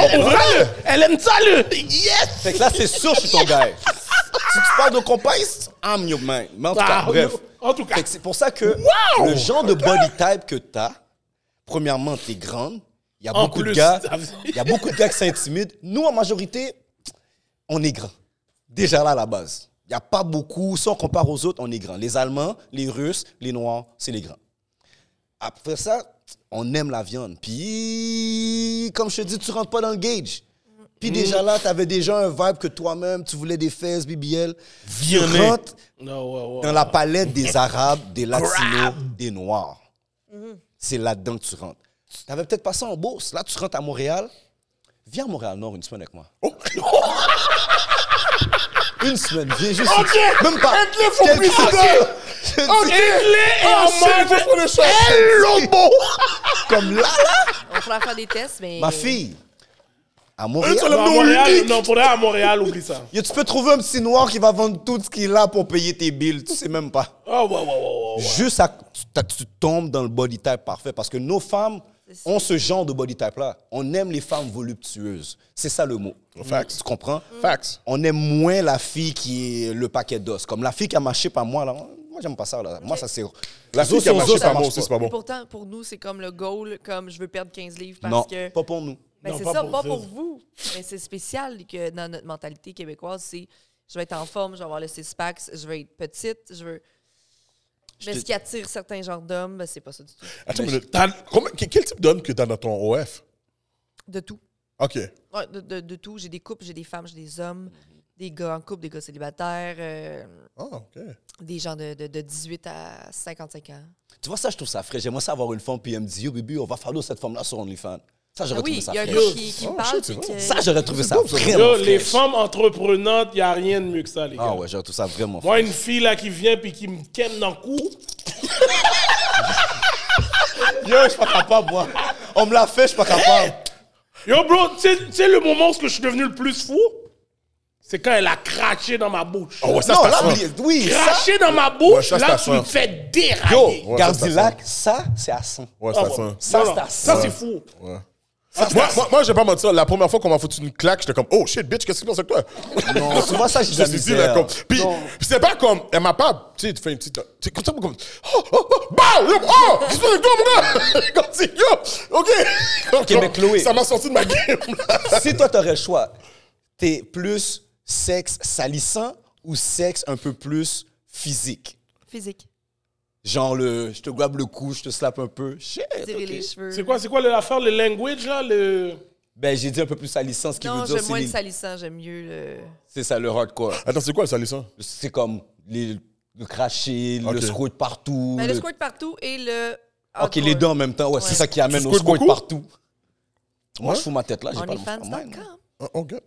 Elle aime ça le. oh, Elle aime ça le. Yes.
Fait que là, c'est sûr, je suis ton gars. Si tu parles de compas, I'm your man. Mais en tout cas,
Ah,
bref.
En tout cas.
Fait que c'est pour ça que
Wow!
le genre de body type que t'as, premièrement, t'es grande. Il y a
En
beaucoup
plus,
de gars.
ça veut-
Il y a beaucoup de gars qui s'intimident. Nous, en majorité, on est grand. Déjà là, à la base. Il n'y a pas beaucoup. Si on compare aux autres, on est grand. Les Allemands, les Russes, les Noirs, c'est les grands. Après ça, on aime la viande. Puis, comme je te dis, tu rentres pas dans le gauge. Puis
Mm.
déjà là, tu avais déjà un vibe que toi-même, tu voulais des fesses, BBL. Tu
Violent.
rentres
Non, ouais, ouais.
dans la palette des Arabes, des Latinos, des Noirs. C'est là-dedans que tu rentres. Tu n'avais peut-être pas ça en bourse. Là, tu rentres à Montréal. Viens à Montréal-Nord une semaine avec moi. oh, une semaine, viens juste. Même pas. Quelques jours. Je te dis,
Aide-les
oh,
et en mange.
Hello, bon. Comme là, là.
On pourrait faire des tests, mais.
Ma fille, à Montréal,
sur
Non, à Montréal,
unique.
non, pour aller à Montréal, oublie ça.
yo, tu peux trouver un petit noir qui va vendre tout ce qu'il a pour payer tes billes. Tu sais même pas.
Oh, ouais, ouais, ouais, ouais.
Juste à, tu, t'as- tu tombes dans le body type parfait parce que nos femmes
C'est
ont ce genre de body type là. On aime les femmes voluptueuses. C'est ça le mot.
Facts.
Tu comprends?
Facts.
On aime moins la fille qui est le paquet d'os. Comme la fille qui a mâché par moi là. Moi j'aime pas ça là. Moi ça c'est.
La fille qui a
Zo, zo,
marché
zo, ça
par moi
marche
aussi, c'est
pas.
pas bon.
Pourtant, pour nous, c'est comme le goal, comme je veux perdre 15 livres parce
Non,
que.
pas pour nous.
Ben,
Non,
c'est
pas
ça,
pour
pas
vous.
pour vous. Mais c'est spécial que dans notre mentalité québécoise, c'est je vais être en forme, je vais avoir le six-pack, je vais être petite, je veux. Mais ce qui attire certains genres d'hommes, ben, c'est pas ça du tout.
Attends une minute. T'as- combien- que- Quel type d'homme que t'as dans ton OF?
De tout.
OK.
Ouais, de, de- de tout. J'ai des couples, j'ai des femmes, j'ai des hommes,
Mm-hmm.
des gars en couple, des gars célibataires, euh,
Ah, OK.
des gens de, de, de 18 à 55 ans.
Tu vois ça je trouve ça frais. J'aimerais ça avoir une femme puis elle me dit yo bébé on va falloir cette femme là sur OnlyFans. Ça j'aurais
Ah oui,
trouvé ça
il y a un
frais.
gars qui, qui
Oh,
parle.
shit, c'est
puis
vrai.
que-
Ça j'aurais trouvé ça vraiment
Yo,
frais.
les femmes entreprenantes, il n'y a rien de mieux que ça, les gars.
Ah ouais j'aurais trouvé ça vraiment frais.
Moi, une fille là qui vient puis qui me ken dans le cou,
Yo je suis pas capable moi. On me l'a fait je suis pas capable.
Yo, bro, tu sais- tu sais le moment où ce que je suis devenu le plus fou? C'est quand elle a craché dans ma bouche.
Oh, ouais, ça,
non
c'est
là
ta
oui, oui ça.
Craché dans ma bouche,
Ouais, ça,
là,
c'est
tu
ta
me fais
Yo,
dérailler.
Ouais,
Gardilac, ça, c'est à 100.
Ouais,
Ah,
ça
ouais.
sent.
Ça,
Non,
c'est
non,
à
ça,
100.
c'est fou.
Ouais. Moi, moi, moi j'ai pas menti ça. La première fois qu'on m'a foutu une claque, j'étais comme, oh shit, bitch, qu'est-ce qui se passe avec toi?
Non, souvent, ça, j'ai de la
Je suis dit, là,
misère.
comme- Puis, c'est pas comme, elle m'a pas, tu sais, tu fais une petite. Tu sais, comme ça, comme. Oh, oh, oh, bah, yo, oh, qu'est-ce que c'est avec toi, mon gars? Comme si, yo, ok. Comme-
Québec Loué.
Ça m'a sorti de ma game, là.
Si toi, t'aurais le choix, t'es plus sexe salissant ou sexe un peu plus physique?
Physique.
Genre, le, je te grabe le cou, je te slappe un peu. Shit,
Tirer
Eh, ok.
les cheveux.
C'est quoi, c'est quoi l'affaire, le language, là? Le...
Ben, j'ai dit un peu plus salissant, ce qui
Non,
veut dire...
j'aime
c'est
moins le
les-
salissant, j'aime mieux le.
C'est ça, le hardcore.
Attends, c'est quoi le salissant?
C'est comme les, le cracher, le
Ok.
squirt partout.
Ben,
le- Ah,
le squirt partout et le.
Ok, les deux en même temps. Ouais,
Ouais.
c'est ça qui amène au
squirtes
squirt
beaucoup?
partout. Moi, je fous ma tête là, j'ai pas Ah, de
OnlyFans.com.
Oh, oh, God.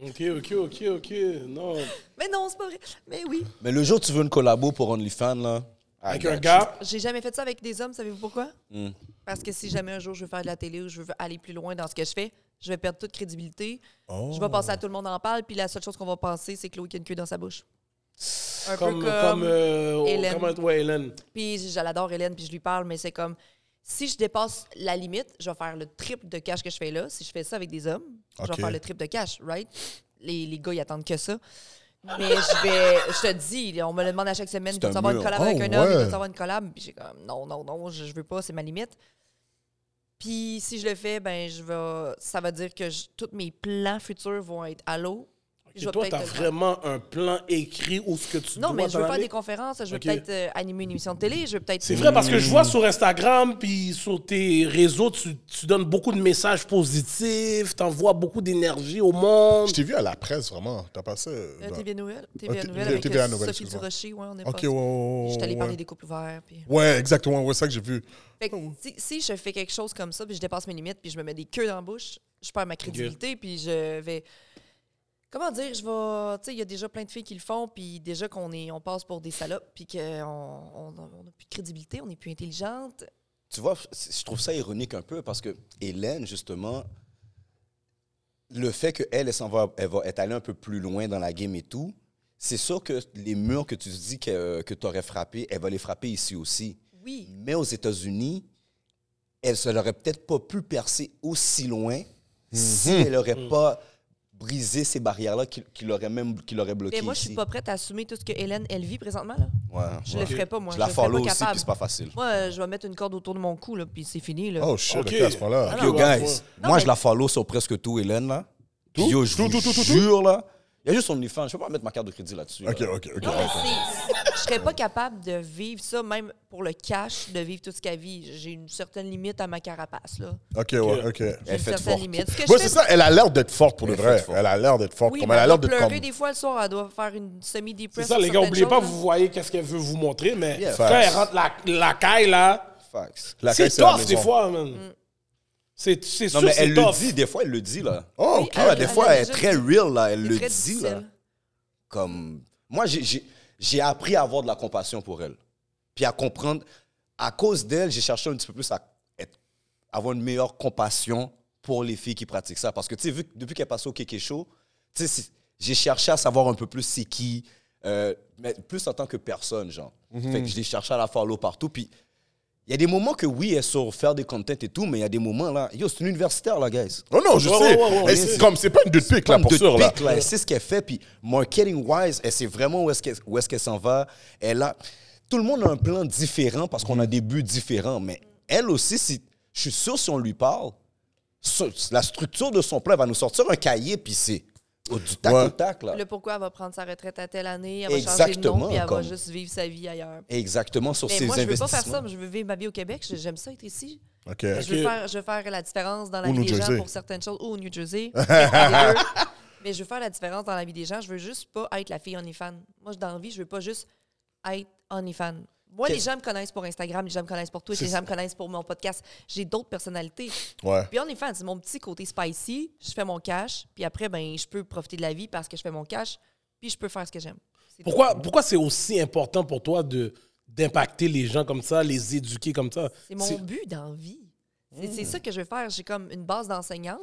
Ok, ok, ok, ok. Non.
Mais non, c'est pas vrai. Mais oui.
Mais le jour où tu veux une collabo pour OnlyFans, là. I
Avec
got
un
you.
gars.
J'ai jamais fait ça avec des hommes, savez-vous pourquoi?
Hmm.
Parce que si jamais un jour je veux faire de la télé ou je veux aller plus loin dans ce que je fais, je vais perdre toute crédibilité.
Oh.
Je
Oh.
vais passer à tout le monde en parle, puis la seule chose qu'on va penser, c'est que l'eau qui a une queue dans sa bouche. Un
Comme,
peu
comme,
comme.
euh, oh,
Hélène.
comme un- ouais, Hélène.
Puis je- je l'adore, Hélène, puis je lui parle, mais c'est comme. Si je dépasse la limite, je vais faire le triple de cash que je fais là. Si je fais ça avec des hommes, je
Ok.
vais faire le triple de cash, right? Les, les gars, ils attendent que ça. Mais je vais. Je te dis, on me le demande à chaque semaine,
C'est
tu
un
veux avoir une
mur.
collab
Oh,
avec un homme,
ouais.
tu veux avoir une collab. Puis j'ai comme, non, non, non, je, je veux pas, c'est ma limite. Puis si je le fais, ben je vais. Ça va dire que je- tous mes plans futurs vont être à l'eau.
Et toi, t'as vraiment un plan écrit où ce que tu
Non,
dois
mais je
t'en
veux faire
aller?
des conférences, je veux
Ok.
peut-être euh, animer une émission de télé, je veux peut-être.
C'est vrai parce que je vois
Hmm.
sur Instagram puis sur tes réseaux, tu, tu donnes beaucoup de messages positifs, t'envoies beaucoup d'énergie au monde.
Je t'ai vu à la presse, vraiment. T'as passé.
Euh,
dans-
TVA Nouvelle. TVA
Ah,
Nouvelle
T-
avec
TVA
euh,
Nouvelle,
Sophie
excuse-moi.
Durocher, ouais, on est
Ok,
passé.
ouais, ouais, ouais,
J'étais allée
ouais. Oh.
parler des couples ouverts. Puis...
Ouais, exactement. Ouais, c'est ça que j'ai vu.
Fait que si, si je fais quelque chose comme ça, puis je dépasse mes limites, puis je me mets des queues dans la bouche, je perds ma crédibilité, puis je vais... Comment dire, je vais... Tu sais, il y a déjà plein de filles qui le font, puis déjà qu'on est, on passe pour des salopes, puis qu'on on, on a plus de crédibilité, on n'est plus intelligente.
Tu vois, c- je trouve ça ironique un peu parce que Hélène, justement, le fait qu'elle, elle, s'en va, elle va être allée un peu plus loin dans la game et tout, c'est sûr que les murs que tu te dis que, que tu aurais frappés, elle va les frapper ici aussi.
Oui.
Mm.
Mais aux États-Unis, elle ne l'aurait peut-être pas pu percer aussi loin si
Mhm.
elle n'aurait
Mm.
pas brisé ces barrières-là qui, qui l'auraient même qui l'auraient bloqué
Mais moi, je suis
ici.
pas prête à assumer tout ce que Hélène, elle vit présentement, là.
Ouais,
Je
ouais.
le ferai pas, moi.
Je la
serais pas
follow aussi,
capable.
puis c'est pas facile.
Moi, euh, je vais mettre une corde autour de mon cou, là, puis c'est fini, là.
Oh shit,
Ok.
ok, à ce point-là.
Ah,
Yo,
ouais,
guys,
ouais.
moi,
Non, mais-
je la follow sur presque tout, Hélène, là. Puis
Tout?
yo, je
Tout,
vous
tout, tout, tout, tout?
jure, là. Il y a juste son OnlyFans. Je peux pas mettre ma carte de crédit là-dessus.
Ok,
là.
ok, ok.
Non, mais c'est- je serais pas capable de vivre ça, même pour le cash, de vivre tout ce qu'elle vit. J'ai une certaine limite à ma carapace, là.
Ok, ouais, ok.
J'ai une
fait
certaine
forte.
limite. Ce que
Ouais,
je
c'est
fais-
ça, elle a l'air d'être forte pour le
Elle est
vrai.
faite forte.
Elle a l'air d'être forte.
Oui,
comme
mais
elle a
elle
l'air
doit
d'être
pleurer
comme.
des fois le soir, elle doit faire une semi-depression.
C'est ça, les gars, oubliez pas,
hein.
vous voyez qu'est-ce qu'elle veut vous montrer, mais
Yeah.
quand
Facts.
elle rentre la, la caille, là,
Facts.
La
c'est
caisse, la
tough des
maison.
fois,
Hmm.
man. C'est c'est sûr
Non, mais
c'est
elle le
tough.
dit. Des fois, elle le dit, là.
Oh,
Oui,
ok.
Ah ouais,
Elle-
des
elle
fois,
a
elle est
déjà dit-
très real, là. Elle
C'est
le
hein. très
dit,
difficile.
là. Comme... Moi, j'ai- j'ai j'ai appris à avoir de la compassion pour elle. Puis à comprendre... À cause d'elle, j'ai cherché un petit peu plus à être- avoir une meilleure compassion pour les filles qui pratiquent ça. Parce que, tu sais, vu que- depuis qu'elle est passée au Kéké Show, tu sais, c'est- j'ai cherché à savoir un peu plus c'est qui, euh, mais plus en tant que personne, genre. Fait que je l'ai cherché à la follow partout. Puis il y a des moments que, oui, elle sur faire des contents et tout, mais il y a des moments, là... Yo, c'est une universitaire, là, guys.
Non, non, je
Ouais,
sais.
ouais, ouais, ouais,
Et
ouais.
c'est comme, c'est pas une deux de pique, là,
Comme
pour
de
sûr, là.
pique, là. Elle sait ce qu'elle fait. Puis marketing-wise, elle sait vraiment où est-ce qu'elle où est-ce qu'elle s'en va. Elle a... Tout le monde a un plan différent parce qu'on a des buts différents. Mais elle aussi, si... je suis sûr, si on lui parle, ce- la structure de son plan elle va nous sortir un cahier, puis c'est au- du tac
Ouais.
au tac, là.
Le pourquoi elle va prendre sa retraite à telle année, elle va changer de
Exactement,
nom, puis elle
comme-
va juste vivre sa vie ailleurs.
Exactement sur
Mais
ses
moi, je veux
investissements.
pas faire ça. mais Je veux vivre ma vie au Québec. Je- J'aime ça être ici.
Ok.
Je, veux faire, je veux faire la différence dans la
Au
vie
New
des gens
Jersey.
pour certaines choses. Ou au New Jersey. les deux. Mais je veux faire la différence dans la vie des gens. Je veux juste pas être la fille OnlyFans. Moi, je- dans la vie, je veux pas juste être OnlyFans. Moi, les
Qu'est-
gens me connaissent pour Instagram, les gens me connaissent pour Twitch, les gens me connaissent pour mon podcast. J'ai d'autres personnalités.
Ouais.
Puis OnlyFans, c'est mon petit côté spicy. Je fais mon cash. Puis après, ben, je peux profiter de la vie parce que je fais mon cash. Puis je peux faire ce que j'aime. C'est tout.
Pourquoi, pourquoi c'est aussi important pour toi de d'impacter les gens comme ça, les éduquer comme ça?
C'est mon but dans la vie. C'est
Mmh.
c'est ça que je veux faire. J'ai comme une base d'enseignante.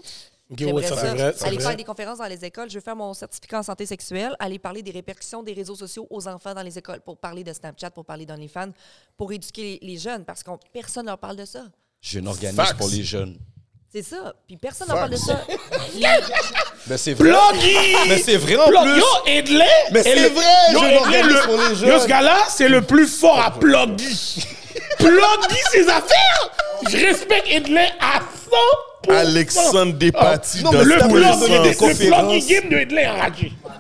Ok, ouais,
J'aimerais
ça, c'est
ça.
vrai, c'est
aller
vrai.
faire des conférences dans les écoles. Je veux faire mon certificat en santé sexuelle, aller parler des répercussions des réseaux sociaux aux enfants dans les écoles, pour parler de Snapchat, pour parler d'OnlyFans, pour éduquer les, les jeunes, parce que personne ne leur parle de ça.
J'ai un organisme
Facts.
pour les jeunes.
C'est ça. Puis personne ne leur parle de
Fuck.
ça. Les-
Mais Ben, c'est vrai. Mais c'est vrai, en
Plug-
plus.
Yo, Edley!
Mais c'est
Edley-
vrai,
Yo,
je
Edley,
l'organise
le-
pour les
Yo,
jeunes.
ce gars-là, c'est le plus fort à pluggy. pluggy ses affaires! Je respecte Edley à 100%.
Ah, Alexandre Despatie
non,
de
mais
le
Tous
tous
plug,
les
il est
plug,
sens.
des
le
conférences.
pluggy game de Edley enragé.
Ah,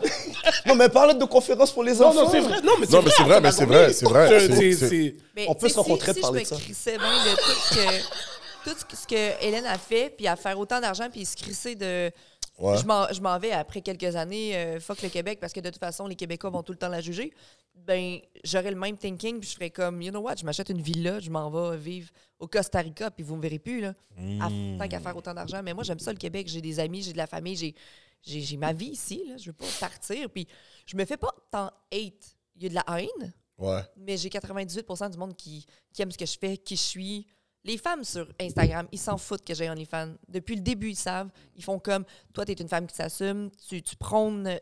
Non, mais parle de conférences pour les
Non,
enfants.
non, c'est vrai. Non, mais
Non, mais c'est vrai, mais c'est vrai, c'est vrai.
C'est-
c'est-
c'est-
c'est-
c'est-
Mais
On peut
tu sais,
se rencontrer
si,
pour parler de
si
ça.
je me crissais bien de tout ce que, tout ce que- ce que Hélène a fait, puis à faire autant d'argent, puis se crisser de...
Ouais.
Je m'en- Je m'en vais après quelques années, euh, fuck le Québec, parce que de toute façon, les Québécois vont tout le temps la juger. Ben, j'aurais le même thinking, puis je ferais comme, you know what, je m'achète une villa, je m'en vais vivre au Costa Rica,
Hmm.
puis vous me verrez plus, là, à- tant qu'à faire autant d'argent. Mais moi, j'aime ça, le Québec. J'ai des amis, j'ai de la famille, j'ai J'ai j'ai ma vie ici, là. Je veux pas partir. Puis je me fais pas tant hate. Il y a de la haine,
Ouais.
mais j'ai 98 du monde qui, qui aime ce que je fais, qui je suis. Les femmes sur Instagram, ils s'en foutent que j'ai OnlyFans. Depuis le début, ils savent. Ils font comme toi, tu es une femme qui s'assume, tu, tu prônes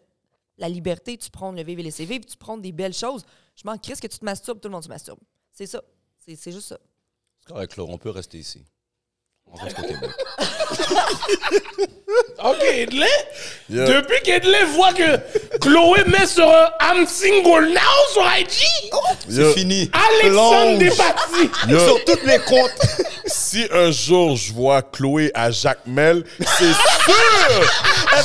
la liberté, tu prônes le vivre et laisser vivre, tu prônes des belles choses. Je m'en crie que tu te masturbes, tout le monde se masturbe. C'est ça. C'est c'est juste ça.
C'est correct, Claude, on peut rester ici. On reste au Québec.
OK, Edley,
Yeah.
depuis qu'Edley voit que Chloé met sur un I'm single now sur IG,
Yo.
C'est fini.
Alexandre
Plonge.
Despatie.
Yo.
Sur tous les comptes.
Si un jour je vois Chloé à Jacmel, c'est sûr!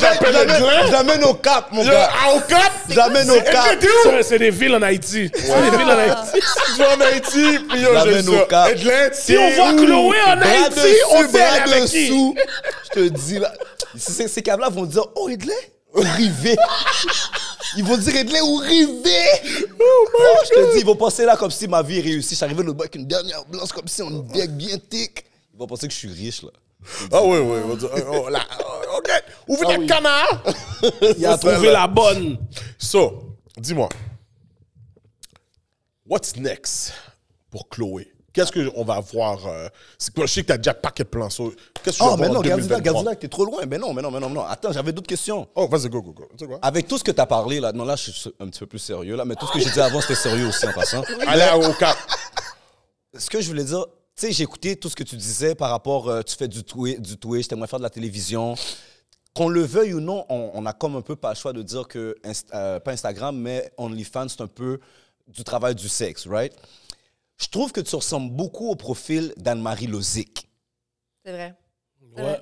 J'appelle
ben, J'amène-
le gars.
J'amène Ah, au cap, mon
Yo,
gars.
à au cap!
J'amène au cap.
C'est- C'est des villes en Haïti. C'est des villes en Haïti.
Je vais en Haïti, puis yo,
J'amène
j'ai
au
ça.
cap.
Edlin,
Si on voit Chloé en
Bras
Haïti,
dessus,
on sait
bras
aller avec qui.
dessous. Je te dis, là, c- c- ces câbles-là vont dire Oh, Edley, au rivet. Ils vont dire Edley, au rivet. Oh, je te dis, ils vont penser là comme si ma vie est réussie. Je suis arrivé de l'autre bas avec une dernière blanche, comme si on me deck bien tic. Ils vont penser que je suis riche, là.
Ah oui, oui, on va dire, oh, oh, là, oh, OK, ouvrez
Ah
le
oui.
canard!
Il a
Trouver la bonne.
So, dis-moi, what's next pour Chloé? Qu'est-ce qu'on va voir? euh, c'est quoi? Je sais que t'as déjà paquet de plans. so, Qu'est-ce que tu
Ah,
Oh,
vas
mais
voir
non,
en
garde-la,
2023?
garde-la, t'es trop loin. Mais non, mais non, mais non, mais non. Attends, j'avais d'autres questions.
Oh, vas-y, go, go, go. Tu sais quoi?
Avec tout ce que t'as parlé, là, non, là, je suis un petit peu plus sérieux, là, mais tout ce que j'ai dit avant, c'était sérieux aussi, en passant.
Allez au cap.
ce que je voulais dire, tu sais, j'ai écouté tout ce que tu disais par rapport, euh, tu fais du, twi du Twitch, t'aimerais faire de la télévision. Qu'on le veuille ou non, on, on a comme un peu pas le choix de dire que, Inst- euh, pas Instagram, mais OnlyFans, c'est un peu du travail du sexe, right? Je trouve que tu ressembles beaucoup au profil d'Anne-Marie Lozic.
C'est vrai.
Ouais.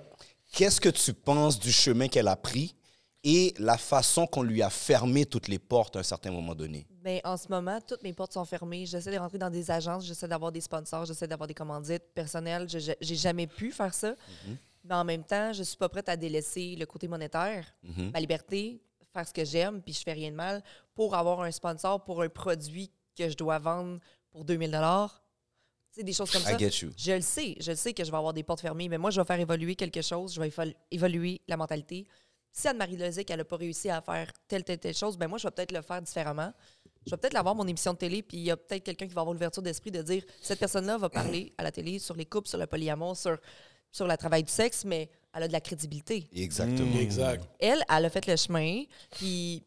Qu'est-ce que tu penses du chemin qu'elle a pris et la façon qu'on lui a fermé toutes les portes à un certain moment donné?
Mais Ben, en ce moment, toutes mes portes sont fermées. J'essaie de rentrer dans des agences, j'essaie d'avoir des sponsors, j'essaie d'avoir des commandites personnelles. Je- je- J'ai jamais pu faire ça. Mais en même temps, je suis pas prête à délaisser le côté monétaire, ma liberté, faire ce que j'aime, puis je fais rien de mal, pour avoir un sponsor pour un produit que je dois vendre pour 2000 dollars. C'est des choses comme
I
ça.
get you.
Je le sais, je le sais que je vais avoir des portes fermées, mais moi, je vais faire évoluer quelque chose, je vais évol- évoluer la mentalité. Si Anne-Marie Lozic, elle n'a pas réussi à faire telle, telle, telle chose, ben moi, je vais peut-être le faire différemment. Je vais peut-être l'avoir mon émission de télé, puis il y a peut-être quelqu'un qui va avoir l'ouverture d'esprit de dire cette personne-là va parler à la télé sur les couples, sur le polyamour, sur, sur le travail du sexe, mais elle a de la crédibilité.
Exactement.
Exact.
Elle, elle a fait le chemin, puis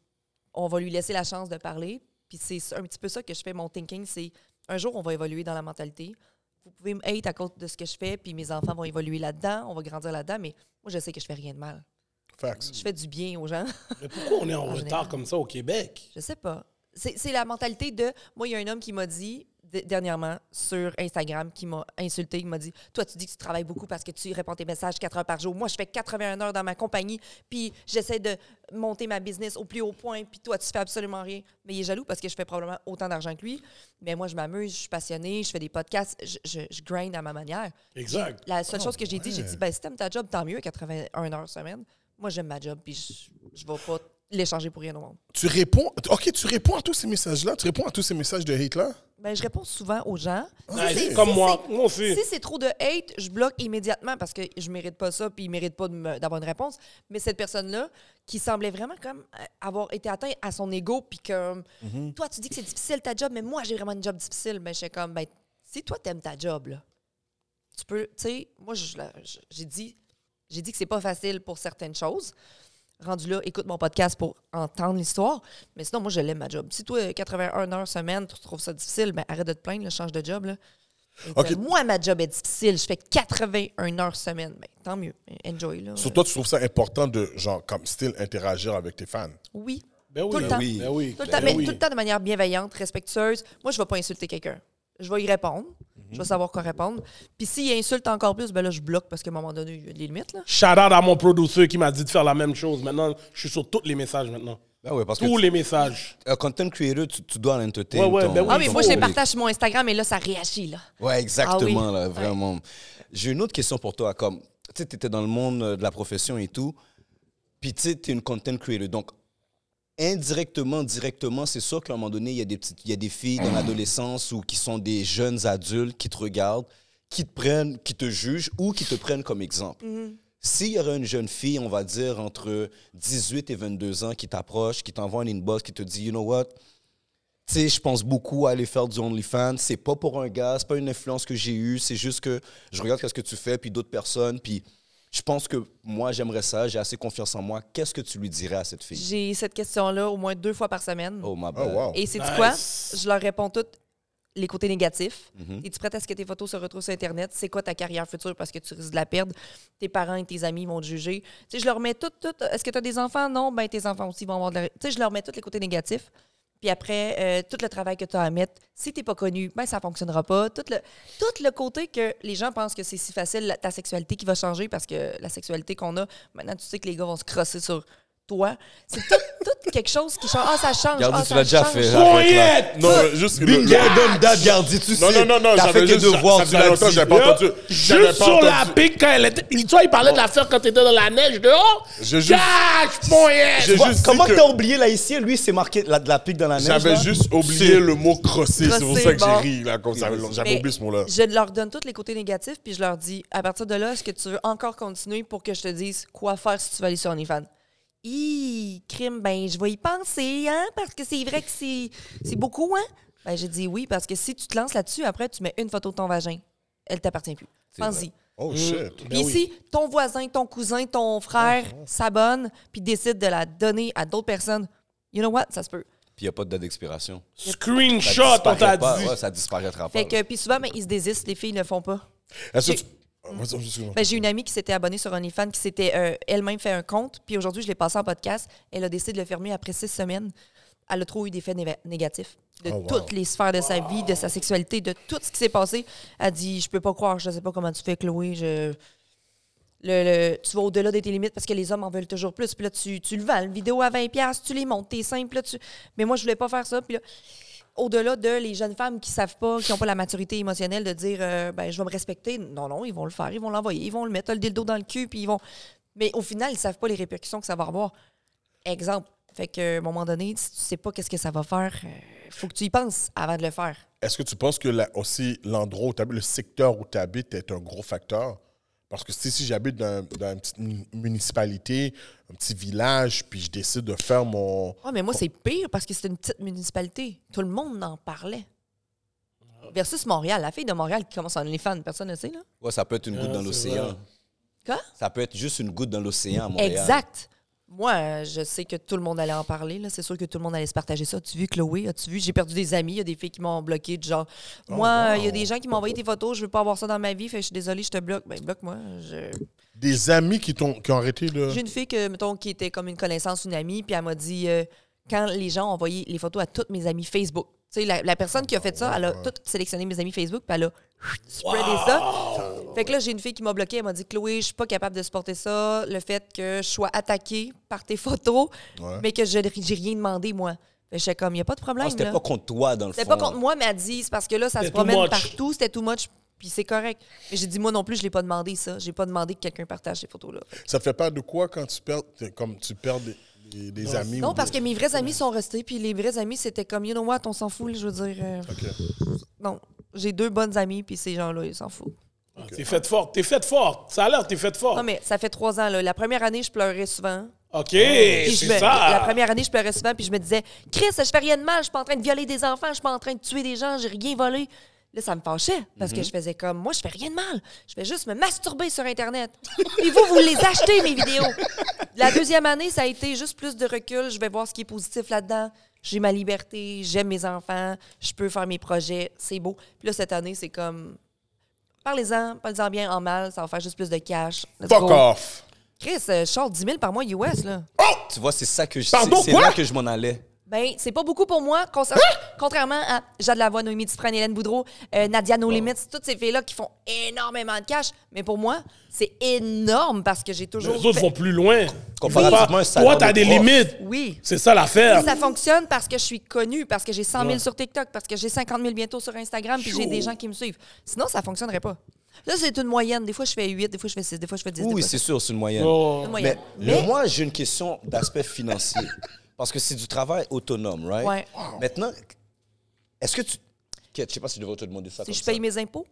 on va lui laisser la chance de parler. Puis c'est un petit peu ça que je fais. Mon thinking, c'est un jour, on va évoluer dans la mentalité. Vous pouvez me hate à cause de ce que je fais, puis mes enfants vont évoluer là-dedans, on va grandir là-dedans, mais moi, je sais que je fais rien de mal.
Facts.
Je fais du bien aux gens.
Mais pourquoi on est en retard
général.
comme ça au Québec?
Je sais pas. C'est c'est la mentalité de. Moi, il y a un homme qui m'a dit d- dernièrement sur Instagram qui m'a insulté, qui m'a dit Toi, tu dis que tu travailles beaucoup parce que tu réponds tes messages 4 heures par jour. Moi, je fais 81 heures dans ma compagnie, puis j'essaie de monter ma business au plus haut point, puis toi, tu fais absolument rien. Mais il est jaloux parce que je fais probablement autant d'argent que lui. Mais moi, je m'amuse, je suis passionnée, je fais des podcasts, je, je, je grind à ma manière.
Exact.
La seule chose que j'ai dit, j'ai dit ben, Si t'aimes ta job, tant mieux, 81 heures semaine. Moi, j'aime ma job, puis je, je vais pas l'échanger pour rien au monde.
Tu réponds. OK, tu réponds à tous ces messages-là. Tu réponds à tous ces messages de hate-là.
Ben, je réponds souvent aux gens.
Nice.
c'est-
Comme
si
moi.
c'est-
Moi aussi.
Si c'est trop de hate, je bloque immédiatement parce que je mérite pas ça puis ils méritent pas de me- d'avoir une réponse. Mais cette personne-là, qui semblait vraiment comme euh, avoir été atteinte à son ego puis comme toi, tu dis que c'est difficile ta job, mais moi, j'ai vraiment une job difficile. Mais je suis comme, ben, si toi, t'aimes ta job, là, tu peux, tu sais, moi, je- la- je- j'ai dit, j'ai dit que c'est pas facile pour certaines choses. Rendu là, écoute mon podcast pour entendre l'histoire. Mais sinon, moi, je l'aime ma job. Si toi, euh, 81 heures semaine, tu trouves ça difficile, ben arrête de te plaindre, là, change de job. Là. Et
Ok.
que Moi, ma job est difficile. Je fais 81 heures semaine. Ben, tant mieux. Enjoy. Là.
Sur toi, tu trouves ça important de, genre, comme style, interagir avec tes fans.
Euh, Oui.
Ben oui.
Tout le temps.
Ben oui.
Tout le, temps,
Ben
mais
oui.
tout le temps de manière bienveillante, respectueuse. Moi, je ne vais pas insulter quelqu'un. Je vais y répondre. Je
Mhm.
vais savoir quoi répondre. Puis s'il insulte encore plus, ben là, je bloque parce qu'à un moment donné, il y a des limites. Là.
Shout out à mon producteur qui m'a dit de faire la même chose. Maintenant, je suis sur tous les messages maintenant.
Ben ouais, parce que
Tous
tu-
les messages.
un content creator, tu, tu dois l'entertain.
Ouais, ouais,
ton-
ben oui.
Ah oui,
ton
moi, je les
public.
partage sur mon Instagram et là, ça réagit. Là.
Ouais, exactement,
Ah oui.
là, vraiment. J'ai une autre question pour toi. Comme, tu sais, tu étais dans le monde euh, de la profession et tout, puis tu sais, tu es une content creator. Donc, indirectement, directement, c'est sûr qu'à un moment donné, il y, a des petites- il y a des filles dans l'adolescence ou qui sont des jeunes adultes qui te regardent, qui te prennent, qui te jugent ou qui te prennent comme exemple. S'il y aurait une jeune fille, on va dire, entre 18 et 22 ans qui t'approche, qui t'envoie un inbox, qui te dit, you know what, tu sais, je pense beaucoup à aller faire du OnlyFans. C'est pas pour un gars, c'est pas une influence que j'ai eue. C'est juste que je regarde qu'est-ce que tu fais, puis d'autres personnes, puis je pense que moi, j'aimerais ça, j'ai assez confiance en moi. Qu'est-ce que tu lui dirais à cette fille?
J'ai cette question-là au moins deux fois par semaine.
Oh, ma
Oh,
bad.
wow.
Et c'est
Nice.
quoi? Je leur réponds toutes les côtés négatifs. Es-tu prête à ce que tes photos se retrouvent sur Internet? C'est quoi ta carrière future parce que tu risques de la perdre? Tes parents et tes amis vont te juger. Tu sais, je leur mets tout, tout. Est-ce que tu as des enfants? Non, ben tes enfants aussi vont avoir de la... Tu sais, je leur mets tous les côtés négatifs. Puis après, euh, tout le travail que tu as à mettre, si t'es pas connu, ben ça fonctionnera pas. Tout le, tout le côté que les gens pensent que c'est si facile, la- ta sexualité qui va changer parce que la sexualité qu'on a, maintenant tu sais que les gars vont se crosser sur toi. C'est tout, tout quelque chose qui change. Ah, ça change.
Gardi,
Ah,
tu
ça
l'as déjà
change.
fait. Arrête là.
Poignette!
Non, mais juste. le- le-
Garde date, Gardi, tu
Non, non, non, non,
T'as
j'avais
fait tes
juste.
devoirs,
ça
tu
faisait
l'as
longtemps que
dit.
j'avais pas
Là,
entendu. J'avais
Juste
pas
sur la
entendu.
pique quand elle était. Tu vois, il parlait de l'affaire quand t'étais dans la neige dehors.
J'ai juste-
Cash, poignette!
J'ai
Bah,
juste dit
Comment
que-
t'as oublié l'haïtien? Lui, c'est marqué la- de la pique dans la neige.
J'avais
là.
juste
C'est-
oublié le mot crosser, c'est pour
Crosser,
ça que j'ai
bon.
ri. là, comme ça, J'avais
Mais
oublié ce mot-là.
Je leur donne tous les côtés négatifs, puis je leur dis à partir de là, est-ce que tu veux encore continuer pour que je te dise quoi faire si tu vas aller sur OnlyFans? Hi, crime, ben je vais y penser, hein, parce que c'est vrai que c'est c'est beaucoup, hein? Ben j'ai dit oui, parce que si tu te lances là-dessus, après tu mets une photo de ton vagin, elle t'appartient plus. Pense-y.
Oh shit.
Puis si ton voisin, ton cousin, ton frère s'abonne, puis décide de la donner à d'autres personnes, you know what, ça se peut.
Puis il n'y a pas de date d'expiration. Ça
Screenshot, on t'a
disparaît pas,
dit.
ouais, ça disparaîtra
Fait
pas.
que, puis souvent, ben, ils se désistent, les filles ne le font pas.
Est-ce que
j'ai-
tu. Ah, vas-y, vas-y, excuse-moi.
Ben, j'ai une amie qui s'était abonnée sur OnlyFans, qui s'était euh, elle-même fait un compte, puis aujourd'hui, je l'ai passé en podcast. Elle a décidé de le fermer après six semaines. Elle a trop eu des faits néva- négatifs de
Oh, wow.
toutes les sphères de sa vie, de sa sexualité, de tout ce qui s'est passé. Elle dit Je peux pas croire, je sais pas comment tu fais, Chloé. Je... Le, le- tu vas au-delà de tes limites parce que les hommes en veulent toujours plus. Puis là, tu, tu le vends, le vidéo à 20$, tu les montes, t'es simple. Là, tu... Mais moi, je voulais pas faire ça. Puis là, au-delà de les jeunes femmes qui savent pas, qui n'ont pas la maturité émotionnelle de dire euh, ben je vais me respecter. Non, non, ils vont le faire, ils vont l'envoyer, ils vont le mettre le dildo dans le cul, puis ils vont. Mais au final, ils savent pas les répercussions que ça va avoir. Exemple. Fait que, à un moment donné, si tu sais pas qu'est-ce que ça va faire, euh, faut que tu y penses avant de le faire.
Est-ce que tu penses que la- aussi l'endroit où tu habites, le secteur où tu habites est un gros facteur? Parce que si, si j'habite dans, dans une petite mu- municipalité, un petit village, puis je décide de faire mon.
Ah, mais moi, c'est pire parce que c'est une petite municipalité. Tout le monde en parlait. Versus Montréal. La fille de Montréal qui commence en OnlyFans, personne ne sait, là.
Ouais, ça peut être une goutte
Ah,
dans
c'est
l'océan.
vrai.
Quoi?
Ça peut être juste une goutte dans l'océan à Montréal.
Exact. Moi, euh, je sais que tout le monde allait en parler. là. C'est sûr que tout le monde allait se partager ça. As-tu vu, Chloé? As-tu vu? J'ai perdu des amis. Il y a des filles qui m'ont bloqué. du Genre, moi, il y a des gens qui m'ont envoyé tes photos. Je veux pas avoir ça dans ma vie. Fait, que je suis désolée, je te bloque. Ben, bloque-moi. Je-
Des amis qui, t'ont- qui ont arrêté de.
J'ai une fille que, mettons, qui était comme une connaissance, une amie. Puis elle m'a dit, euh, quand les gens ont envoyé les photos à toutes mes amies Facebook. Tu sais, la, la personne qui a fait ça, elle a tout sélectionné mes amis Facebook, puis elle a spreadé ça. Fait que là, j'ai une fille qui m'a bloqué. Elle m'a dit Chloé, je suis pas capable de supporter ça. Le fait que je sois attaquée par tes photos, mais que je j'ai rien demandé, moi. Fait que j'étais comme, il n'y a pas de problème.
Ah, C'était
là.
pas contre toi, dans le fond.
C'était pas contre moi, mais elle dit c'est parce que là, ça se
C'était too
promène
much.
partout, c'était too much, puis c'est correct. Mais j'ai dit, moi non plus, je l'ai pas demandé ça. J'ai pas demandé que quelqu'un partage ces photos-là.
Ça te fait pas de quoi quand tu perds, t'es- comme tu perds des, des- des amis?
Non,
ou
parce que
des-
mes vrais amis sont restés, puis les vrais amis, c'était comme, you know what, on s'en fout, là, je veux dire. euh, Non, j'ai deux bonnes amies, puis ces gens-là, ils s'en foutent.
T'es faite forte, t'es faite forte. Ça a l'air, t'es faite
Non,
forte.
mais ça fait trois ans, là. La première année, je pleurais souvent.
OK,
Puis je
c'est
me- La
ça.
première année, je pleurais souvent, puis je me disais, Chris, je fais rien de mal, je suis pas en train de violer des enfants, je suis pas en train de tuer des gens, j'ai rien volé. Là, ça me fâchait parce que je faisais comme, moi, je fais rien de mal. Je vais juste me masturber sur Internet. Puis vous, vous les achetez, mes vidéos. La deuxième année, ça a été juste plus de recul. Je vais voir ce qui est positif là-dedans. J'ai ma liberté, j'aime mes enfants, je peux faire mes projets, c'est beau. Puis là, cette année, c'est comme, parlez-en, parlez-en bien, en mal, ça va faire juste plus de cash. Let's
Fuck
go.
off!
Chris, euh, je sors 10 000 par mois US, là.
Tu vois, c'est ça que je.
Pardon,
c'est- C'est
quoi?
là que je m'en allais.
Ben, c'est pas beaucoup pour moi, concer-
Hein?
contrairement à Jade Lavoie, Noémie Dufresne, Hélène Boudreau, euh, Nadia No Limits, toutes ces filles-là qui font énormément de cash. Mais pour moi, c'est énorme parce que j'ai toujours.
Les autres
fait-
vont plus loin.
Comparativement,
Ils vont pas-
un salon
Toi, t'as
de
des
prof.
limites.
Oui.
C'est ça l'affaire.
Ça fonctionne parce que je suis connue, parce que j'ai 100 000 sur TikTok, parce que j'ai 50 000 bientôt sur Instagram, puis j'ai des gens qui me suivent. Sinon, ça fonctionnerait pas. Là, c'est une moyenne. Des fois, je fais 8, des fois, je fais 6, des fois, je fais 10. des
Oui,
fois,
c'est sûr, c'est une moyenne.
Oh.
une
Mais,
moyenne.
mais moi, j'ai une question d'aspect financier. Parce que c'est du travail autonome, right?
Ouais.
Maintenant, est-ce que tu. Ok, Je sais pas si je devrais te demander ça.
si
comme
je
ça.
paye mes impôts,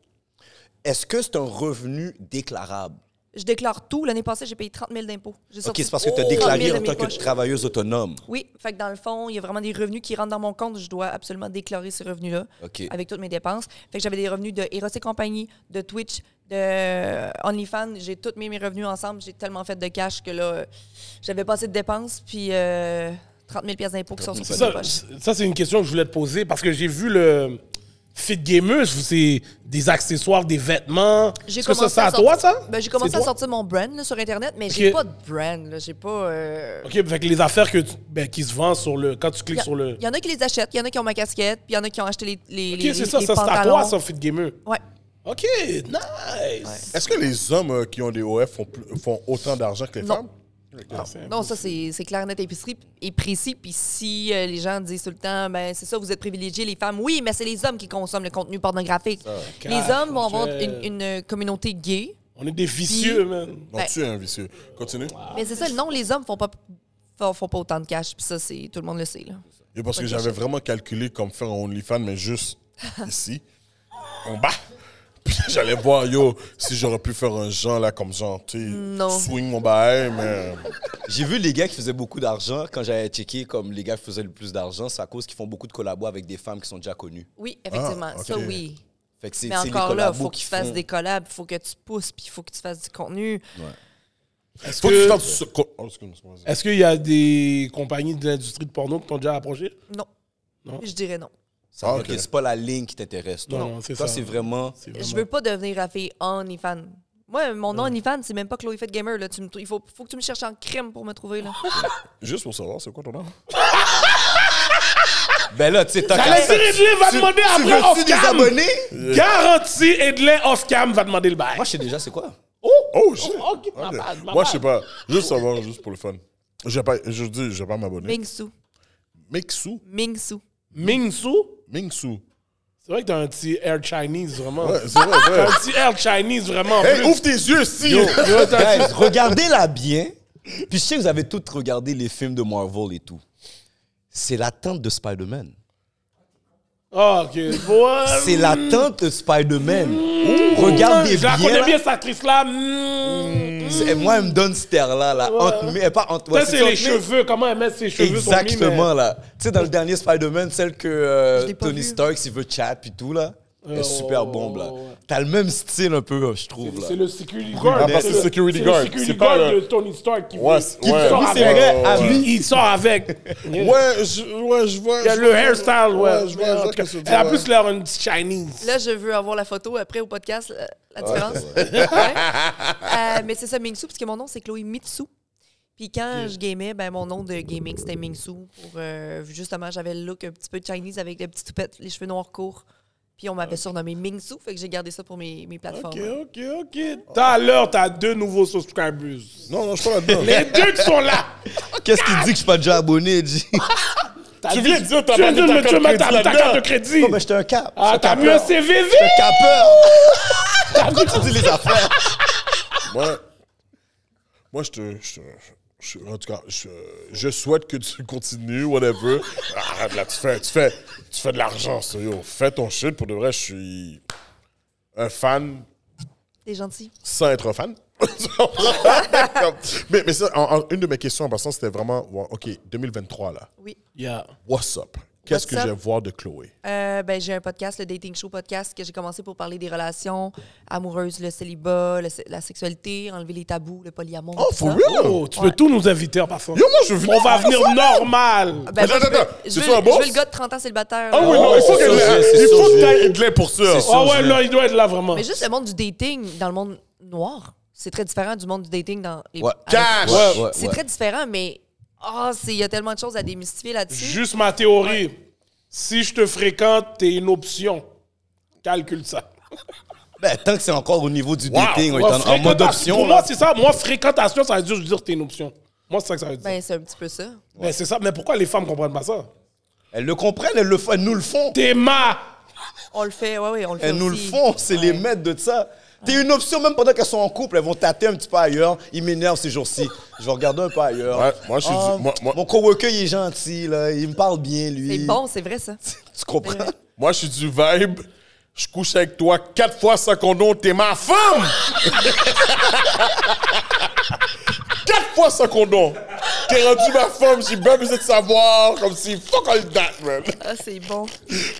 Est-ce que c'est un revenu déclarable?
Je déclare tout. L'année passée, j'ai payé 30 000 d'impôts. J'ai
OK,
sorti
c'est parce que tu as
30 000 de
déclaré en
mes
tant que
poches.
travailleuse autonome.
Oui, fait que dans le fond, il y a vraiment des revenus qui rentrent dans mon compte. Je dois absolument déclarer ces revenus-là
OK.
avec toutes mes dépenses. Fait que j'avais des revenus de Eros et compagnie, de Twitch, de OnlyFans. J'ai tous mis mes revenus ensemble. J'ai tellement fait de cash que là, euh, j'avais pas assez de dépenses. Puis euh, 30 000 pièces d'impôts qui sont sorties de mes
Ça,
poches.
ça, c'est une question que je voulais te poser parce que j'ai vu le Fit Gamer, c'est des accessoires, des vêtements.
J'ai
Est-ce que ça,
commencé
c'est à
sortir-
toi, ça?
Ben, j'ai commencé
C'est
à
toi?
sortir mon brand là, sur Internet, mais j'ai
Ok.
pas de brand. là. J'ai pas. euh,
OK, fait que les affaires que tu- ben, qui se vendent sur le, quand tu cliques sur le...
Il y en a qui les achètent, il y en a qui ont ma casquette, puis il y en a qui ont acheté les, les,
OK,
les-
c'est ça,
les
ça c'est à
pantalons.
toi, ça, Fit Gamer.
Ouais.
OK, nice.
Est-ce que les hommes euh, qui ont des OF font, plus- font autant d'argent que les
Non.
femmes?
Non, ça, c'est c'est clair, net, épicerie et précis. Puis si euh, les gens disent tout le temps, ben c'est ça, vous êtes privilégiés, les femmes, oui, mais c'est les hommes qui consomment le contenu pornographique. les hommes vont avoir une, une communauté gay.
On est des vicieux, man.
Non,
Ben-
tu es un vicieux. Continue.
Ah.
Mais c'est ça, non, les hommes font pas font, font pas autant de cash. Puis ça, c'est tout le monde le sait. Là.
Et parce que j'avais vraiment calculé comme faire un OnlyFans, mais juste ici, en bas. Puis j'allais voir, yo, si j'aurais pu faire un genre là, comme genre, tu
Non.
sais, swing mon bail, mais.
J'ai vu les gars qui faisaient beaucoup d'argent. Quand j'avais checké comme les gars qui faisaient le plus d'argent, c'est à cause qu'ils font beaucoup de collabos avec des femmes qui sont déjà connues.
Oui, effectivement.
Ah,
Ça,
ok.
oui.
Fait que c'est
Mais
c'est les
encore là, il
collabos
faut que
qui
tu fasses
font-
des collabs, il faut que tu pousses, puis il faut que tu fasses du contenu.
Faut que tu tapes sur- Oh, excuse-moi, vas-y.
Est-ce qu'il y a des compagnies de l'industrie de porno qui t'ont déjà approché?
Non.
Non.
Je dirais non.
Ça veut
Ah,
dire
ok.
que c'est pas la ligne qui t'intéresse. toi.
Non, non, c'est
Toi,
ça.
c'est vraiment.
C'est
Je
vraiment-
veux pas devenir la fille OnlyFans. Moi, mon nom OnlyFans, c'est même pas Chloé Fett Gamer. Là. Tu me trou- il faut, faut que tu me cherches en crème pour me trouver. Là.
Ah,
Juste pour savoir, c'est quoi ton nom?
Ben là, tu sais, tant qu'à
Alain
ça, tu-
Siridley va demander
tu
après
veux-tu des
off-cam.
abonnés?
Garantie Edley off-cam va demander le bail.
Moi, je sais déjà c'est quoi.
Oh!
Oh, shit!
ok, ma
Ok.
bad,
Moi,
ma bad.
je sais pas. Juste savoir, juste pour le fun. Je vais pas, je dis, je vais pas m'abonner.
Ming Su.
Mingsu.
Ming Su.
Ming Su?
Mingsu.
C'est vrai que t'as un petit air Chinese, vraiment.
Ouais, c'est vrai,
T'as
vrai.
un petit air Chinese, vraiment. en
Hey,
plus.
ouvre tes yeux, si!
Yo, yo, t'as-
Guys, regardez-la bien. Puis je sais que vous avez toutes regardé les films de Marvel et tout. C'est l'attente de Spider-Man.
Ah, ok. Bon,
C'est l'attente de Spider-Man. Regardez
Je la
bien.
connais
là.
bien, cette actrice-là. Mm.
C'est- Moi, elle me donne cette air-là. Là. Entre, mais, pas entre,
Ça,
ouais,
c'est
ça,
les
entre-
cheveux. Comment elle met ses cheveux sont mis, mais-
Exactement, là. Tu sais, dans le dernier Spider-Man, celle que euh,
Je l'ai pas
Tony
vu.
Stark, s'il veut chat et tout, là, elle
ouais,
est super
ouais,
bombe, là.
ouais, ouais.
T'as le même style un peu, euh, je trouve, là.
C'est le security guard.
Ah, parce que c'est security guard.
C'est le
C'est
security
pas
guard
le-
de Tony Stark qui
Ouais,
fait-
c'est- ouais.
sort
Oui, c'est
avec.
vrai,
Ouais,
ah
ouais,
oui.
ouais. Il sort avec.
Ouais, je, ouais, je vois.
Il y a
je
le
vois-
hairstyle, ouais.
je vois. je
En
vois
tout cas,
qu'est-ce que tu dis,
Elle a
ouais.
plus l'air une petite Chinese.
Là, je veux avoir la photo après au podcast, la, la différence. Ouais. Euh, mais c'est ça, Ming Su, parce que mon nom, c'est Chloé Mitsu. Puis quand je gamais, ben, mon nom de gaming, c'était Ming Su. Pour, euh, justement, j'avais le look un petit peu Chinese avec des petites toupettes, les cheveux noirs courts. Puis on m'avait surnommé Ming Su, fait que j'ai gardé ça pour mes, mes plateformes.
Ok, ok, ok. Tout à l'heure, t'as deux nouveaux subscribers.
Non, non, je suis pas là-dedans.
Les deux qui sont là.
Qu'est-ce qu'il dit que je suis pas déjà abonné, G?
Ah,
T'as
Tu
dit-
viens de dire, t'as
tu viens
pas mis
de
ta
me- tu
carte
veux mettre
crédit
ta- ta
là-dedans.
carte de crédit.
bah,
Non, mais j'étais un cap.
Ah, t'as mis un CVV.
J'étais un capeur. Pourquoi tu dis les affaires?
Moi, moi je te. Je, te- je- en tout cas, je, je souhaite que tu continues, whatever. Arrête là, tu fais, tu fais, tu fais de l'argent, sérieux. Fais ton shit. Pour de vrai, je suis un fan
T'es gentil.
sans être fan. mais mais ça, en- en- une de mes questions en passant, c'était vraiment, ouais, OK, 2023, là.
Oui.
Yeah.
What's up? Qu'est-ce
What's
que
up?
je vais voir de Chloé?
Euh, ben, j'ai un podcast, le Dating Show podcast, que j'ai commencé pour parler des relations amoureuses, le célibat, le se- la sexualité, enlever les tabous, le polyamour.
Oh,
tout
for
ça.
real?
Oh, tu peux tout nous inviter en passant.
Yo, moi, je veux
On va venir
ça, là.
normal.
Ben,
Attends,
moi, je veux-
attends,
je
c'est
veux-
ça, un boss?
Je veux le gars de 30 ans célibataire.
Ah oui,
là.
non, il faut
c'est
qu'elle
sûr,
l'ait.
c'est
Il
sûr,
faut
je
que
vais.
t'ailles de l'aide pour ça.
sûr.
Ah ouais,
je-
là, il doit être là vraiment.
Mais juste le monde du dating, dans le monde noir, c'est très différent du monde du dating dans les.
Ouais.
avec-
Cash!
Ouais, ouais,
C'est
ouais.
très différent, mais ah, c'est- il y a tellement de choses à démystifier là-dessus.
Juste ma théorie. Si je te fréquente, t'es une option. Calcule ça.
Ben, tant que c'est encore au niveau du dating, on est
Moi,
en, en mode
fréquentation-
option.
Pour moi,
là.
c'est ça. Moi, fréquentation, ça veut dire, je veux dire t'es une option. Moi, c'est ça que ça veut dire.
Ben, c'est un petit peu ça.
Ben, c'est ça. Mais pourquoi les femmes comprennent pas ça?
Elles le comprennent, elles, le font, elles nous le font.
T'es ma.
Ah
On le fait, ouais, ouais, on le fait.
Elles nous le
aussi.
font, c'est les
Ouais.
maîtres de ça. T'es une option, même pendant qu'elles sont en couple, elles vont tâter un petit peu ailleurs. Ils m'énervent ces jours-ci. Je vais regarder un peu ailleurs.
Ouais, moi, je suis
Ah,
du- moi- moi-
Mon coworker, il est gentil, là. il me parle bien, lui.
C'est bon, c'est vrai, ça.
Tu comprends?
Moi, je suis du vibe. Je couche avec toi quatre fois sans condom, t'es ma femme! quatre fois sans condom! T'es rendu ma femme, j'ai bien besoin de savoir, comme si fuck all that, man.
Ah, c'est bon.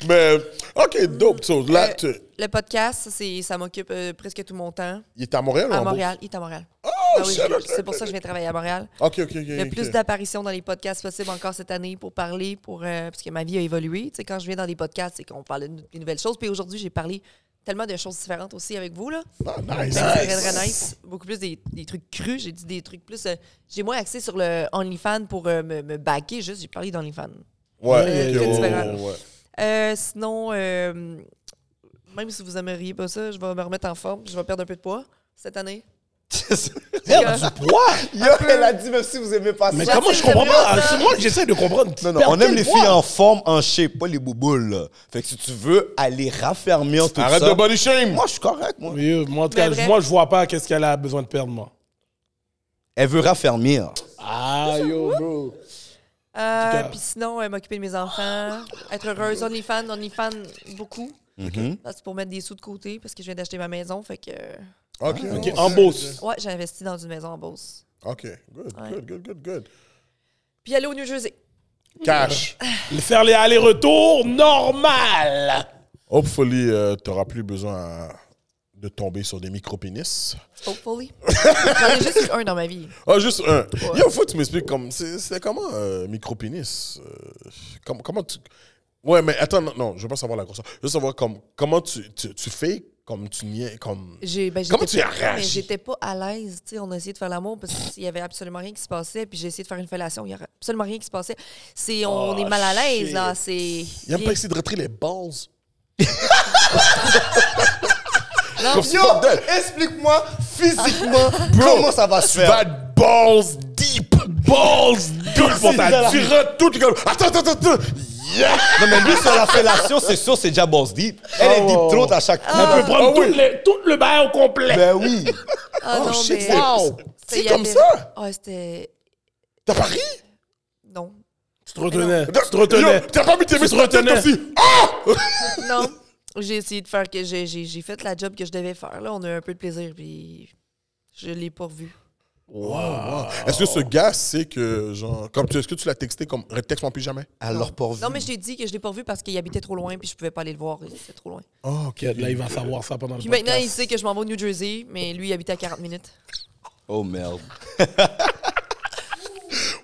Mais, ok, dope, so, là,
Euh,
tu-
le podcast, c'est, ça m'occupe euh, presque tout mon temps.
il est à Montréal ou en
À
Beauce?
Montréal. Il est à Montréal.
Oh,
Ah oui,
shit,
je-
ok,
c'est pour ça que je viens travailler à Montréal.
Ok, ok, ok.
Le
ok.
plus d'apparitions dans les podcasts possibles encore cette année pour parler, pour, euh, parce que ma vie a évolué. Tu sais, quand je viens dans les podcasts, c'est qu'on parle de nou- des nouvelles choses. Puis aujourd'hui, j'ai parlé tellement de choses différentes aussi avec vous. Là.
Ah, nice.
Fait que C'est très, très nice. Beaucoup plus des, des trucs crus. J'ai dit des trucs plus. euh, j'ai moins axé sur le OnlyFans pour euh, me, me baquer. Juste, j'ai parlé d'OnlyFans.
Ouais,
très
ok, ouais,
différent.
ouais, ouais.
Euh, sinon, euh, même si vous aimeriez pas ça, je vais me remettre en forme. Je vais perdre un peu de poids cette année.
Perdre du poids! Yo, elle a dit, même si vous aimez pas
Mais
ça.
comment je comprends pas? C'est moi que j'essaie de comprendre.
Non, non,
Perds
on aime
quel
les
poids?
filles en forme, en shape, pas les bouboules. là. Fait que si tu veux aller raffermir tout
Arrête
ça...
de body shame!
Moi, je suis correct, moi.
Oui, euh, moi, en tout cas,
Mais bref.
moi, je vois pas qu'est-ce qu'elle a besoin de perdre, moi.
Elle veut raffermir.
Ah, yo, bro.
Euh,
cas-
puis sinon, euh, m'occuper de mes enfants, être heureuse, OnlyFans, OnlyFans beaucoup.
Mhm.
Ça, c'est pour mettre des sous de côté parce que je viens d'acheter ma maison. Fait que, euh,
Ok,
OK, en bourse.
ouais, j'ai investi dans une maison en Beauce.
Ok, good, good, good, good, good.
Puis aller au New Jersey.
Cash.
Faire les allers-retours, normal.
Hopefully, tu n'auras plus besoin euh, de tomber sur des micro-pénis.
Hopefully. J'en ai juste eu un dans ma vie.
Ah, juste un. Yo, faut que tu m'expliques comme. c'est- C'était comment, euh, micro-pénis Euh, comme- Comment tu. Ouais, mais attends, non, non, je veux pas savoir la grosseur. Je veux savoir comme, comment tu, tu, tu fais, comme tu niais, comme.
J'ai- ben, j'étais
Comment tu
pas-
as réagi?
mais J'étais pas à l'aise. tu sais, On a essayé de faire l'amour parce qu'il y avait absolument rien qui se passait. Puis j'ai essayé de faire une fellation. Il y avait absolument rien qui se passait. C'est, on
Oh,
est mal à l'aise.
shit.
là. C'est.
Il a pas essayé de retirer les balls.
Non,
Comme
Yo, explique-moi physiquement comment ça va se faire.
Bad balls deep. Balls deep.
pour ta-
Tu retires tout comme. Attends, attends, attends. attends. Yeah!
Non, mais lui, sur la fellation, c'est sûr, c'est déjà boss deep. Elle est deep throat à chaque
On peut prendre
Ah
tout,
oui.
le, tout le bail au complet.
Ben oui.
ah, non,
oh, shit,
mais-
c'est- Wow.
il y
C'est comme
avait-
ça?
Ah, c'était.
T'as pas ri?
Non.
Tu te retenais.
Yo,
Tu te retenais.
T'as pas mis tes mains
Tu
sur la tête
retenais.
comme si. Ah!
Non. J'ai essayé de faire que j'ai, j'ai, j'ai fait la job que je devais faire. Là, on a eu un peu de plaisir, puis je l'ai pas revu.
Est-ce que ce gars sait que, genre, comme tu, est-ce que tu l'as texté comme texte-moi plus jamais?
Alors, pour vous.
Non, mais je t'ai dit que je l'ai pas revu parce qu'il habitait trop loin, puis je pouvais pas aller le voir. C'était trop loin.
Oh, ok.
Là, il va savoir ça pendant le
Puis
podcast.
maintenant, il sait que je m'en vais au New Jersey, mais lui, il habitait à 40 minutes.
Oh merde.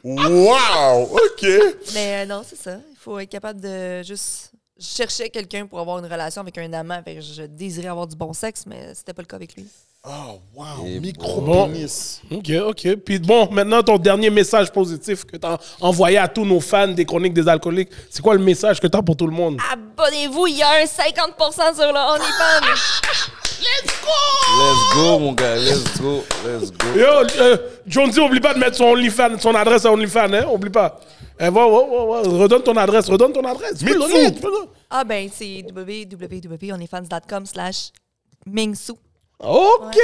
Wow! Ok.
Mais euh, non, c'est ça. Il faut être capable de juste. Je cherchais quelqu'un pour avoir une relation avec un amant. Fait que je désirais avoir du bon sexe, mais c'était pas le cas avec lui.
Oh, wow.
Et
Micro-pénis.
OK, OK. Puis bon, maintenant, ton dernier message positif que tu as envoyé à tous nos fans des chroniques des alcooliques, c'est quoi le message que tu as pour tout le monde?
Abonnez-vous, il y a un 50 sur le OnlyFans.
Let's go, mon gars. Let's go. Let's go.
Ah.
Yo, euh, Jonesy, oublie pas de mettre son OnlyFans, son adresse à OnlyFans, hein? Oublie pas. Eh, va, va, va, va, Redonne ton adresse, redonne ton adresse. Tu peux le
Mitsu.
donner, tu peux le-
Ah ben, c'est www.onlyfans.com slash Mingsu.
OK,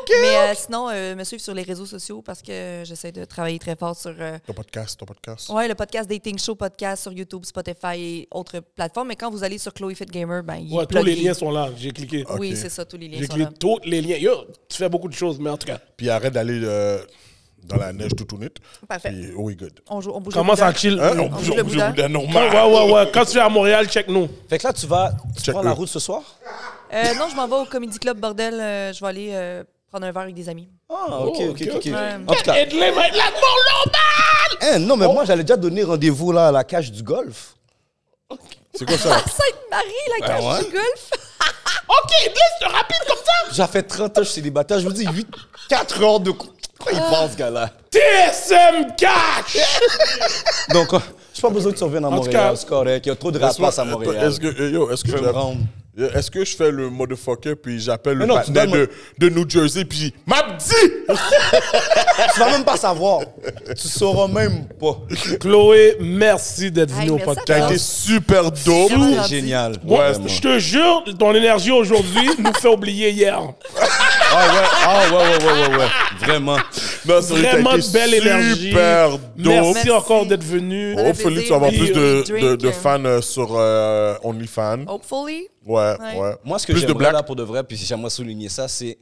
OK.
Mais euh, sinon, euh, me suivre sur les réseaux sociaux parce que j'essaie de travailler très fort sur euh,
Ton podcast, ton podcast.
ouais, le podcast Dating Show Podcast sur YouTube, Spotify et autres plateformes. Mais quand vous allez sur Chloé Fit Gamer, ben, il est
Ouais, tous
plugué.
les liens sont là. J'ai cliqué.
Oui,
Ok.
c'est Oh, ça, tous les liens
J'ai
sont là.
cliqué tous les liens. Yo, tu fais beaucoup de choses, mais en tout cas,
Puis arrête d'aller euh, dans la neige tout tournée.
Parfait.
Puis, oui, good.
On, joue, on bouge
commence
le
à
boudin.
chill.
Hein? On
bouge
bouge,
le
on bouge au
boudin.
boudin
Ouais,
normal.
ouais, ouais. Quand tu es à Montréal, check nous.
Fait que là, tu vas. Tu
Check
prends la
le.
route ce soir?
Euh, non, je m'en vais au Comedy Club Bordel. euh, je vais aller euh, prendre un verre avec des amis.
Ah, ok, ok, ok.
Ouais.
En tout cas,
Et de les- la
hein, non, mais moi, j'allais déjà donner rendez-vous là à la cage du golf.
C'est quoi
Ah.
ça?
Ah, Sainte-Marie, la cage
ouais?
du golf!
J'ai fait 30 ans, je suis célibataire. Je vous dis, 8, 4 heures de. cou- Quoi il pense, ce gars-là?
TSM Cash!
Donc, euh, j'ai pas besoin que tu reviennes à
tout
Montréal,
cas-
c'est correct. Il y a trop de rapaces à Montréal.
Est-ce que, eh, yo, est-ce que,
Je vais me rendre.
Eh, est-ce que je fais le motherfucker puis j'appelle le
Mais non, tu
partenaire
dois me-
de, de New Jersey puis Mabdi!
Tu vas même pas savoir. Tu sauras même pas.
Chloé, merci d'être venue
Hey,
au
merci à
T'as
Ah.
été
podcast.
super dope.
Vraiment
C'est
gentil.
génial.
Moi,
vraiment.
je te jure, ton énergie aujourd'hui nous fait oublier hier.
Ah ouais, ah ouais, ouais, ouais, ouais, ouais. Vraiment.
Non, sérieux, t'as
Vraiment
été
de belle énergie.
Super dope.
Merci encore d'être venu.
Oh.
Hopefully, tu vas avoir
Puis,
plus
euh,
de, de, de
drink,
fans euh, sur euh, OnlyFans.
Hopefully.
Ouais,
Oh. Ouais.
ouais.
Moi, ce que
Plus de
j'aimerais
black.
là pour de vrai, puis j'aimerais souligner ça, c'est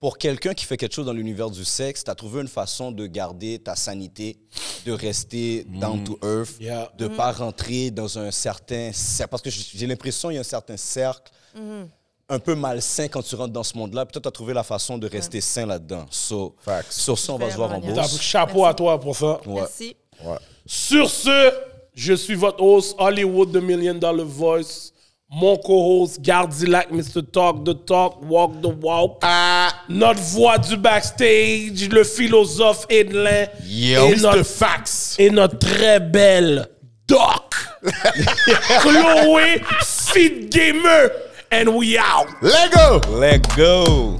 pour quelqu'un qui fait quelque chose dans l'univers du sexe, t'as trouvé une façon de garder ta sanité, de rester down
Mm.
to earth,
Yeah.
de pas rentrer dans un certain cercle. Parce que j'ai j'ai l'impression qu'il y a un certain cercle un peu malsain quand tu rentres dans ce monde-là. Puis toi, t'as trouvé la façon de rester sain là-dedans. So,
Facts.
Sur ça, on va se voir en
Vraiment
T'as-
bourse.
Chapeau à toi pour ça.
Ouais.
Merci.
Sur ce, je suis votre host Hollywood The Million Dollar Voice. Mon co-host Gardilac, Mr. Talk the Talk, Walk the Walk. Notre voix du backstage, le philosophe Edlin.
Yo.
et,
Mr.
notre, et notre très belle Doc. Chloé Fit Gamer. And we out.
Lego!
Let go!